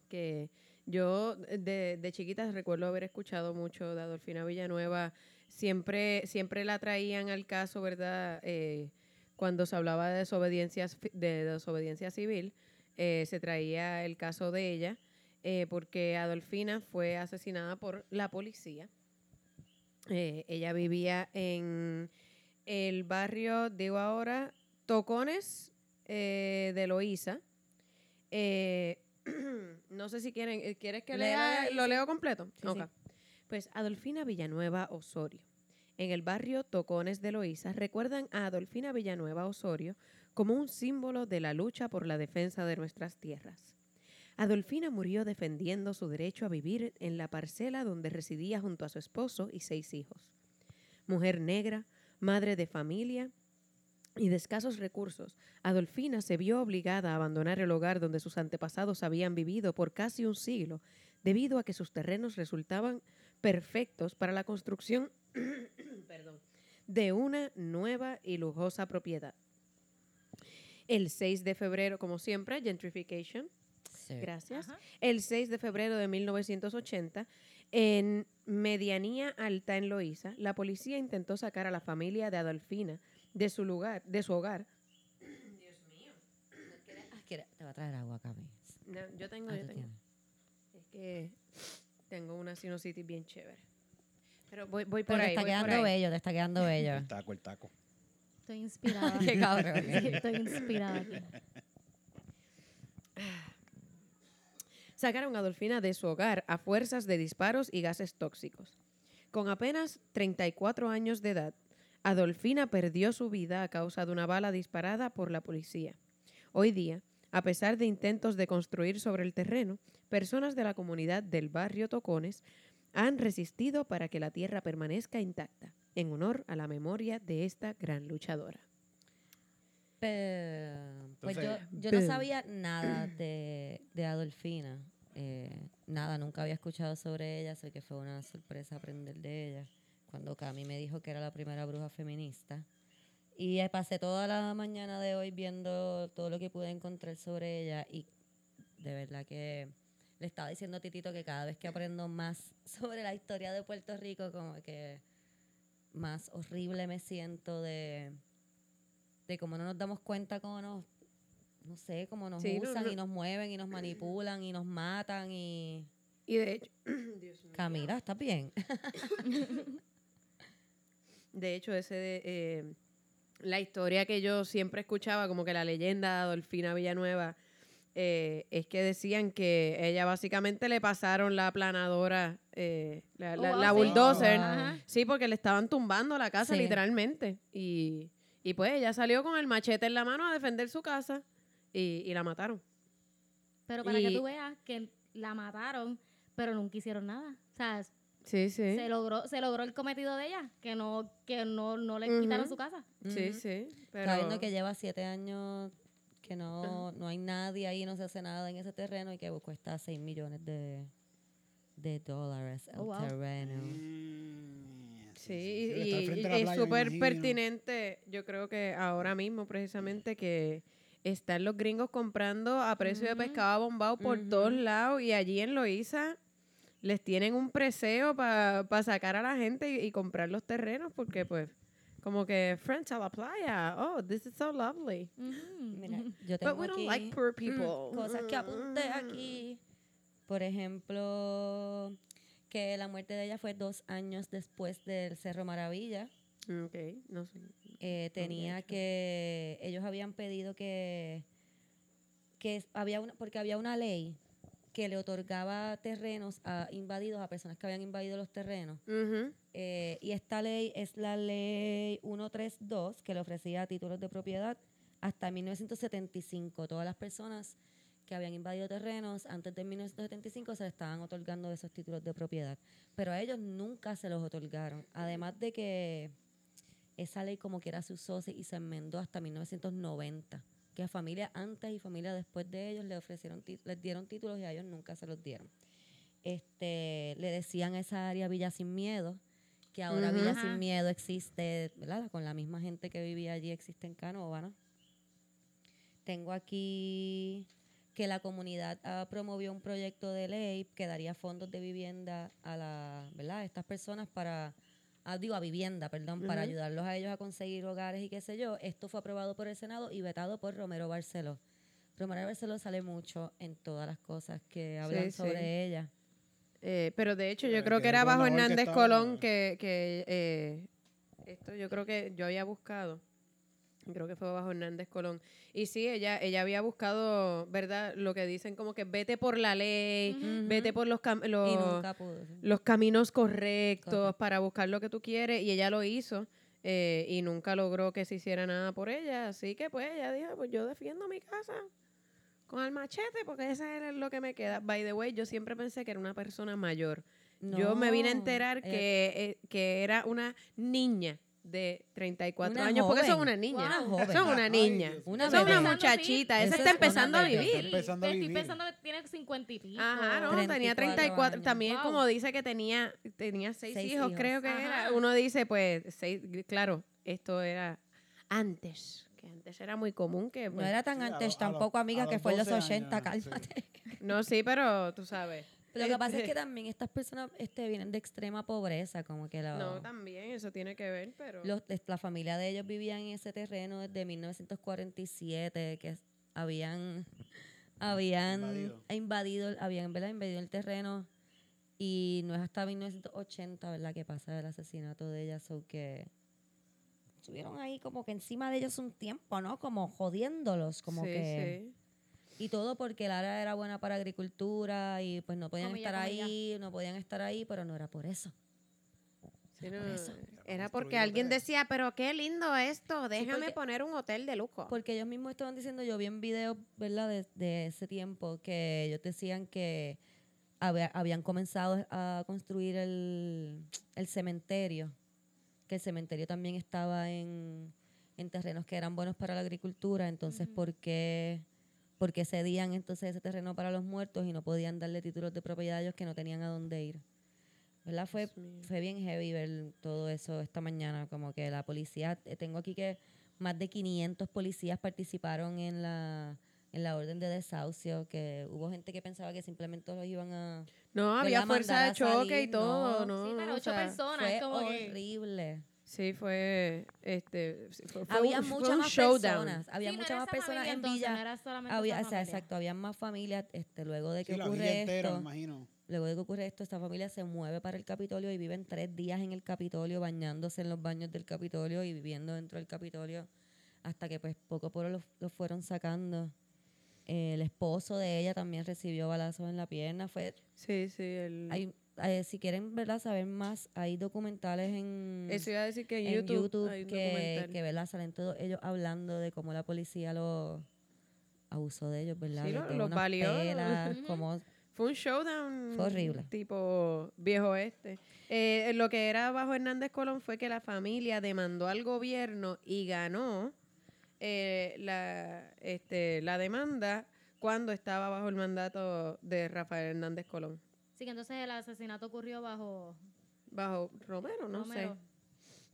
Speaker 6: que yo de, de chiquita recuerdo haber escuchado mucho de Adolfina Villanueva. Siempre, siempre la traían al caso, ¿verdad? Eh, cuando se hablaba de desobediencia, fi- de desobediencia civil, eh, se traía el caso de ella, eh, porque Adolfina fue asesinada por la policía. Eh, ella vivía en el barrio, digo ahora, Tocones eh, de Loíza. Eh, (clears throat) no sé si quieren, eh, ¿quieres que
Speaker 1: Léela
Speaker 6: lea?
Speaker 1: ahí,
Speaker 6: ¿Lo
Speaker 1: sí.
Speaker 6: leo completo?
Speaker 1: Sí,
Speaker 6: Ok.
Speaker 1: sí.
Speaker 6: Pues Adolfina Villanueva Osorio. En el barrio Tocones de Loíza recuerdan a Adolfina Villanueva Osorio como un símbolo de la lucha por la defensa de nuestras tierras. Adolfina murió defendiendo su derecho a vivir en la parcela donde residía junto a su esposo y seis hijos. Mujer negra, madre de familia y de escasos recursos, Adolfina se vio obligada a abandonar el hogar donde sus antepasados habían vivido por casi un siglo, debido a que sus terrenos resultaban perfectos para la construcción (clears throat) perdón, de una nueva y lujosa propiedad. El 6 de febrero, como siempre, gentrification.
Speaker 1: Eh,
Speaker 6: Gracias.
Speaker 4: Ajá.
Speaker 6: El 6 de febrero de 1980, en Medianía Alta en Loíza, la policía intentó sacar a la familia de Adolfina de su lugar, de su hogar.
Speaker 1: Ah, quiere- te va a traer agua, Cami.
Speaker 6: No, yo tengo,
Speaker 1: Ah,
Speaker 6: yo
Speaker 1: tú
Speaker 6: tengo.
Speaker 1: tienes.
Speaker 6: Es que tengo una sinusitis bien chévere. Pero voy, voy por
Speaker 1: Pero te
Speaker 6: ahí.
Speaker 1: está
Speaker 6: voy por
Speaker 1: quedando
Speaker 6: ahí.
Speaker 1: bello, te está quedando
Speaker 6: (laughs)
Speaker 1: bello.
Speaker 5: El taco, el taco.
Speaker 4: Estoy inspirada.
Speaker 1: Qué cabrón.
Speaker 4: Sí, Estoy inspirada aquí.
Speaker 6: Sacaron a Adolfina de su hogar a fuerzas de disparos y gases tóxicos. Con apenas 34 años de edad, Adolfina perdió su vida a causa de una bala disparada por la policía. Hoy día, a pesar de intentos de construir sobre el terreno, personas de la comunidad del barrio Tocones han resistido para que la tierra permanezca intacta, en honor a la memoria de esta gran luchadora.
Speaker 1: Pero, pues yo,
Speaker 5: Entonces-
Speaker 1: yo no
Speaker 6: Pero.
Speaker 1: sabía nada de, de Adolfina. eh, nada, nunca había escuchado sobre ella, sé que fue una sorpresa aprender de ella. Cuando Cami me dijo que era la primera bruja feminista. Y eh, pasé toda la mañana de hoy viendo todo lo que pude encontrar sobre ella y de verdad que le estaba diciendo a Titito que cada vez que aprendo más (laughs) sobre la historia de Puerto Rico, como que más horrible me siento de, de cómo no nos damos cuenta cómo nos, no sé, cómo nos
Speaker 6: Sí, no,
Speaker 1: usan
Speaker 6: no.
Speaker 1: y nos mueven y nos manipulan y nos matan y
Speaker 6: Y de hecho, (clears throat) Dios mío.
Speaker 1: Camila, ¿estás
Speaker 6: (laughs)
Speaker 1: bien?
Speaker 6: De hecho, ese de, eh, la historia que yo siempre escuchaba, como que la leyenda de Adolfina Villanueva, eh, es que decían que ella básicamente le pasaron la aplanadora, eh, la, la-
Speaker 4: Oh,
Speaker 6: la
Speaker 4: sí.
Speaker 6: bulldozer.
Speaker 4: Ajá.
Speaker 6: Sí, porque le estaban tumbando la casa,
Speaker 1: Sí.
Speaker 6: literalmente. Y, y pues ella salió con el machete en la mano a defender su casa y, y la mataron.
Speaker 4: Pero para que
Speaker 6: Y-
Speaker 4: tú veas que la mataron, pero nunca hicieron nada. O sea,
Speaker 6: Sí, sí.
Speaker 4: se logró, se logró el cometido de ella, que no, que no, no le
Speaker 6: Ujú.
Speaker 4: quitaron su casa.
Speaker 6: Sí,
Speaker 1: Ujú.
Speaker 6: sí. Pero...
Speaker 1: Está viendo que lleva siete años que no, no hay nadie ahí, no se hace nada en ese terreno y que cuesta 6 millones de, de dólares el
Speaker 4: Oh, wow.
Speaker 1: terreno.
Speaker 5: Mm.
Speaker 6: Mm, Sí, y, y- y es súper
Speaker 5: súper
Speaker 6: pertinente, yo creo que ahora mismo precisamente que están los gringos comprando a precio de
Speaker 4: Ujú.
Speaker 6: pescado bombado por
Speaker 1: Ujú.
Speaker 6: todos lados y allí en Loíza les tienen un preseo para sacar a la gente y, y comprar los terrenos porque pues como que French a la playa, oh, this is so lovely.
Speaker 1: Mira,
Speaker 4: Ujú.
Speaker 1: yo tengo
Speaker 6: But we don't
Speaker 1: aquí mm,
Speaker 6: like poor people.
Speaker 1: cosas que
Speaker 6: mm.
Speaker 1: apunté aquí. Por ejemplo, que la muerte de ella fue dos años después del Cerro Maravilla.
Speaker 6: Mm, Ok, no sé.
Speaker 1: eh, tenía
Speaker 6: hecho.
Speaker 1: que ellos habían pedido que que es- había una porque había una ley que le otorgaba terrenos a invadidos a personas que habían invadido los terrenos
Speaker 6: Ujú.
Speaker 1: eh, y esta ley es la ley 132 que le ofrecía títulos de propiedad hasta 1975 todas las personas que habían invadido terrenos antes de 1975 se les estaban otorgando esos títulos de propiedad pero a ellos nunca se los otorgaron además de que esa ley como quiera se usó se- y se enmendó hasta 1990 que a familias antes y familias después de ellos le ofrecieron ti- les dieron títulos y a ellos nunca se los dieron este le decían a esa área Villa Sin Miedo que ahora
Speaker 6: Ujú.
Speaker 1: Villa
Speaker 4: Ajá.
Speaker 1: Sin Miedo existe ¿verdad? con la misma gente que vivía allí existe en Canóvana tengo aquí que la comunidad ah, promovió un proyecto de ley que daría fondos de vivienda a la, ¿verdad? a estas personas para, ah, digo, a vivienda, perdón, para
Speaker 6: Ujú.
Speaker 1: ayudarlos a ellos a conseguir hogares y qué sé yo. Esto fue aprobado por el Senado y vetado por Romero Barceló. Romero Barceló sale mucho en todas las cosas que hablan
Speaker 6: Sí, sí.
Speaker 1: sobre ella.
Speaker 6: Eh, pero de hecho,
Speaker 5: Pero
Speaker 6: yo
Speaker 5: el
Speaker 6: creo
Speaker 5: que
Speaker 6: que
Speaker 5: era
Speaker 6: era
Speaker 5: el
Speaker 6: bajo
Speaker 5: gobernador que
Speaker 6: Hernández
Speaker 5: estaba-
Speaker 6: Colón que, que, eh, esto yo creo que yo había buscado. Creo que fue bajo Hernández Colón. Y sí, ella, ella había buscado, ¿verdad? Lo que dicen como que vete por la ley, vete por los, cam- los,
Speaker 1: Y nunca pudo. sí.
Speaker 6: los caminos correctos
Speaker 1: Correcto.
Speaker 6: para buscar lo que tú quieres. Y ella lo hizo eh, y nunca logró que se hiciera nada por ella. Así que pues ella dijo, pues yo defiendo mi casa con el machete porque esa era lo que me queda. By the way, yo siempre pensé que era una persona mayor. Yo me vine a
Speaker 1: No,
Speaker 6: enterar
Speaker 1: ella-
Speaker 6: que, eh, que era una niña de 34
Speaker 1: Una
Speaker 6: años, porque son
Speaker 1: joven.
Speaker 6: una niña.
Speaker 1: Una joven.
Speaker 6: Son una
Speaker 5: Ay,
Speaker 6: niña.
Speaker 5: Dios mío.
Speaker 1: Una
Speaker 6: son
Speaker 1: bebé.
Speaker 6: una muchachita.
Speaker 1: Eso
Speaker 6: Esa
Speaker 1: es
Speaker 6: está
Speaker 1: una
Speaker 6: empezando a
Speaker 1: bebé.
Speaker 6: vivir.
Speaker 5: Está empezando a
Speaker 4: Estoy
Speaker 5: vivir.
Speaker 4: pensando que tiene cincuenta y pico.
Speaker 6: Ajá, no,
Speaker 1: 34
Speaker 6: tenía 34.
Speaker 1: años.
Speaker 6: También,
Speaker 4: Wow.
Speaker 6: como dice que tenía, tenía seis,
Speaker 1: Seis
Speaker 6: hijos,
Speaker 1: hijos.
Speaker 6: creo que era.
Speaker 4: Ajá.
Speaker 6: Uno dice, pues, seis, claro, esto era antes. Que antes era muy común que.
Speaker 1: No
Speaker 6: pues,
Speaker 1: era tan
Speaker 5: Sí, a
Speaker 1: antes
Speaker 5: lo- a
Speaker 1: tampoco,
Speaker 5: los-
Speaker 1: amiga,
Speaker 5: a
Speaker 1: que
Speaker 5: los
Speaker 1: fue en los
Speaker 5: 12
Speaker 1: 80,
Speaker 5: años, sí.
Speaker 1: cálmate.
Speaker 6: No, sí, pero tú sabes.
Speaker 1: Lo que pasa es
Speaker 6: Este, (laughs)
Speaker 1: que también estas personas este, vienen de extrema pobreza, como que la,
Speaker 6: No, también, eso tiene que ver, pero.
Speaker 1: los- es- la familia de ellos vivía en ese terreno desde 1947, que es-
Speaker 6: (laughs)
Speaker 1: habían, habían
Speaker 5: Invadido.
Speaker 1: invadido, el- habían ¿verdad? invadido el terreno y no es hasta 1980, ¿verdad?, que pasa el asesinato de ellas, o que estuvieron ahí como que encima de ellos un tiempo, ¿no? Como jodiéndolos, como
Speaker 6: sí,
Speaker 1: que...
Speaker 6: sí.
Speaker 1: Y todo porque el área era buena para agricultura y pues no podían
Speaker 4: Comilla,
Speaker 1: estar
Speaker 4: comilla.
Speaker 1: ahí, no podían estar ahí, pero no era por eso.
Speaker 6: Sí, no,
Speaker 1: por eso.
Speaker 6: Era
Speaker 5: Estamos
Speaker 6: porque
Speaker 5: destruyendo
Speaker 6: alguien
Speaker 5: hoteles.
Speaker 6: decía, pero qué lindo esto, déjame
Speaker 1: porque-
Speaker 6: poner un hotel de lujo.
Speaker 1: Porque ellos mismos estaban diciendo, yo vi en videos, ¿verdad? De, de ese tiempo que ellos decían que había- habían comenzado a construir el, el cementerio, que el cementerio también estaba en, en terrenos que eran buenos para la agricultura, entonces
Speaker 4: Ujú.
Speaker 1: ¿por qué? por qué cedían entonces ese terreno para los muertos y no podían darle títulos de propiedad a ellos que no tenían a dónde ir. ¿Verdad? Fue,
Speaker 6: Dios mío.
Speaker 1: fue bien heavy ver todo eso esta mañana, como que la policía, eh, tengo aquí que más de 500 policías participaron en la, en la orden de desahucio, que hubo gente que pensaba que simplemente los iban a...
Speaker 6: No,
Speaker 1: ¿Verdad?
Speaker 6: había fuerza de
Speaker 1: Mandar a
Speaker 6: choque y
Speaker 1: salir, no.
Speaker 6: todo, ¿no?
Speaker 4: Sí,
Speaker 6: no,
Speaker 4: pero
Speaker 6: o
Speaker 4: ocho
Speaker 6: sea,
Speaker 4: personas.
Speaker 1: Fue
Speaker 4: es como que-
Speaker 1: horrible.
Speaker 6: Sí, fue, este, sí, fue, fue
Speaker 1: Había
Speaker 6: un- fue
Speaker 1: muchas
Speaker 6: un
Speaker 1: más
Speaker 6: showdown.
Speaker 1: personas, había
Speaker 4: Sí, no
Speaker 1: muchas
Speaker 4: era
Speaker 1: más
Speaker 4: esa
Speaker 1: personas
Speaker 4: familia,
Speaker 1: en
Speaker 4: entonces,
Speaker 1: Villa.
Speaker 4: no era solamente
Speaker 1: Había,
Speaker 4: esa
Speaker 1: o sea,
Speaker 4: familia.
Speaker 1: exacto, había más familias este, luego de que
Speaker 5: Sí, la
Speaker 1: ocurre
Speaker 5: villa entera, me
Speaker 1: esto.
Speaker 5: imagino.
Speaker 1: luego de que ocurre esto, esta familia se mueve para el Capitolio y viven tres días en el Capitolio, bañándose en los baños del Capitolio y viviendo dentro del Capitolio, hasta que pues poco a poco los, los fueron sacando. Eh, el esposo de ella también recibió balazos en la pierna. Fue,
Speaker 7: Sí, sí. El,
Speaker 1: hay, eh, si quieren ¿verdad? saber más, hay documentales en
Speaker 7: eso iba a decir que en
Speaker 1: en
Speaker 7: YouTube,
Speaker 1: YouTube,
Speaker 7: hay un
Speaker 1: que,
Speaker 7: documental.
Speaker 1: que ¿verdad? salen todos ellos hablando de cómo la policía lo abusó de ellos, ¿verdad?
Speaker 7: Sí,
Speaker 1: De
Speaker 7: lo-
Speaker 1: todas
Speaker 7: los
Speaker 1: unas
Speaker 7: valió. (laughs)
Speaker 1: penas,
Speaker 4: Ujú.
Speaker 1: cómo-
Speaker 7: Fue un showdown.
Speaker 1: Fue horrible.
Speaker 7: Tipo viejo este.
Speaker 6: Eh, lo que era bajo Hernández Colón fue que la familia demandó al gobierno y ganó eh, la, este, la demanda cuando estaba bajo el mandato de Rafael Hernández Colón.
Speaker 4: Sí, que entonces el asesinato ocurrió bajo
Speaker 6: Bajo Romero, no
Speaker 4: Romero.
Speaker 6: sé.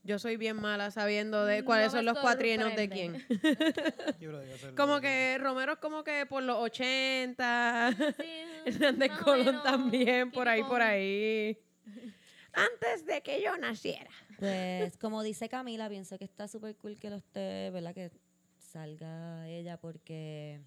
Speaker 6: Yo soy bien mala sabiendo
Speaker 1: Mm,
Speaker 6: de cuáles
Speaker 4: No
Speaker 6: son
Speaker 4: me
Speaker 6: los cuatrienos de quién.
Speaker 4: sorprende.
Speaker 1: (laughs)
Speaker 6: Como que Romero es como que por los
Speaker 1: (laughs)
Speaker 6: 80.
Speaker 4: Sí,
Speaker 6: (laughs) Hernández
Speaker 4: más o
Speaker 6: Colón
Speaker 4: menos,
Speaker 6: también, por ahí, por
Speaker 4: tipo-
Speaker 6: ahí. Antes de que yo naciera.
Speaker 1: Pues como dice Camila, pienso que está súper cool que lo esté, ¿verdad? Que salga ella porque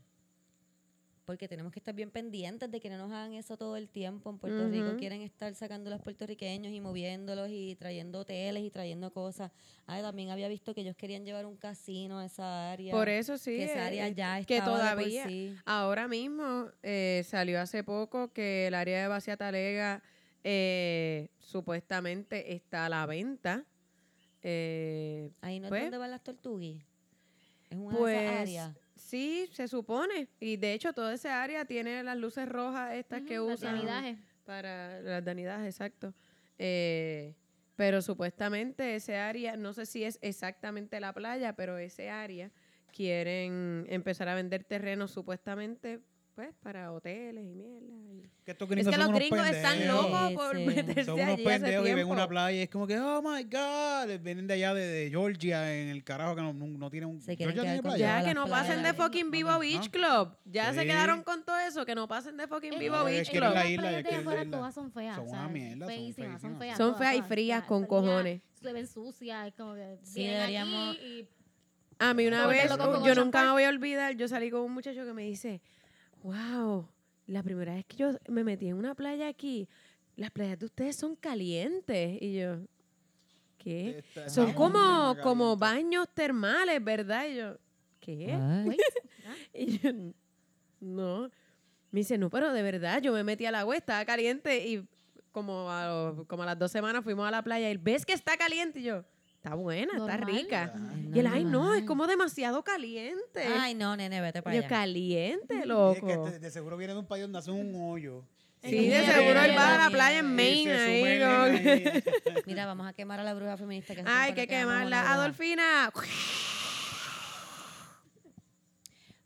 Speaker 1: porque tenemos que estar bien pendientes de que no nos hagan eso todo el tiempo. En Puerto Rico
Speaker 6: Ujú.
Speaker 1: quieren estar sacando a los puertorriqueños y moviéndolos y trayendo hoteles y trayendo cosas. Ah, también había visto que ellos querían llevar un casino a esa área.
Speaker 6: Por eso sí.
Speaker 1: que esa área
Speaker 6: eh,
Speaker 1: ya
Speaker 6: que
Speaker 1: estaba de por
Speaker 6: todavía-
Speaker 1: sí.
Speaker 6: Ahora mismo eh, salió hace poco que el área de Bacia Talega eh, supuestamente está a la venta. Eh,
Speaker 1: Ahí no
Speaker 6: pues-
Speaker 1: es donde van las tortugas. Es una de
Speaker 6: pues
Speaker 1: esas áreas.
Speaker 6: sí, se supone. Y de hecho, toda esa área tiene las luces rojas estas que
Speaker 4: Ujú,
Speaker 6: usan.
Speaker 4: latinidades.
Speaker 6: Para las danidades, exacto. Eh, pero supuestamente ese área, no sé si es exactamente la playa, pero ese área quieren empezar a vender terrenos supuestamente pues para hoteles y mierda. y-
Speaker 5: Que estos
Speaker 6: Es que
Speaker 5: son
Speaker 6: los
Speaker 5: unos
Speaker 6: gringos están
Speaker 5: pendejos.
Speaker 6: locos por
Speaker 1: Sí, sí.
Speaker 6: meterse
Speaker 5: Son unos
Speaker 6: allí hace
Speaker 5: pendejos que viven en
Speaker 6: tiempo.
Speaker 5: una playa y es como que, oh my God, vienen de allá de, de Georgia, en el carajo que no, no, no tienen un.
Speaker 1: Se quieren
Speaker 5: Georgia
Speaker 1: quedar
Speaker 5: tiene
Speaker 1: con
Speaker 5: playa.
Speaker 6: Ya
Speaker 1: Todas
Speaker 6: que
Speaker 1: las
Speaker 6: no
Speaker 1: playas
Speaker 6: pasen de
Speaker 1: ahí.
Speaker 6: fucking Vivo
Speaker 5: Ajá.
Speaker 6: Beach Club. Ya se
Speaker 5: Sí.
Speaker 6: quedaron con todo eso, que no pasen de fucking
Speaker 4: Es
Speaker 6: Vivo
Speaker 4: que-
Speaker 6: Beach
Speaker 4: es
Speaker 5: que
Speaker 6: Club.
Speaker 5: la
Speaker 4: las
Speaker 5: isla,
Speaker 4: playas
Speaker 5: es
Speaker 4: de
Speaker 5: que
Speaker 4: afuera
Speaker 5: la-
Speaker 4: todas son feas.
Speaker 5: son
Speaker 4: o
Speaker 5: una
Speaker 4: sea,
Speaker 5: mierda, son
Speaker 4: feísimas,
Speaker 5: feísimas.
Speaker 4: feas.
Speaker 6: Son
Speaker 4: todas,
Speaker 6: feas y
Speaker 4: todas,
Speaker 6: frías
Speaker 4: feas,
Speaker 6: con
Speaker 4: feas,
Speaker 6: cojones.
Speaker 4: Se ven sucias, es como que
Speaker 1: Sí,
Speaker 4: vienen
Speaker 1: deberíamos-
Speaker 4: aquí y
Speaker 6: A mí una
Speaker 4: Como
Speaker 6: vez,
Speaker 4: loco con
Speaker 6: yo
Speaker 4: Ocean
Speaker 6: nunca me
Speaker 4: Park.
Speaker 6: voy a olvidar, yo salí con un muchacho que me dice, wow, la primera vez que yo me metí en una playa aquí, las playas de ustedes son calientes. Y yo, ¿qué?
Speaker 5: Está-
Speaker 6: Son
Speaker 5: está
Speaker 6: como,
Speaker 5: muy
Speaker 6: como
Speaker 5: caliente.
Speaker 6: baños termales, ¿verdad? Y yo, ¿qué?
Speaker 1: Ay,
Speaker 6: Y yo, no. Me dice, no, pero de verdad, yo me metí al agua, estaba caliente y como a, como a las dos semanas fuimos a la playa y él, ¿ves que está caliente? Y yo, está buena, está
Speaker 4: Normal.
Speaker 6: rica.
Speaker 5: Ajá.
Speaker 1: es
Speaker 6: Y él, ay, no, es
Speaker 1: normal.
Speaker 6: como demasiado caliente.
Speaker 1: Ay, no, nene, vete para
Speaker 6: yo,
Speaker 1: allá.
Speaker 6: caliente,
Speaker 5: Y es que
Speaker 6: loco.
Speaker 5: este- de seguro viene de un país donde hace un hoyo.
Speaker 6: Sí, de
Speaker 1: Mira,
Speaker 6: seguro él
Speaker 1: mira,
Speaker 6: va a la
Speaker 1: mira.
Speaker 6: playa en
Speaker 5: Y
Speaker 6: Maine
Speaker 5: se
Speaker 6: ahí,
Speaker 5: sumergen
Speaker 6: como que-
Speaker 5: ahí.
Speaker 1: Mira, vamos a quemar a la bruja feminista que se
Speaker 6: Ay,
Speaker 1: supone
Speaker 6: que
Speaker 1: amamos a la
Speaker 6: quemarla.
Speaker 1: bruja.
Speaker 6: Adolfina.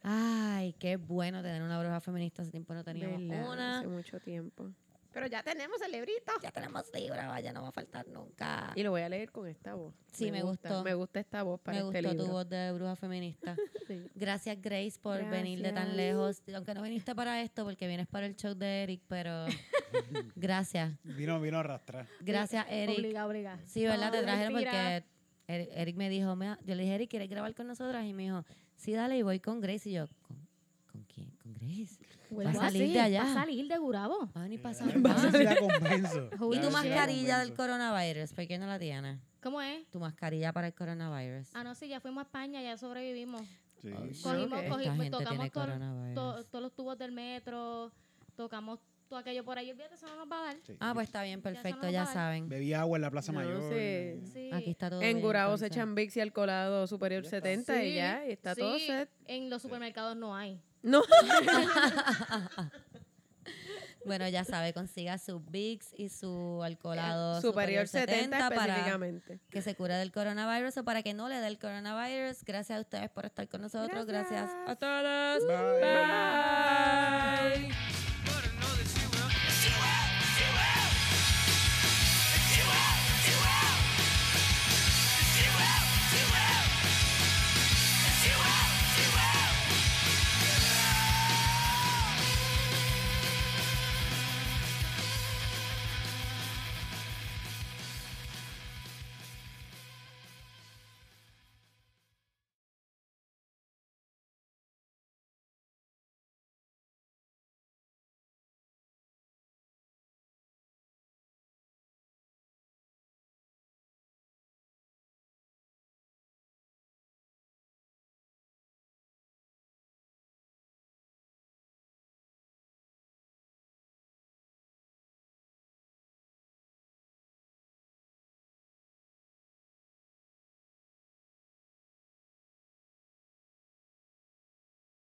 Speaker 1: Ay, qué bueno tener una bruja feminista. Hace tiempo no teníamos
Speaker 6: Verdad,
Speaker 1: una.
Speaker 6: Hace mucho tiempo. Pero ya tenemos el librito.
Speaker 1: Ya tenemos libro, vaya, no va a faltar nunca.
Speaker 6: Y lo voy a leer con esta voz.
Speaker 1: Sí, me
Speaker 6: gusta,
Speaker 1: gustó.
Speaker 6: Me gusta esta voz para
Speaker 1: Me
Speaker 6: este
Speaker 1: gustó tu
Speaker 6: libro.
Speaker 1: voz de bruja feminista.
Speaker 6: (laughs) Sí.
Speaker 1: Gracias, Grace, por venir de tan
Speaker 6: Gracias.
Speaker 1: lejos. Aunque no viniste para esto, porque vienes para el show de Eric,
Speaker 6: (laughs)
Speaker 1: pero gracias.
Speaker 5: Vino, vino a arrastrar.
Speaker 1: Gracias, Eric.
Speaker 4: obliga, obliga.
Speaker 1: Sí, ¿verdad? Te
Speaker 4: Todo
Speaker 1: trajeron
Speaker 4: mentira.
Speaker 1: porque Eric, Eric me dijo, me- yo le dije, Eric, ¿quieres grabar con nosotras? Y me dijo, sí, dale, y voy con Grace. Y yo, ¿con, con quién? ¿Con Grace?
Speaker 4: Vuelvo
Speaker 1: Va a salir
Speaker 4: así,
Speaker 1: de allá.
Speaker 4: Va a salir de Gurabo.
Speaker 1: Van y pasan.
Speaker 5: No sé si Ah, la convenzo.
Speaker 1: Y Ah,
Speaker 5: Ya
Speaker 1: tu
Speaker 5: ves si la
Speaker 1: mascarilla del
Speaker 5: convenzo.
Speaker 1: coronavirus, ¿por qué no la tienes?
Speaker 4: ¿Cómo es?
Speaker 1: Tu mascarilla para el coronavirus.
Speaker 4: Ah, no, sí, ya fuimos a España, ya sobrevivimos.
Speaker 5: Sí.
Speaker 4: Cogimos,
Speaker 6: ok. Esta
Speaker 1: Esta
Speaker 4: cogimos,
Speaker 1: gente tiene
Speaker 4: pues, tocamos todo-
Speaker 1: coronavirus.
Speaker 4: to- todos los tubos del metro, tocamos todo aquello por ahí. Olvídate, eso no nos va a dar.
Speaker 5: Sí.
Speaker 1: ah, pues está bien,
Speaker 4: eso no
Speaker 1: perfecto,
Speaker 4: nos
Speaker 1: ya
Speaker 4: va a dar.
Speaker 1: saben.
Speaker 5: Bebí agua en la Plaza
Speaker 6: No
Speaker 5: Mayor.
Speaker 6: sé.
Speaker 4: Sí.
Speaker 1: Aquí está todo.
Speaker 6: En
Speaker 1: bien,
Speaker 6: Gurabo se
Speaker 1: entonces.
Speaker 6: echan Vicks y al colado superior
Speaker 5: Ya está.
Speaker 6: 70 y
Speaker 4: Sí,
Speaker 6: ya, y está
Speaker 4: sí,
Speaker 6: todo set.
Speaker 4: En los supermercados no hay.
Speaker 6: No.
Speaker 1: Bueno, ya sabe, consiga su Vicks y su alcoholado
Speaker 6: (laughs) Eh, superior 70
Speaker 1: para
Speaker 6: específicamente.
Speaker 1: que se cure del coronavirus o para que no le dé el coronavirus. Gracias a ustedes por estar con nosotros. Gracias, a todos.
Speaker 5: Bye.
Speaker 6: Bye.